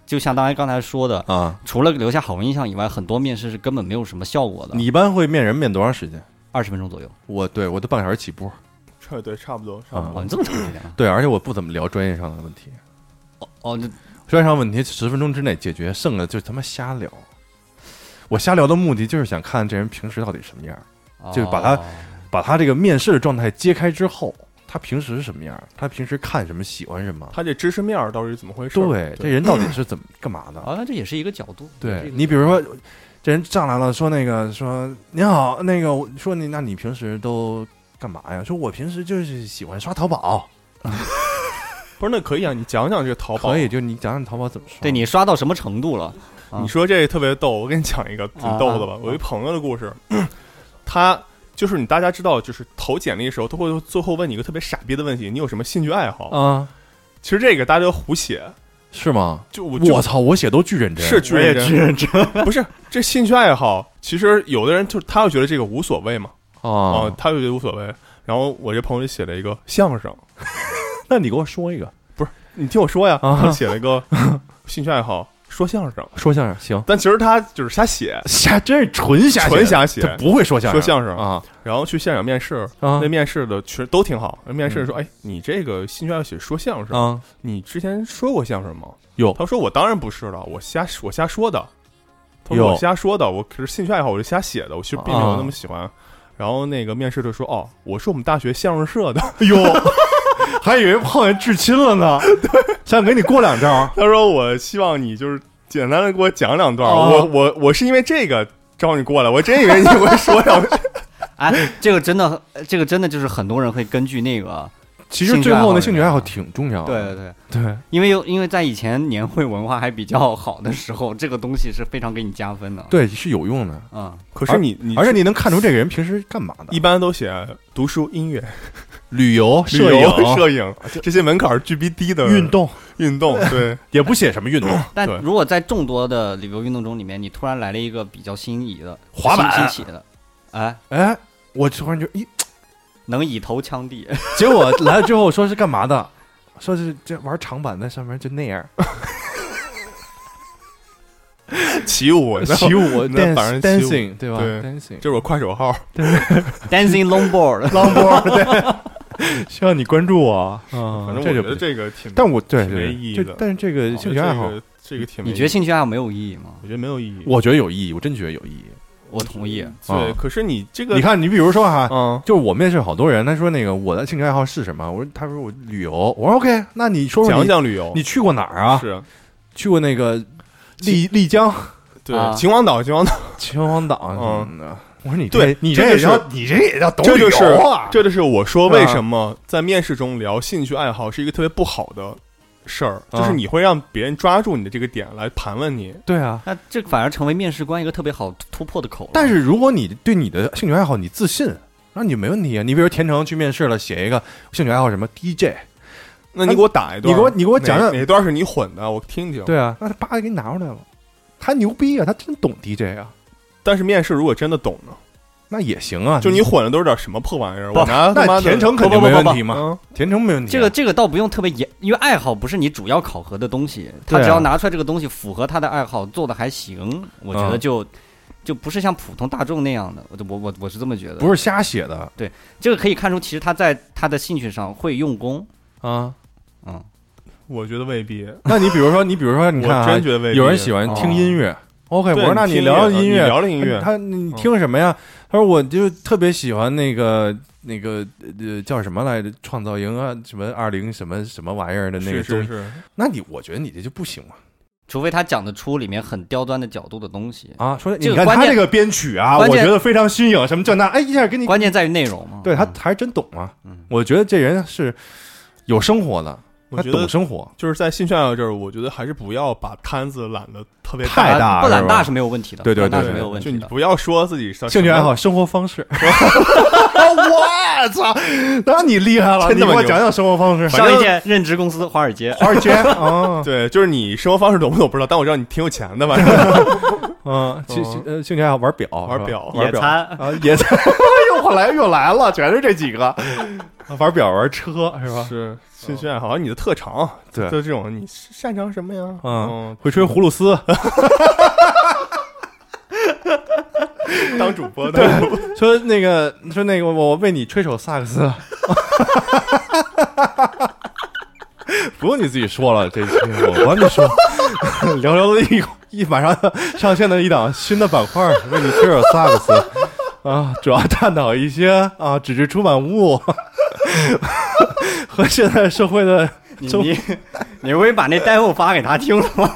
S3: 就像刚才刚才说的，
S1: 啊，
S3: 除了留下好印象以外，很多面试是根本没有什么效果的。
S1: 你一般会面人面多长时间？
S3: 二十分钟左右，
S1: 我对我都半个小时起
S3: 啊
S1: 步，
S2: 这对，差不多，差
S1: 啊
S2: 不多。
S3: 哦，你这么长时间啊？
S1: 对，而且我不怎么聊专业上的问题，
S3: 哦，那
S1: 专业上问题十分钟之内解决，剩下就他妈瞎聊。我瞎聊的目的就是想看这人平时到底什么样，就把它
S3: 哦
S1: 把他这个面试的状态揭开之后，他平时是什么样，他平时看什么，喜欢什么，
S2: 他这知识面儿到底是怎啊么回事？
S1: 对，这人到底是怎么干嘛的？
S3: 哦，那这也是一个角度。
S1: 对
S3: 这个
S1: 你，比如说，这人上来了，说那个，说您好，那个，我说你，那你平时都干嘛呀？说我平时就是喜欢刷淘宝，
S2: 不是那可以啊？你讲讲这个淘宝。
S1: 可以，就你讲讲淘宝怎么刷。
S3: 对你刷到什么程度了？啊
S2: 你说这特别逗，我给你讲一个挺逗的吧。
S3: 啊啊
S2: 我一朋友的故事， 他就是你大家知道，就是投简历的时候，都会最后问你一个特别傻逼的问题：你有什么兴趣爱好？
S1: 啊，
S2: 其实这个大家都胡写，
S1: 是吗？
S2: 就我就
S1: 我操，我写都巨认真，
S2: 是巨认真，
S3: 认真，
S2: 不是这兴趣爱好。其实有的人就是他会觉得这个无所谓嘛，啊、
S1: 啊。
S2: 他会觉得无所谓。然后我这朋友就写了一个相声，
S1: 哦那你给我说一个
S2: 你听我说呀，
S1: 啊
S2: 他写了一个兴趣爱好说相声，
S1: 说相声，行，
S2: 但其实他就是瞎写，
S1: 瞎真是纯瞎
S2: 纯
S1: 瞎
S2: 瞎写，
S1: 他不会说相
S2: 说
S1: 声，
S2: 相声
S1: 啊
S2: 然后去现场面试，
S1: 啊嗯
S2: 那面试的全都挺好。那面试说：“哎，你这个兴趣爱好写说相声，
S1: 啊，
S2: 你之前说过相声吗？”
S1: 有
S2: 他说：“我当然不是了，我瞎我瞎说的。”他说：“
S1: 有
S2: 我瞎说的，我可是兴趣爱好，我就瞎写的，我其实并没有那么喜欢。然后那个面试就说：“哦，我是我们大学相声社的。
S1: 哟，还以为碰见至亲了 呢，想给你过两招。”
S2: 他说：“我希望你就是简单的给我讲两段，
S1: 哦
S2: 我我我是因为这个招你过来，我真以为你会说两句。
S3: 哎，这个真的，这个真的就是很多人会根据那个，
S1: 其实最后那兴
S3: 兴
S1: 趣
S3: 趣
S1: 爱
S3: 爱
S1: 好
S3: 好
S1: 挺重要
S3: 对
S1: 的，
S3: 对对，
S1: 对对，
S3: 因为有因为在以前年会文化还比较好的时候，这个东西是非常给你加分的。
S1: 对是有用的，
S3: 嗯，
S2: 可是你你
S1: 而且你能看出这个人平时干嘛
S2: 一
S1: 的，
S2: 般都写读书、音乐、
S1: 旅游、摄
S2: 旅游
S1: 影、
S2: 摄影这些门槛儿巨逼低的
S1: 运动，
S2: 运动， 对，
S1: 也不写什么运动，
S3: 但
S2: 对
S3: 如果在众多的旅游运动中里面，你突然来了一个比较新颖的
S1: 滑板
S3: 新新奇的，哎，
S1: 哎，我突然就咦，
S3: 能以头枪 地，
S1: 结果来了之后说是干嘛的，说是这玩长板在上面就那样
S2: 起 舞，然后
S1: 起舞
S2: 那反正
S1: dance-
S2: 起舞
S1: ，dancing 对吧
S2: 对
S1: ？dancing
S2: 这是我快手号，
S3: dancing longboard，
S1: 浪波，对，希望你关注我啊，
S2: 嗯反
S1: 反
S2: 正我觉得这个挺，
S1: 但我对
S2: 挺没
S1: 对
S2: 意义
S1: 对，
S2: 的
S1: 就但是这
S2: 我
S1: 个
S2: 觉
S1: 兴
S2: 得
S1: 趣爱好
S2: 啊这，个这个挺没意义，
S3: 你觉得兴趣爱好没有意义吗？
S2: 我觉得没有意义，
S1: 我觉得有意义，我真觉得有意义。
S3: 我同意。
S2: 对
S1: 啊，
S2: 可是你这个，
S1: 你看，你比如说哈，
S2: 嗯，
S1: 就是我面试好多人，他说那个我的兴趣爱好是什么？我说他说我旅游，我说 OK，那你说说
S2: 讲
S1: 你
S2: 讲旅游
S1: 你去过哪儿啊？
S2: 是，嗯
S1: 去过那个丽丽江、
S2: 对，
S3: 啊
S2: 秦皇岛，秦皇岛，
S1: 秦皇岛
S2: 嗯
S1: 什么的。我说你
S2: 对
S1: 你
S2: 这
S1: 也
S2: 就是
S1: 叫你这也叫懂
S2: 这
S1: 旅
S2: 就是
S1: 游啊？
S2: 这就是我说为什么在面试中聊兴趣爱好是一个特别不好的事儿，
S1: 啊
S2: 就是你会让别人抓住你的这个点来盘问你，
S1: 对啊。
S3: 那这反而成为面试官一个特别好突破的口了。
S1: 但是如果你对你的兴趣爱好你自信，那你没问题啊。你比如田成去面试了，写一个兴趣爱好什么 DJ，
S2: 那你给我打一
S1: 啊你
S2: 段，
S1: 给我你给我讲
S2: 哪
S1: 讲
S2: 哪段是你混的，我听听。
S1: 对啊，那他叭给你拿出来了，他牛逼啊，他真懂 DJ 啊，
S2: 但是面试如果真的懂呢，
S1: 那也行啊。
S2: 就你混的都是点什么破玩意儿，
S1: 不
S2: 我拿他
S1: 那
S2: 妈的
S1: 田成肯定
S2: 不
S1: 没
S2: 不不
S1: 问
S2: 不
S1: 题嘛，
S2: 嗯
S1: 田成没问题啊。
S3: 这个这个倒不用特别严，因为爱好不是你主要考核的东西，他
S1: 对啊
S3: 只要拿出来这个东西符合他的爱好，做的还行，我觉得
S1: 嗯
S3: 就、就不是像普通大众那样的，我我我我是这么觉得。
S1: 不是瞎写的
S3: 这个可以看出，其实他在他的兴趣上会用功，
S1: 啊。
S3: 嗯，
S2: 我觉得未必，
S1: 那你比如说，你比如说，你看、啊，
S2: 我真觉得未必
S1: 有人喜欢听音乐。OK，
S2: 对
S1: 我说那
S2: 你
S1: 你
S2: 听
S1: 聊
S2: 音
S1: 音乐，哎
S2: 乐你聊聊音乐
S1: 他你听什么呀？他说我就特别喜欢那个那个呃叫什么来着，创造营啊，什么二零什么什么玩意儿的那个
S2: 是
S1: 东西。
S2: 是是，
S1: 那你我觉得你这就不行了
S3: 除非他讲得出里面很刁钻的角度的东西，
S1: 啊！说
S3: 这个
S1: 你看
S3: 关
S1: 他
S3: 键
S1: 这个编曲啊，我
S3: 关键
S1: 觉得非常新颖，什么这那，哎一下给你，
S3: 关键在于内容嘛。
S1: 对他
S3: 嗯
S1: 还真懂啊
S3: 嗯。
S1: 我觉得这人是有生活的，
S2: 我
S1: 他
S2: 觉得
S1: 懂生活，
S2: 就是在性炫耀这儿，我觉得还是不要把摊子揽的特别
S1: 太大
S3: 不
S1: 是
S3: 懒
S1: 吧
S3: 大是没有问题的，
S1: 对对
S3: 懒大
S1: 对
S3: 是没有
S1: 对
S3: 问
S2: 就
S3: 题
S2: 你
S3: 的。
S2: 不要说自己是
S1: 兴趣爱好、生活方式。
S4: 我操，那你厉害了，
S2: 真
S4: 你
S2: 的
S4: 给
S2: 吗
S4: 我讲讲生活方式。
S2: 反
S3: 上
S2: 正
S3: 一届任职公司华尔街，
S4: 华尔街
S1: 哦
S4: 啊，
S2: 对，就是你生活方式懂不懂不知道，但我知道你挺有钱的，反 正
S1: 嗯，兴兴呃兴趣爱好玩表，
S2: 玩
S1: 是吧
S2: 表玩
S3: 野
S2: 表，
S3: 餐，
S1: 啊，野餐
S4: 又来又来了，全是这几个。
S1: 玩表玩车是吧？
S2: 是兴趣爱好，你的特长，
S1: 对
S2: 就这种你擅长什么呀？
S1: 嗯，会吹葫芦丝，
S2: 嗯，当主 播的，
S1: 说那个说那个我我为你吹首萨克斯， 不用你自己说了，这期我帮你说， 寥寥的一一马上上线的一档新的板块，为你吹首萨克斯啊，主要探讨一些啊纸质出版物 和现在社会的
S3: 你
S1: 中
S3: 你你会把那带货发给他听了吗？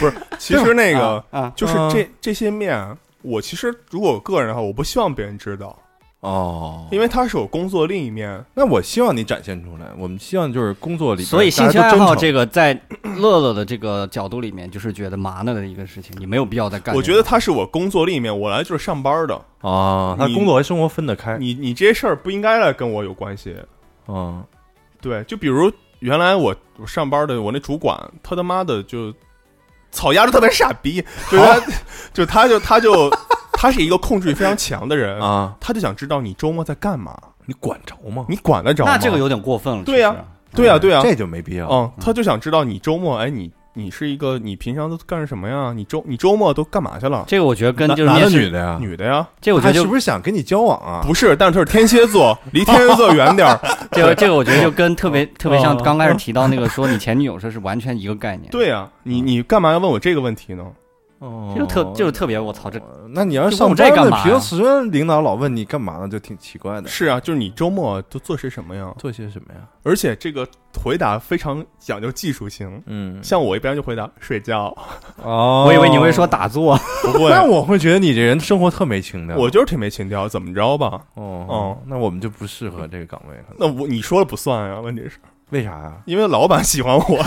S2: 不是，其实那个
S3: 啊啊
S2: 就是
S1: 嗯
S2: 这这些面，我其实如果我个人的话，我不希望别人知道，
S1: 哦
S2: 因为它是我工作另一面。
S1: 那我希望你展现出来，我们希望就是工作里边
S3: 所以兴趣
S1: 大家
S3: 爱
S1: 都真
S3: 好
S1: 诚
S3: 这个在乐乐的这个角度里面，就是觉得麻呢的一个事情，你没有必要再干这个。
S2: 我觉得它是我工作另一面，我来就是上班的。
S1: 啊，他
S2: 你
S1: 工作和生活分得
S3: 哎
S1: 开，
S2: 你你这些事儿不应该来跟我有关系。
S1: 嗯。
S2: 对，就比如原来我我上班的我那主管，他他妈的就草丫头特别傻逼，就是他，
S3: 哦
S2: 就他就他就他是一个控制欲非常强的人，
S3: 呃
S1: 啊，
S2: 他就想知道你周末在干嘛，
S1: 你管着吗？
S2: 你管得着吗？
S3: 那这个有点嗯过分了。
S2: 对呀
S3: 其实
S2: 对啊对啊，
S1: 这就没必要。
S2: 嗯，他就想知道你周末哎你。你是一个，你平常都干什么呀？你周你周末都干嘛去了？
S3: 这个我觉得跟就是
S1: 男的
S3: 面试
S1: 女的呀？
S2: 女的呀，
S3: 这个我觉啊
S1: 他
S3: 得
S1: 是
S3: 就
S1: 不是想跟你交往啊？
S2: 不是，但是他是天蝎座，离天蝎座远 点儿。
S3: 这个这个我觉得就跟特别特别像
S2: 啊 哦
S3: 刚开始提到那个说你前女友这是完全一个概念。，
S2: 对呀，你你干嘛要问我这个问题呢？
S1: 哦
S3: 就特就是特别我操这
S1: 那你要是
S3: 就问
S1: 上
S3: 我
S1: 班
S3: 这干
S1: 呢
S3: 嘛呀
S1: 平时领导老问你干嘛呢，就挺奇
S3: 嗯
S1: 怪的。
S2: 是啊，就是你周末都做些什么呀？
S1: 做些什么呀？
S2: 而且这个回答非常讲究技术性。
S1: 嗯，
S2: 像我一般就回答睡觉，
S1: 哦
S3: 我以为你会，说打坐，
S2: 不会，
S1: 那我会觉得你这人生活特没情调。
S2: 我就是挺没情调，怎么着吧？
S1: 哦
S2: 哦，
S1: 那我们就不适合这个岗位了。
S2: 那我你说了不算啊呀？问题是
S1: 为啥呀？
S2: 因为老板喜欢 我，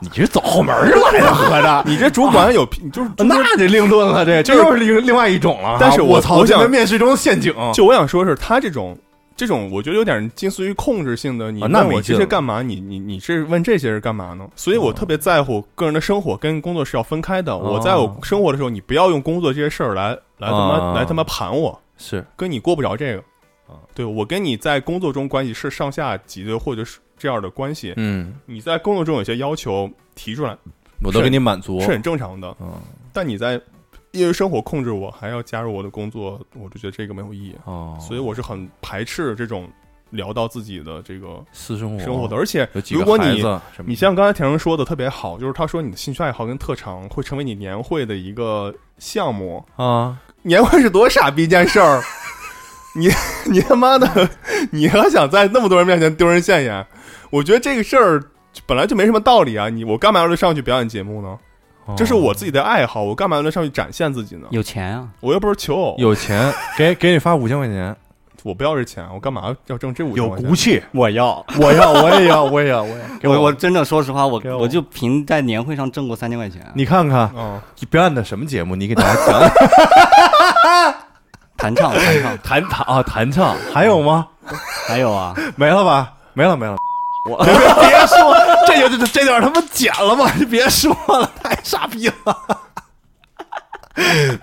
S1: 你是走后门儿来的，合着
S2: 你这主管有屁你就是中间
S1: 那得另论了，这这
S2: 就是
S1: 又是另另外一种了啊。
S2: 但是我
S1: 我操，
S2: 我想
S1: 这个面试中的陷阱，
S2: 就我想说是他这种这种，我觉得有点近似于控制性的。你
S1: 啊那
S2: 问
S1: 没
S2: 我这
S1: 劲
S2: 些
S1: 了
S2: 干嘛？你你你是问这些是干嘛呢？所以我特别在乎个人的生活跟工作是要分开的。
S1: 哦
S2: 我在我生活的时候，你不要用工作这些事儿来来他妈
S1: 啊
S2: 来他妈盘我，
S1: 是
S2: 跟你过不着这个
S1: 啊。
S2: 对我跟你在工作中关系是上下级的或者是这样的关系，
S1: 嗯，
S2: 你在工作中有些要求提出来
S1: 我都给你满足。
S2: 是很正常的，
S1: 嗯，
S2: 但你在因为生活控制我，还要加入我的工作，我就觉得这个没有意义。
S1: 哦，
S2: 所以我是很排斥这种聊到自己的这个
S1: 私生活
S2: 生活的。而且
S1: 有，几个
S2: 如果
S1: 孩
S2: 你
S1: 子什么
S2: 你像刚才田生说的特别好，就是他说你的兴趣爱好跟特长会成为你年会的一个项目。
S1: 啊，
S2: 年会是多傻逼一件事儿， 你 你他妈的， 你还想在那么多人面前丢人现眼？我觉得这个事儿本来就没什么道理啊！你我干嘛要上去表演节目呢？
S1: 哦
S2: 这是我自己的爱好，我干嘛要上去展现自己呢？
S3: 有钱啊，
S2: 我又不是求偶，
S1: 有钱，给给你发五千块 钱，
S2: 我不要这钱，我干嘛要挣这五千块钱？
S1: 气，
S3: 我要。
S1: 我要，我也要，我也要，我也 要，给
S3: 我我真的说实话，我
S1: 给我
S3: 我就凭在年会上挣过三千块钱，
S1: 你看看
S2: 嗯，
S1: 你表演的什么节目？你给大家讲 讲
S3: 弹唱弹 唱，
S1: 弹弹啊，弹唱还有吗？
S3: 还有啊，
S1: 没了吧？没了没 了，
S3: 我
S1: 别别说，这就这这段他妈剪了吧，你别说了，太傻逼了。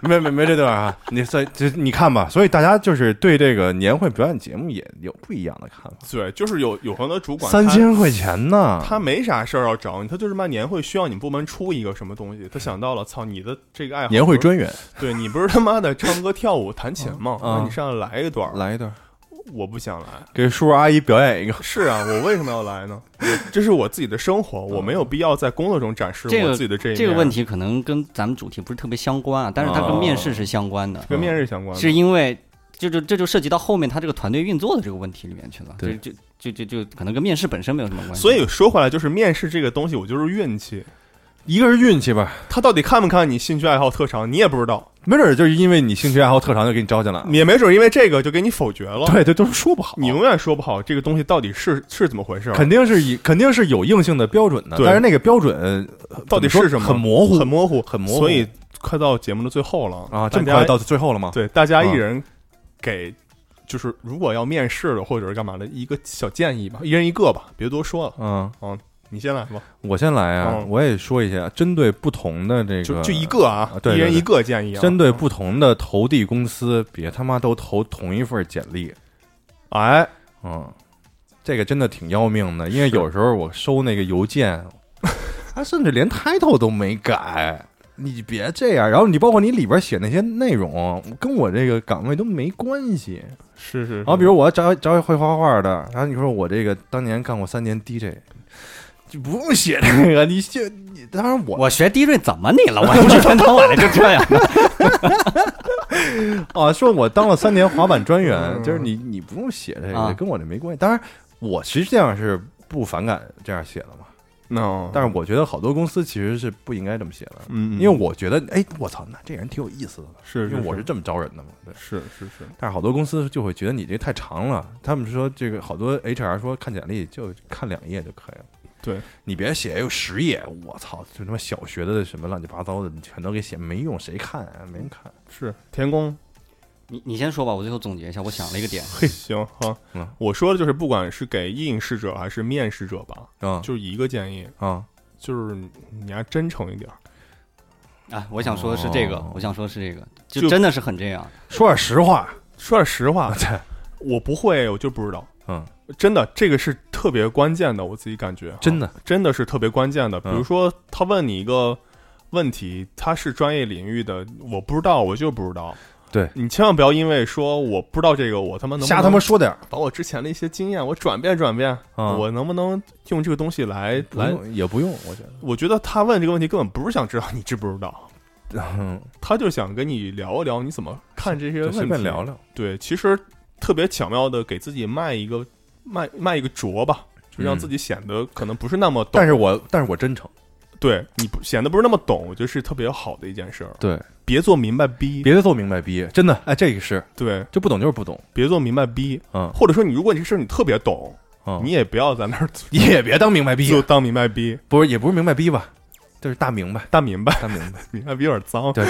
S1: 没没没这段啊，你所以就你看吧，所以大家就是对这个年会表演节目也有不一样的看法。
S2: 对，就是有有很多主管
S1: 三
S2: 他
S1: 千块钱呢，
S2: 他没啥事儿要找你，他就是嘛年会需要你部门出一个什么东西，他想到了，操你的这个爱 好，
S1: 年会
S2: 不是
S1: 专员
S2: 对你不是他妈的唱歌跳舞弹琴吗？
S1: 嗯
S2: 那你上来来一段儿，
S1: 来一段，
S2: 我不想来。
S1: 给叔叔阿姨表演一个。
S2: 是啊，我为什么要来 呢？这是我自己的生活，我没
S1: 嗯
S2: 有必要在工作中展示
S3: 这
S2: 我
S3: 个
S2: 自己的这一面。
S3: 这个问题可能跟咱们主题不是特别相关啊，但是它跟
S1: 哦
S3: 面试是相关的，
S2: 跟面试相关的，
S3: 是因为这就这就涉及到后面他这个团队运作的这个问题里面去了，
S1: 对
S3: 就就就就就可能跟面试本身没有什么关系。
S2: 所以说回来就是面试这个东西，我就是运气，
S1: 一个是运气吧，
S2: 他到底看不看你兴趣爱好特长，你也不知道。
S1: 没准儿就是因为你兴趣爱好特长就给你招进来了。
S2: 也没准因为这个就给你否决了。
S1: 啊 对对，都是说不好，
S2: 嗯你永远说不好这个东西到底是是怎么回事儿，
S1: 肯定是以肯定是有硬性的标准的，
S2: 对
S1: 但是那个标准呃
S2: 到底是什么，
S1: 很模糊
S2: 很模糊，
S1: 很模糊
S2: 所以快到节目的最后了
S1: 啊，
S2: 大
S1: 这么
S2: 家
S1: 快到最后了吗？
S2: 对大家
S1: 啊
S2: 一人给，就是如果要面试了或者是干嘛的，一个小建议吧，一人一个吧，别多说了，
S1: 嗯，
S2: 你先来吧，
S1: 我先来啊，
S2: 嗯
S1: 我也说一下，针对不同的这个，
S2: 就就一个啊
S1: 啊，对
S2: 一人
S1: 对
S2: 一个建议啊，
S1: 针对不同的投递公司，别他妈都投同一份简历，
S2: 哎，
S1: 嗯，这个真的挺要命的，因为有时候我收那个邮件， 他甚至连 title 都没改，你别这样。然后你包括你里边写那些内容，跟我这个岗位都没关系。
S2: 是是，
S1: 然后比如我要找找一会画画的，然后你说我这个当年干过三年 DJ，就不用写这个，你写你当然我
S3: 我学 DJ 怎么你了？我一天到晚的就这 样。
S1: 啊，说我当了三年滑板专员，
S2: 嗯
S1: 就是你你不用写这
S3: 啊
S1: 个，跟我这没关系。当然，我实际上是不反感这样写的嘛，
S2: 那，
S1: 但是我觉得好多公司其实是不应该这么写的，
S2: 嗯，嗯
S1: 因为我觉得，哎，我操，那这人挺有意思的，
S2: 是，
S1: 因为我
S2: 是
S1: 是这么招人的嘛。对，
S2: 是是是，
S1: 但是好多公司就会觉得你这太长了，他们说这个好多 HR 说看简历就看两页就可以了。
S2: 对
S1: 你别写有十页，我操，就他妈小学的什么乱七八糟的，你全都给写没用，谁看啊？没人看。
S2: 是田工，
S3: 你你先说吧，我最后总结一下，我想了一个点。
S2: 嘿，行哈
S1: 嗯，
S2: 我说的就是不管是给应试者还是面试者吧，
S1: 啊
S2: 就是一个建议，
S1: 啊，
S2: 就是你要真诚一点儿，
S3: 啊，我想说的是这个
S1: 哦，
S3: 我想说是这个，就
S2: 就
S3: 真的是很这样。
S1: 说点实话，啊
S2: 说点实话，
S1: 对，
S2: 我不会，我就不知道。
S1: 嗯，
S2: 真的，这个是特别关键的，我自己感觉
S1: 真的
S2: 啊真的是特别关键的。比
S1: 嗯
S2: 如说，他问你一个问题，他是专业领域的，我不知道，我就不知道。
S1: 对
S2: 你千万不要因为说我不知道这个，我他妈能不能
S1: 瞎他妈说点儿。
S2: 把我之前的一些经验我转变转变，
S1: 嗯
S2: 我能不能用这个东西来
S1: 不
S2: 来？
S1: 用也不用，我觉得，
S2: 我觉得他问这个问题根本不是想知道你知不知道，
S1: 嗯，
S2: 他就想跟你聊一聊你怎么 看这些
S1: 就
S2: 问题。
S1: 随便聊聊。
S2: 对，其实特别巧妙的给自己卖一个卖卖一个拙吧，就让
S1: 嗯
S2: 自己显得可能不是那么懂，
S1: 但是我但是我真诚，
S2: 对你不显得不是那么懂，我觉得是特别好的一件事儿。
S1: 对，
S2: 别做明白逼，
S1: 别做明白逼，真的，哎，这个是
S2: 对，
S1: 就不懂就是不懂，
S2: 别做明白逼，
S1: 嗯
S2: 或者说你如果你这事儿你特别懂，
S1: 嗯
S2: 你也不要在那儿
S1: 你 也别当明白逼
S2: 就，当明白逼，
S1: 不是也不是明白逼吧，就是大明 白，
S2: 大明白，
S1: 大明白，
S2: 明白逼有点脏，
S1: 对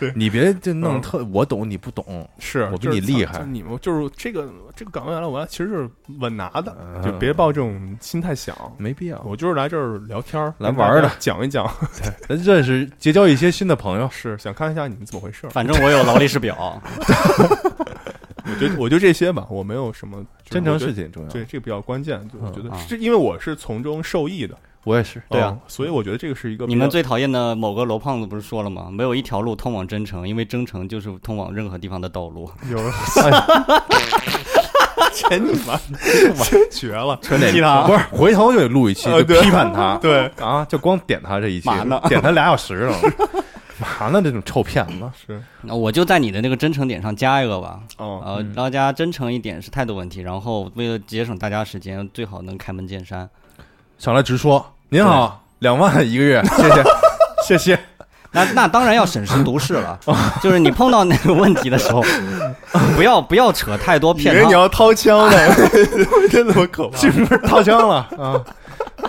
S1: 对，你别就弄
S2: 嗯
S1: 特我懂你不懂，
S2: 是
S1: 我比
S2: 就是
S1: 你厉
S2: 操
S1: 害
S2: 就你们就是这个这个岗位来了，我要其实就是稳拿的，
S1: 嗯
S2: 就别抱这种心态想。
S1: 没必要，
S2: 我就是来这儿聊天儿，
S1: 来玩儿的，
S2: 讲一讲，
S1: 咱认识结交一些新的朋友，
S2: 是想看一下你们怎么回事儿。
S3: 反正我有劳力士表，
S2: 我 觉得我就这些吧，我没有什么就是
S1: 真诚嗯
S2: 我觉
S1: 是
S2: 得
S1: 挺重要
S2: 对
S1: 的，
S2: 这个比较关键。就我觉得
S3: 啊
S2: 是因为我是从中受益的，
S1: 我也是，
S3: 对啊
S2: 嗯，所以我觉得这个是一个比较
S3: 你们最讨厌的某个罗胖子不是说了吗？没有一条路通往真诚，因为真诚就是通往任何地方的道路。
S2: 有钱你妈，真绝了！
S3: 全得他
S1: 不是回头就得录一期
S2: 呃
S1: 就
S2: 对
S1: 批判 他，
S2: 对，
S1: 啊，就光点他这一期
S3: 嘛呢，
S1: 点他俩小时了，嘛呢这种臭骗子，
S2: 是
S3: 那我就在你的那个真诚点上加一个吧。
S2: 哦，
S3: 呃，大家真诚一点是态度问题，然后为了节省大家时间，最好能开门见山。
S1: 上来直说，您好，两万一个月，谢谢。谢谢，
S3: 那那当然要审时度 势了，就是你碰到那个问题的时候，不要不要扯太多
S2: 以
S3: 片
S2: 为你
S3: 汤。
S2: 要掏枪呢， 真他妈可怕！
S1: 是不是掏枪 了啊？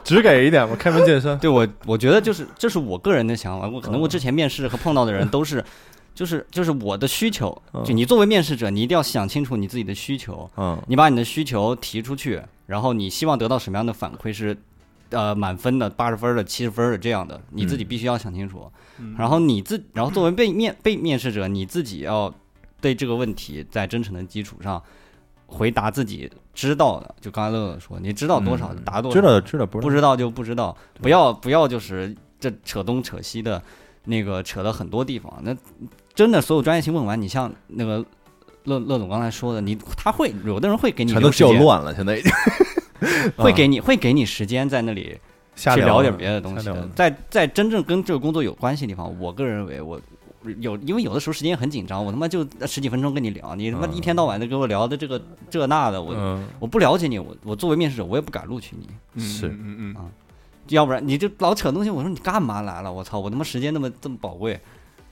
S1: 只给一点吧，开门见山。
S3: 对我，我觉得就是这是我个人的想法，我可能我之前面试和碰到的人都是，就是就是我的需求，
S2: 嗯
S3: 就你作为面试者，你一定要想清楚你自己的需求，
S1: 嗯，
S3: 你把你的需求提出去，然后你希望得到什么样的反馈是，呃，满分的、八十分的、七十分的这样的，你自己必须要想清楚。然后你自，然后作为被面被面试者，你自己要对这个问题在真诚的基础上回答自己知道的。就刚才乐乐说，你知道多少、
S1: 嗯
S3: 答多少，
S1: 知道的知道，不
S3: 不
S1: 知道
S3: 知道就不知道，不要不要就是这扯东扯西的，那个扯到很多地方。那真的所有专业性问完，你像那个乐乐总刚才说的，你他会有的人会给你
S1: 全都
S3: 留时
S1: 叫
S3: 间，
S1: 乱了，现在已经
S3: 会给你会给你时间在那里
S1: 瞎
S3: 去聊
S1: 了
S3: 点别的东西
S1: 瞎聊
S3: 的
S1: 了。
S3: 在在真正跟这个工作有关系的地方，我个人认为我。有，因为有的时候时间很紧张，我他妈就十几分钟跟你聊，你他妈
S1: 嗯
S3: 一天到晚的跟我聊的这个这那的，我、
S1: 嗯，
S3: 我不了解你，我我作为面试者，我也不敢录取你。
S2: 嗯
S1: 是
S2: 嗯嗯嗯，
S3: 要不然你这老扯东西，我说你干嘛来了？我操，我他妈时间那么这么宝贵，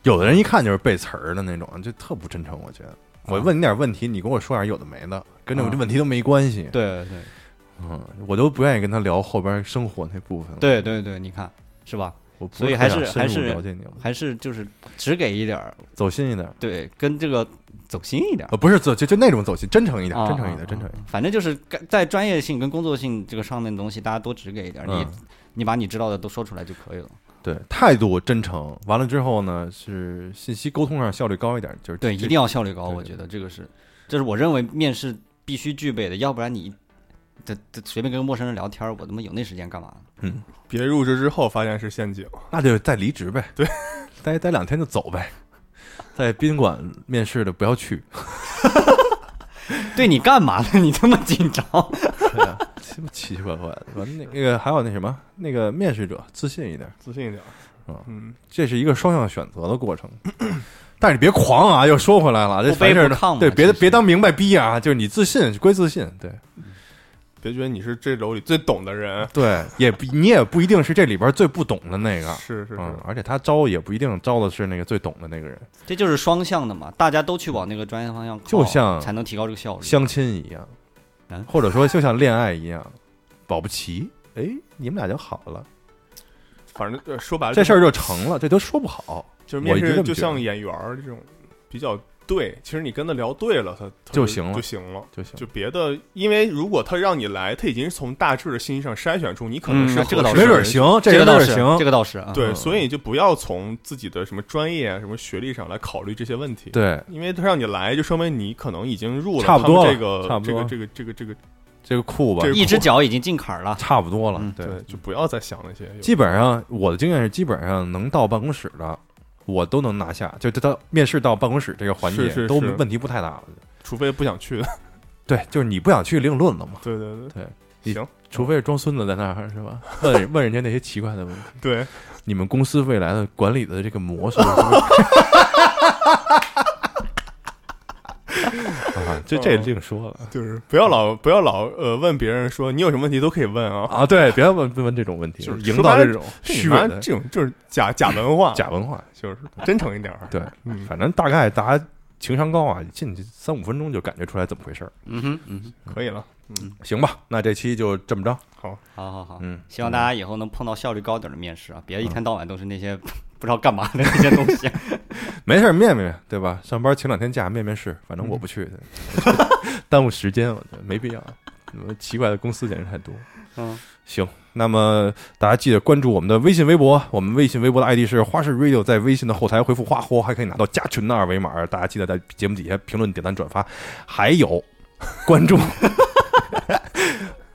S1: 有的人一看就是背词儿的那种，就特不真诚。我觉得，
S3: 啊
S1: 我问你点问题，你跟我说点有的没的，跟这我这问题都没关系。
S3: 对对
S1: 嗯，我都不愿意跟他聊后边生活那部分了。
S3: 对对对，你看是吧？
S1: 我不
S3: 所以
S1: 太
S3: 还
S1: 想
S3: 是
S1: 深
S3: 还
S1: 入
S3: 是
S1: 了解你了，
S3: 还是就是只给一点儿，
S1: 走心一点。
S3: 对，跟这个走心一点儿
S1: 呃，。不是走就就那种走心，真诚一点，
S3: 啊
S1: 真诚一
S3: 啊
S1: 点，
S3: 啊
S1: 真诚一点。
S3: 反正就是该在专业性跟工作性这个上面的东西，大家多指给一点儿，你
S1: 嗯
S3: 你把你知道的都说出来就可以了。
S1: 对，态度真诚。完了之后呢，是信息沟通上效率高一点，就是
S3: 对，
S1: 这
S3: 一定要效率高，
S1: 对
S3: 我
S1: 对
S3: 觉得这个是，这是我认为面试必须具备的，要不然你这这随便跟陌生人聊天儿，我他妈有那时间干嘛？
S2: 别入职之后发现是陷阱，
S1: 那就再离职呗，对， 待待两天就走 呗。在宾馆面试的不要去，
S3: 对你干嘛呢？你这么紧张？
S1: 对啊这么 奇奇怪怪的。完那个还有那什么，那个面试者自信一点，
S2: 自信一点
S1: 嗯。
S2: 嗯，
S1: 这是一个双向选择的过程。 但是你别狂啊！又说回来了，这
S3: 不卑
S1: 凡事
S3: 不
S1: 呢
S3: 亢嘛
S1: 对，别
S3: 其实
S1: 别当明白逼啊！就是你自信归自信，对
S2: 别觉得你是这楼里最懂的人，
S1: 对，也不你也不一定是这里边最不懂的那个，
S2: 是是
S1: 嗯
S2: 是，，
S1: 而且他招也不一定招的是那个最懂的那个人，
S3: 这就是双向的嘛，大家都去往那个专业方向靠，
S1: 就像
S3: 才能提高这个效率。
S1: 相亲一样
S3: 嗯，
S1: 或者说就像恋爱一样，保不齐，哎，你们俩就好了，
S2: 反正呃说白了
S1: 这事儿就成了，这都说不好，
S2: 就是
S1: 我
S2: 面
S1: 一直这
S2: 试
S1: 么
S2: 就
S1: 觉
S2: 像
S1: 得
S2: 演员儿这种比较对，其实你跟他聊对了，他他
S1: 就行了
S2: 就行了。
S1: 就行。
S2: 就别的，因为如果他让你来，他已经是从大致的信息上筛选出你可能
S3: 嗯
S2: 是
S3: 那
S2: 合
S3: 这个倒
S2: 适的
S3: 是
S1: 没准
S2: 人
S1: 儿行，这个
S3: 这个
S1: 没准
S3: 倒
S1: 儿
S3: 是，这
S1: 行，
S3: 个倒是啊。
S2: 对，
S1: 嗯
S2: 所以你就不要从自己的什么专业啊、什么学历上来考虑这些问题。，
S1: 对，
S2: 因为他让你来，就说明你可能已经入了
S1: 差不多
S2: 他
S1: 了
S2: 们这个
S1: 差不多
S2: 这个这个这个这
S1: 这个酷吧
S2: 这，个
S3: 一只脚已经进坎儿了。
S1: 差不多了
S3: 嗯，
S1: 对
S2: 个，对，就不要再想那些。
S1: 基本上我的经验是，基本上能到办公室的，我都能拿下，就到面试到办公室这个环节
S2: 是是
S1: 都
S2: 是
S1: 问题不太大了。
S2: 除非不想去的，
S1: 对，就是你不想去另论了嘛，
S2: 对对
S1: 你
S2: 对，行，
S1: 除非是装孙子在那儿是吧？问问人家那些奇怪的问题，
S2: 对，
S1: 你们公司未来的管理的这个模式是不是。 啊，这这另说了
S2: 就是不要老不要老呃问别人说你有什么问题都可以问啊，
S1: 啊，对，别问问这种问题，
S2: 就是
S1: 营
S2: 说白
S1: 造
S2: 了
S1: 这种
S2: 这
S1: 虚
S2: 你妈
S1: 伪的
S2: 这种就是假假文化，
S1: 假文化。
S2: 就是真诚一点儿。
S1: 对，
S2: 嗯，
S1: 反正大概大家情商高啊，进去三五分钟就感觉出来怎么回事儿。
S3: 嗯哼，嗯哼，
S2: 可以了，
S1: 行吧，那这期就这么着。
S2: 好，
S3: 好好好，
S1: 嗯
S3: 希望大家以后能碰到效率高点儿的面试啊，别一天到晚都是那些 不知道干嘛的那些东西。啊
S1: 没事儿，面面对吧？上班请两天假，面面试，反正我不去， 我觉得耽误时间，我觉得没必要。嗯奇怪的公司简直太多。
S3: 嗯，
S1: 行，那么大家记得关注我们的微信、微博，我们微信、微博的 ID 是花式 radio，在微信的后台回复“花火”，还可以拿到加群的二维码。大家记得在节目底下评论、点赞、转发，还有关注，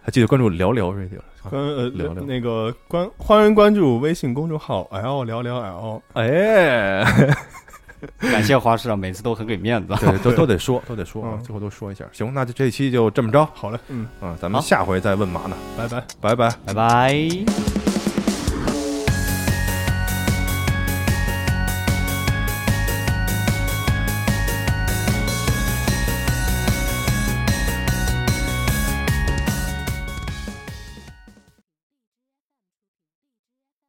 S1: 还记得关注聊聊 radio 啊。
S2: 关呃
S1: 聊聊
S2: 那个关欢迎关注微信公众号 L 聊聊 L，
S1: 哎，
S3: 感谢花市啊，每次都很给面 子。
S1: 对，都都得说，都得说，啊
S2: 嗯，
S1: 最后都说一下。行，那就这期就这么着
S2: 好嘞，嗯，
S1: 啊，咱们
S3: 好
S1: 下回再问嘛呢。
S2: 拜拜。
S1: 拜拜。
S3: 拜拜。